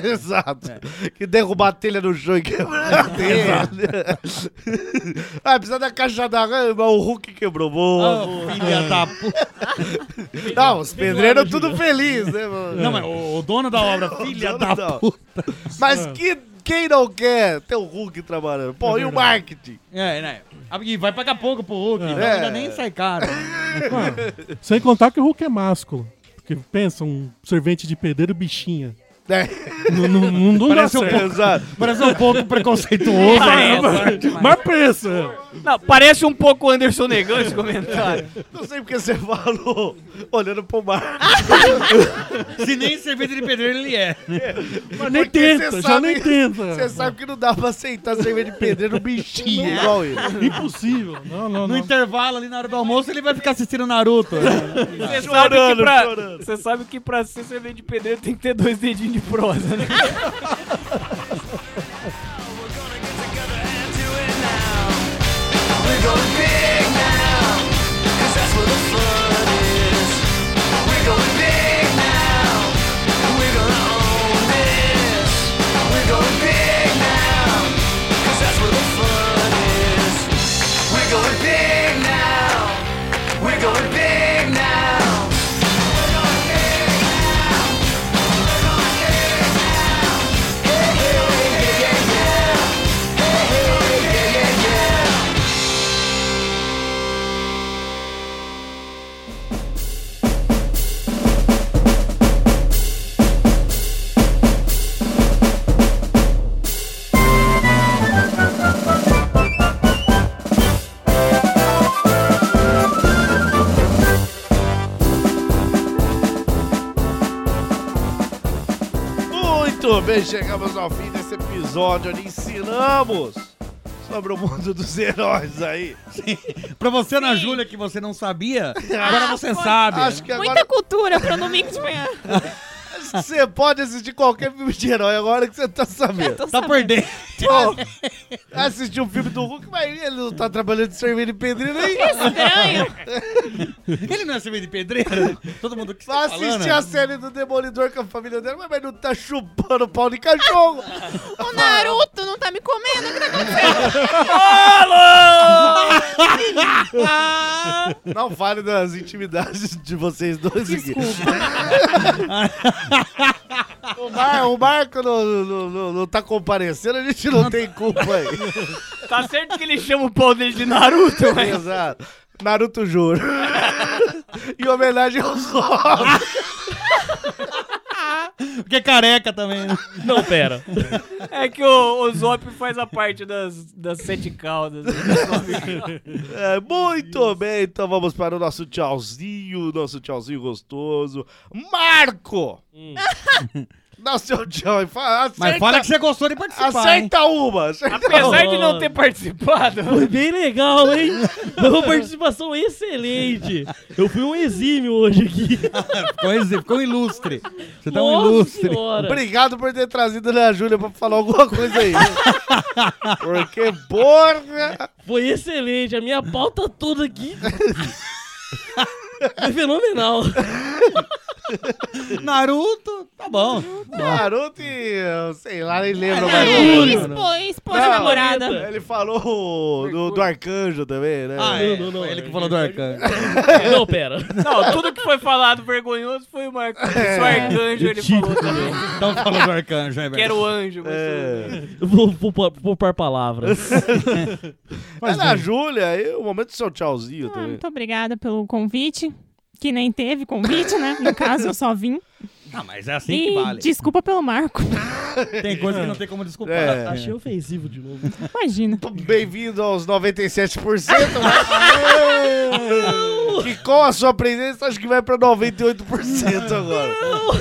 S3: Exato. Que derrubar a telha no chão e quebrar a telha. ah, precisa da caixa d'água. Ah, mas O Hulk quebrou. Boa, boa.
S4: Ah, filha da puta.
S3: Não, os pedreiros tudo feliz, né, mano?
S4: Não, mas o, o dono da obra, filha
S3: Não,
S4: da
S3: não.
S4: puta.
S3: Mas que, quem não quer ter o Hulk trabalhando? Pô, e o marketing?
S4: É, né? E vai pagar pouco pro Hulk, então
S3: É.
S4: ainda nem sai caro.
S8: Sem contar que o Hulk é másculo. Porque pensa, um servente de pedreiro bichinha.
S3: Né?
S8: Não, não, não, não dá
S3: é
S4: Parece um
S8: Tá certo.
S3: Exato.
S4: Parece um pouco preconceituoso. né?
S8: Mas pensa.
S5: Não, parece um pouco o Anderson Negão esse comentário.
S3: Não sei porque você falou olhando pro mar.
S4: Se nem servente de pedreiro ele é.
S8: Mas nem
S3: Porque
S8: tenta,
S3: cê
S8: já
S3: sabe-
S8: nem tenta.
S3: Você sabe que não dá pra aceitar cerveja de pedreiro bichinho igual ele.
S8: Impossível. Não, não,
S4: No
S8: não.
S4: intervalo ali na hora do almoço ele vai ficar assistindo Naruto. né?
S5: Você sabe, que pra, você sabe que pra ser servente de pedreiro tem que ter dois dedinhos de prosa, né?
S3: Muito bem, chegamos ao fim desse episódio onde ensinamos sobre o mundo dos heróis aí.
S4: pra você, Ana Júlia, que você não sabia, agora você sabe.
S3: Ah, Acho
S4: né?
S3: que
S7: Muita
S3: agora
S7: cultura pra domingo de manhã.
S3: você pode assistir qualquer filme de herói agora que você tá sabendo.
S7: Tô
S4: Tá
S7: sabendo.
S4: perdendo.
S3: Então, assistir um filme do Hulk, mas ele não tá trabalhando de cerveja de pedreiro aí.
S7: Estranho.
S4: Ele não é servente de pedreiro? Todo mundo que
S3: Vai
S4: tá falando.
S3: assistir a série do Demolidor com a família dela, mas- mas não tá chupando pau de cachorro.
S7: O Naruto não tá me comendo. O que tá acontecendo?
S3: Não fale das intimidades de vocês dois aqui. o, Mar- o Marco não, não, não- não tá comparecendo, a gente não tem culpa aí.
S5: Tá certo que ele chama o pau dele de Naruto,
S3: Então é
S5: mas...
S3: Exato. Naruto Juro. em homenagem aos homens.
S4: Porque é careca também, né?
S6: Não, pera.
S5: É que o, o Zop faz a parte das, das sete caudas. né?
S3: É, muito bem, então vamos para o nosso tchauzinho, nosso tchauzinho gostoso. Marco! Hum. Dá o seu tchau e fala. Acerta,
S4: Mas fala que você gostou de participar, hein?
S3: acerta uma! Acerta
S5: Apesar de
S6: Ah.
S5: não ter participado,
S6: Foi bem legal, hein? Foi uma participação excelente. Eu fui um exímio hoje aqui.
S4: Ficou, exi- ficou ilustre. Você tá um
S6: Nossa
S4: ilustre.
S6: senhora.
S3: Obrigado por ter trazido né, a Ana Júlia pra falar alguma coisa aí. Porque, porra!
S6: Foi excelente. A minha pauta toda aqui. É fenomenal.
S4: Naruto, tá bom.
S3: Garoto e. eu Sei lá, nem lembro
S7: Ah,
S3: mais.
S4: É,
S7: ele expôs, expôs a
S3: Não.
S7: namorada.
S3: Ele falou do, do arcanjo também, né?
S4: Ah, é,
S6: Não, não, não,
S4: foi ele
S6: é.
S4: que falou do arcanjo.
S6: Não, pera.
S5: não, tudo que foi falado vergonhoso foi o Marco. Só arcanjo ele falou também.
S4: Então falou do arcanjo, é verdade.
S5: Que era o anjo, mas
S3: É.
S6: Eu Vou poupar, poupar palavras.
S3: Ana É Júlia, aí o momento do seu tchauzinho
S7: Ah,
S3: também.
S7: muito obrigada pelo convite. Que nem teve convite, né? No caso, eu só vim.
S4: Ah, mas é assim que
S7: E
S4: vale.
S7: desculpa pelo Marco.
S4: Tem coisa que não tem como desculpar.
S3: É.
S6: Achei ofensivo de novo.
S7: Imagina.
S3: Bem-vindo aos 97%, mas... né? que com a sua presença acho que vai pra 98% agora.
S4: Ô, louco,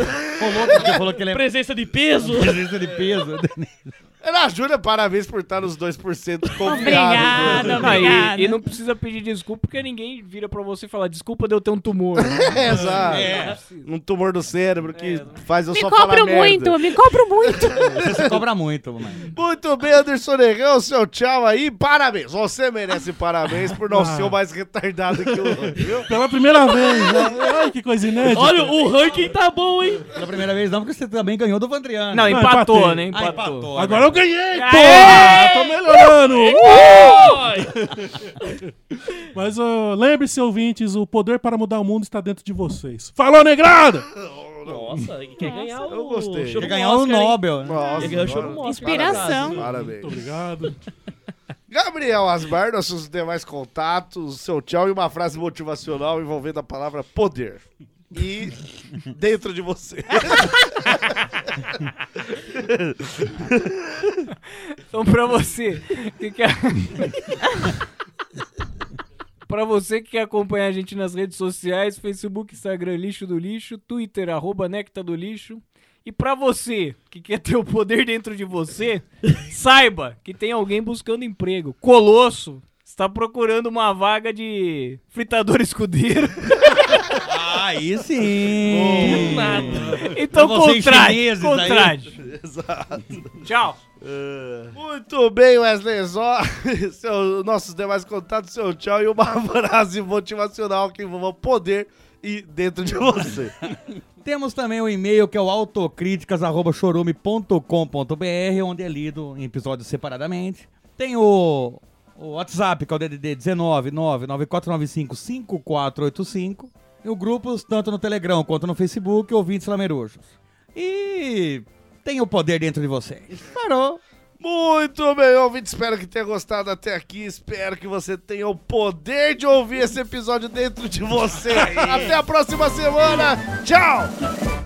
S4: porque falou que ele é
S6: Presença de peso.
S4: presença de peso.
S3: Ana É Júlia, parabéns por estar nos 2% confiável.
S5: Ah,
S7: Obrigada,
S5: e-
S7: obrigada.
S5: e, não precisa pedir desculpa, porque ninguém vira pra você e fala, desculpa de eu ter um tumor.
S3: É, Exato.
S4: É.
S3: Um tumor do cérebro que faz eu
S7: Me
S3: só falar
S7: cobro
S3: merda.
S7: muito, me cobro muito.
S4: Você cobra muito, mano.
S3: Muito bem, Anderson Negão, seu tchau aí. Parabéns. Você merece parabéns por não
S8: Ah.
S3: ser o mais retardado que o outro, viu?
S8: Pela primeira vez. né? Ai, que coisa inédita.
S6: Olha, o ranking tá bom, hein?
S4: Pela primeira vez não, porque você também ganhou do Vandriano.
S5: Não,
S8: em-
S5: empatou,
S8: empatei.
S5: né? Empatou.
S4: Ah, empatou.
S8: Agora eu
S5: Aê!
S8: ganhei, porra! Tô melhorando! Uh! Mas ó, lembre-se, ouvintes, o poder para mudar o mundo está dentro de vocês. Falou, negrada!
S6: Nossa, quer ganhar o.
S3: eu gostei.
S6: show
S4: Quer
S6: do
S4: ganhar o
S6: Oscar, hein?
S4: Nobel. né?
S3: Nossa,
S6: Quer ganhar o show do
S3: mano.
S6: Oscar.
S7: Inspiração.
S3: Parabéns.
S8: Muito obrigado.
S3: Gabriel Asmar, nossos demais contatos, seu tchau e uma frase motivacional envolvendo a palavra poder. E dentro de você.
S5: Então, pra você que quer. Pra você que quer acompanhar a gente nas redes sociais, Facebook, Instagram, Lixo do Lixo, Twitter, arroba Necta do Lixo. E pra você que quer ter o poder dentro de você, saiba que tem alguém buscando emprego. Colosso está procurando uma vaga de fritador escudeiro.
S4: Ah, Aí sim.
S5: Então
S4: Hum. Pra vocês
S5: contrate,
S4: chineses aí.
S5: contrate. Tchau.
S3: Muito bem, Wesley Zó. Seu, nossos demais contatos, seu tchau e uma frase motivacional que envolva poder e dentro de você.
S4: Temos também o e-mail que é o autocríticas.chorume.com.br, onde é lido em episódios separadamente. Tem o, o WhatsApp, que é o DDD 19994955485. E o grupos, tanto no Telegram quanto no Facebook, ouvintes lamerujos. E tem o poder dentro de vocês. Parou.
S3: Muito bem, ouvinte. Espero que tenha gostado até aqui. Espero que você tenha o poder de ouvir esse episódio dentro de você. até a próxima semana. Tchau!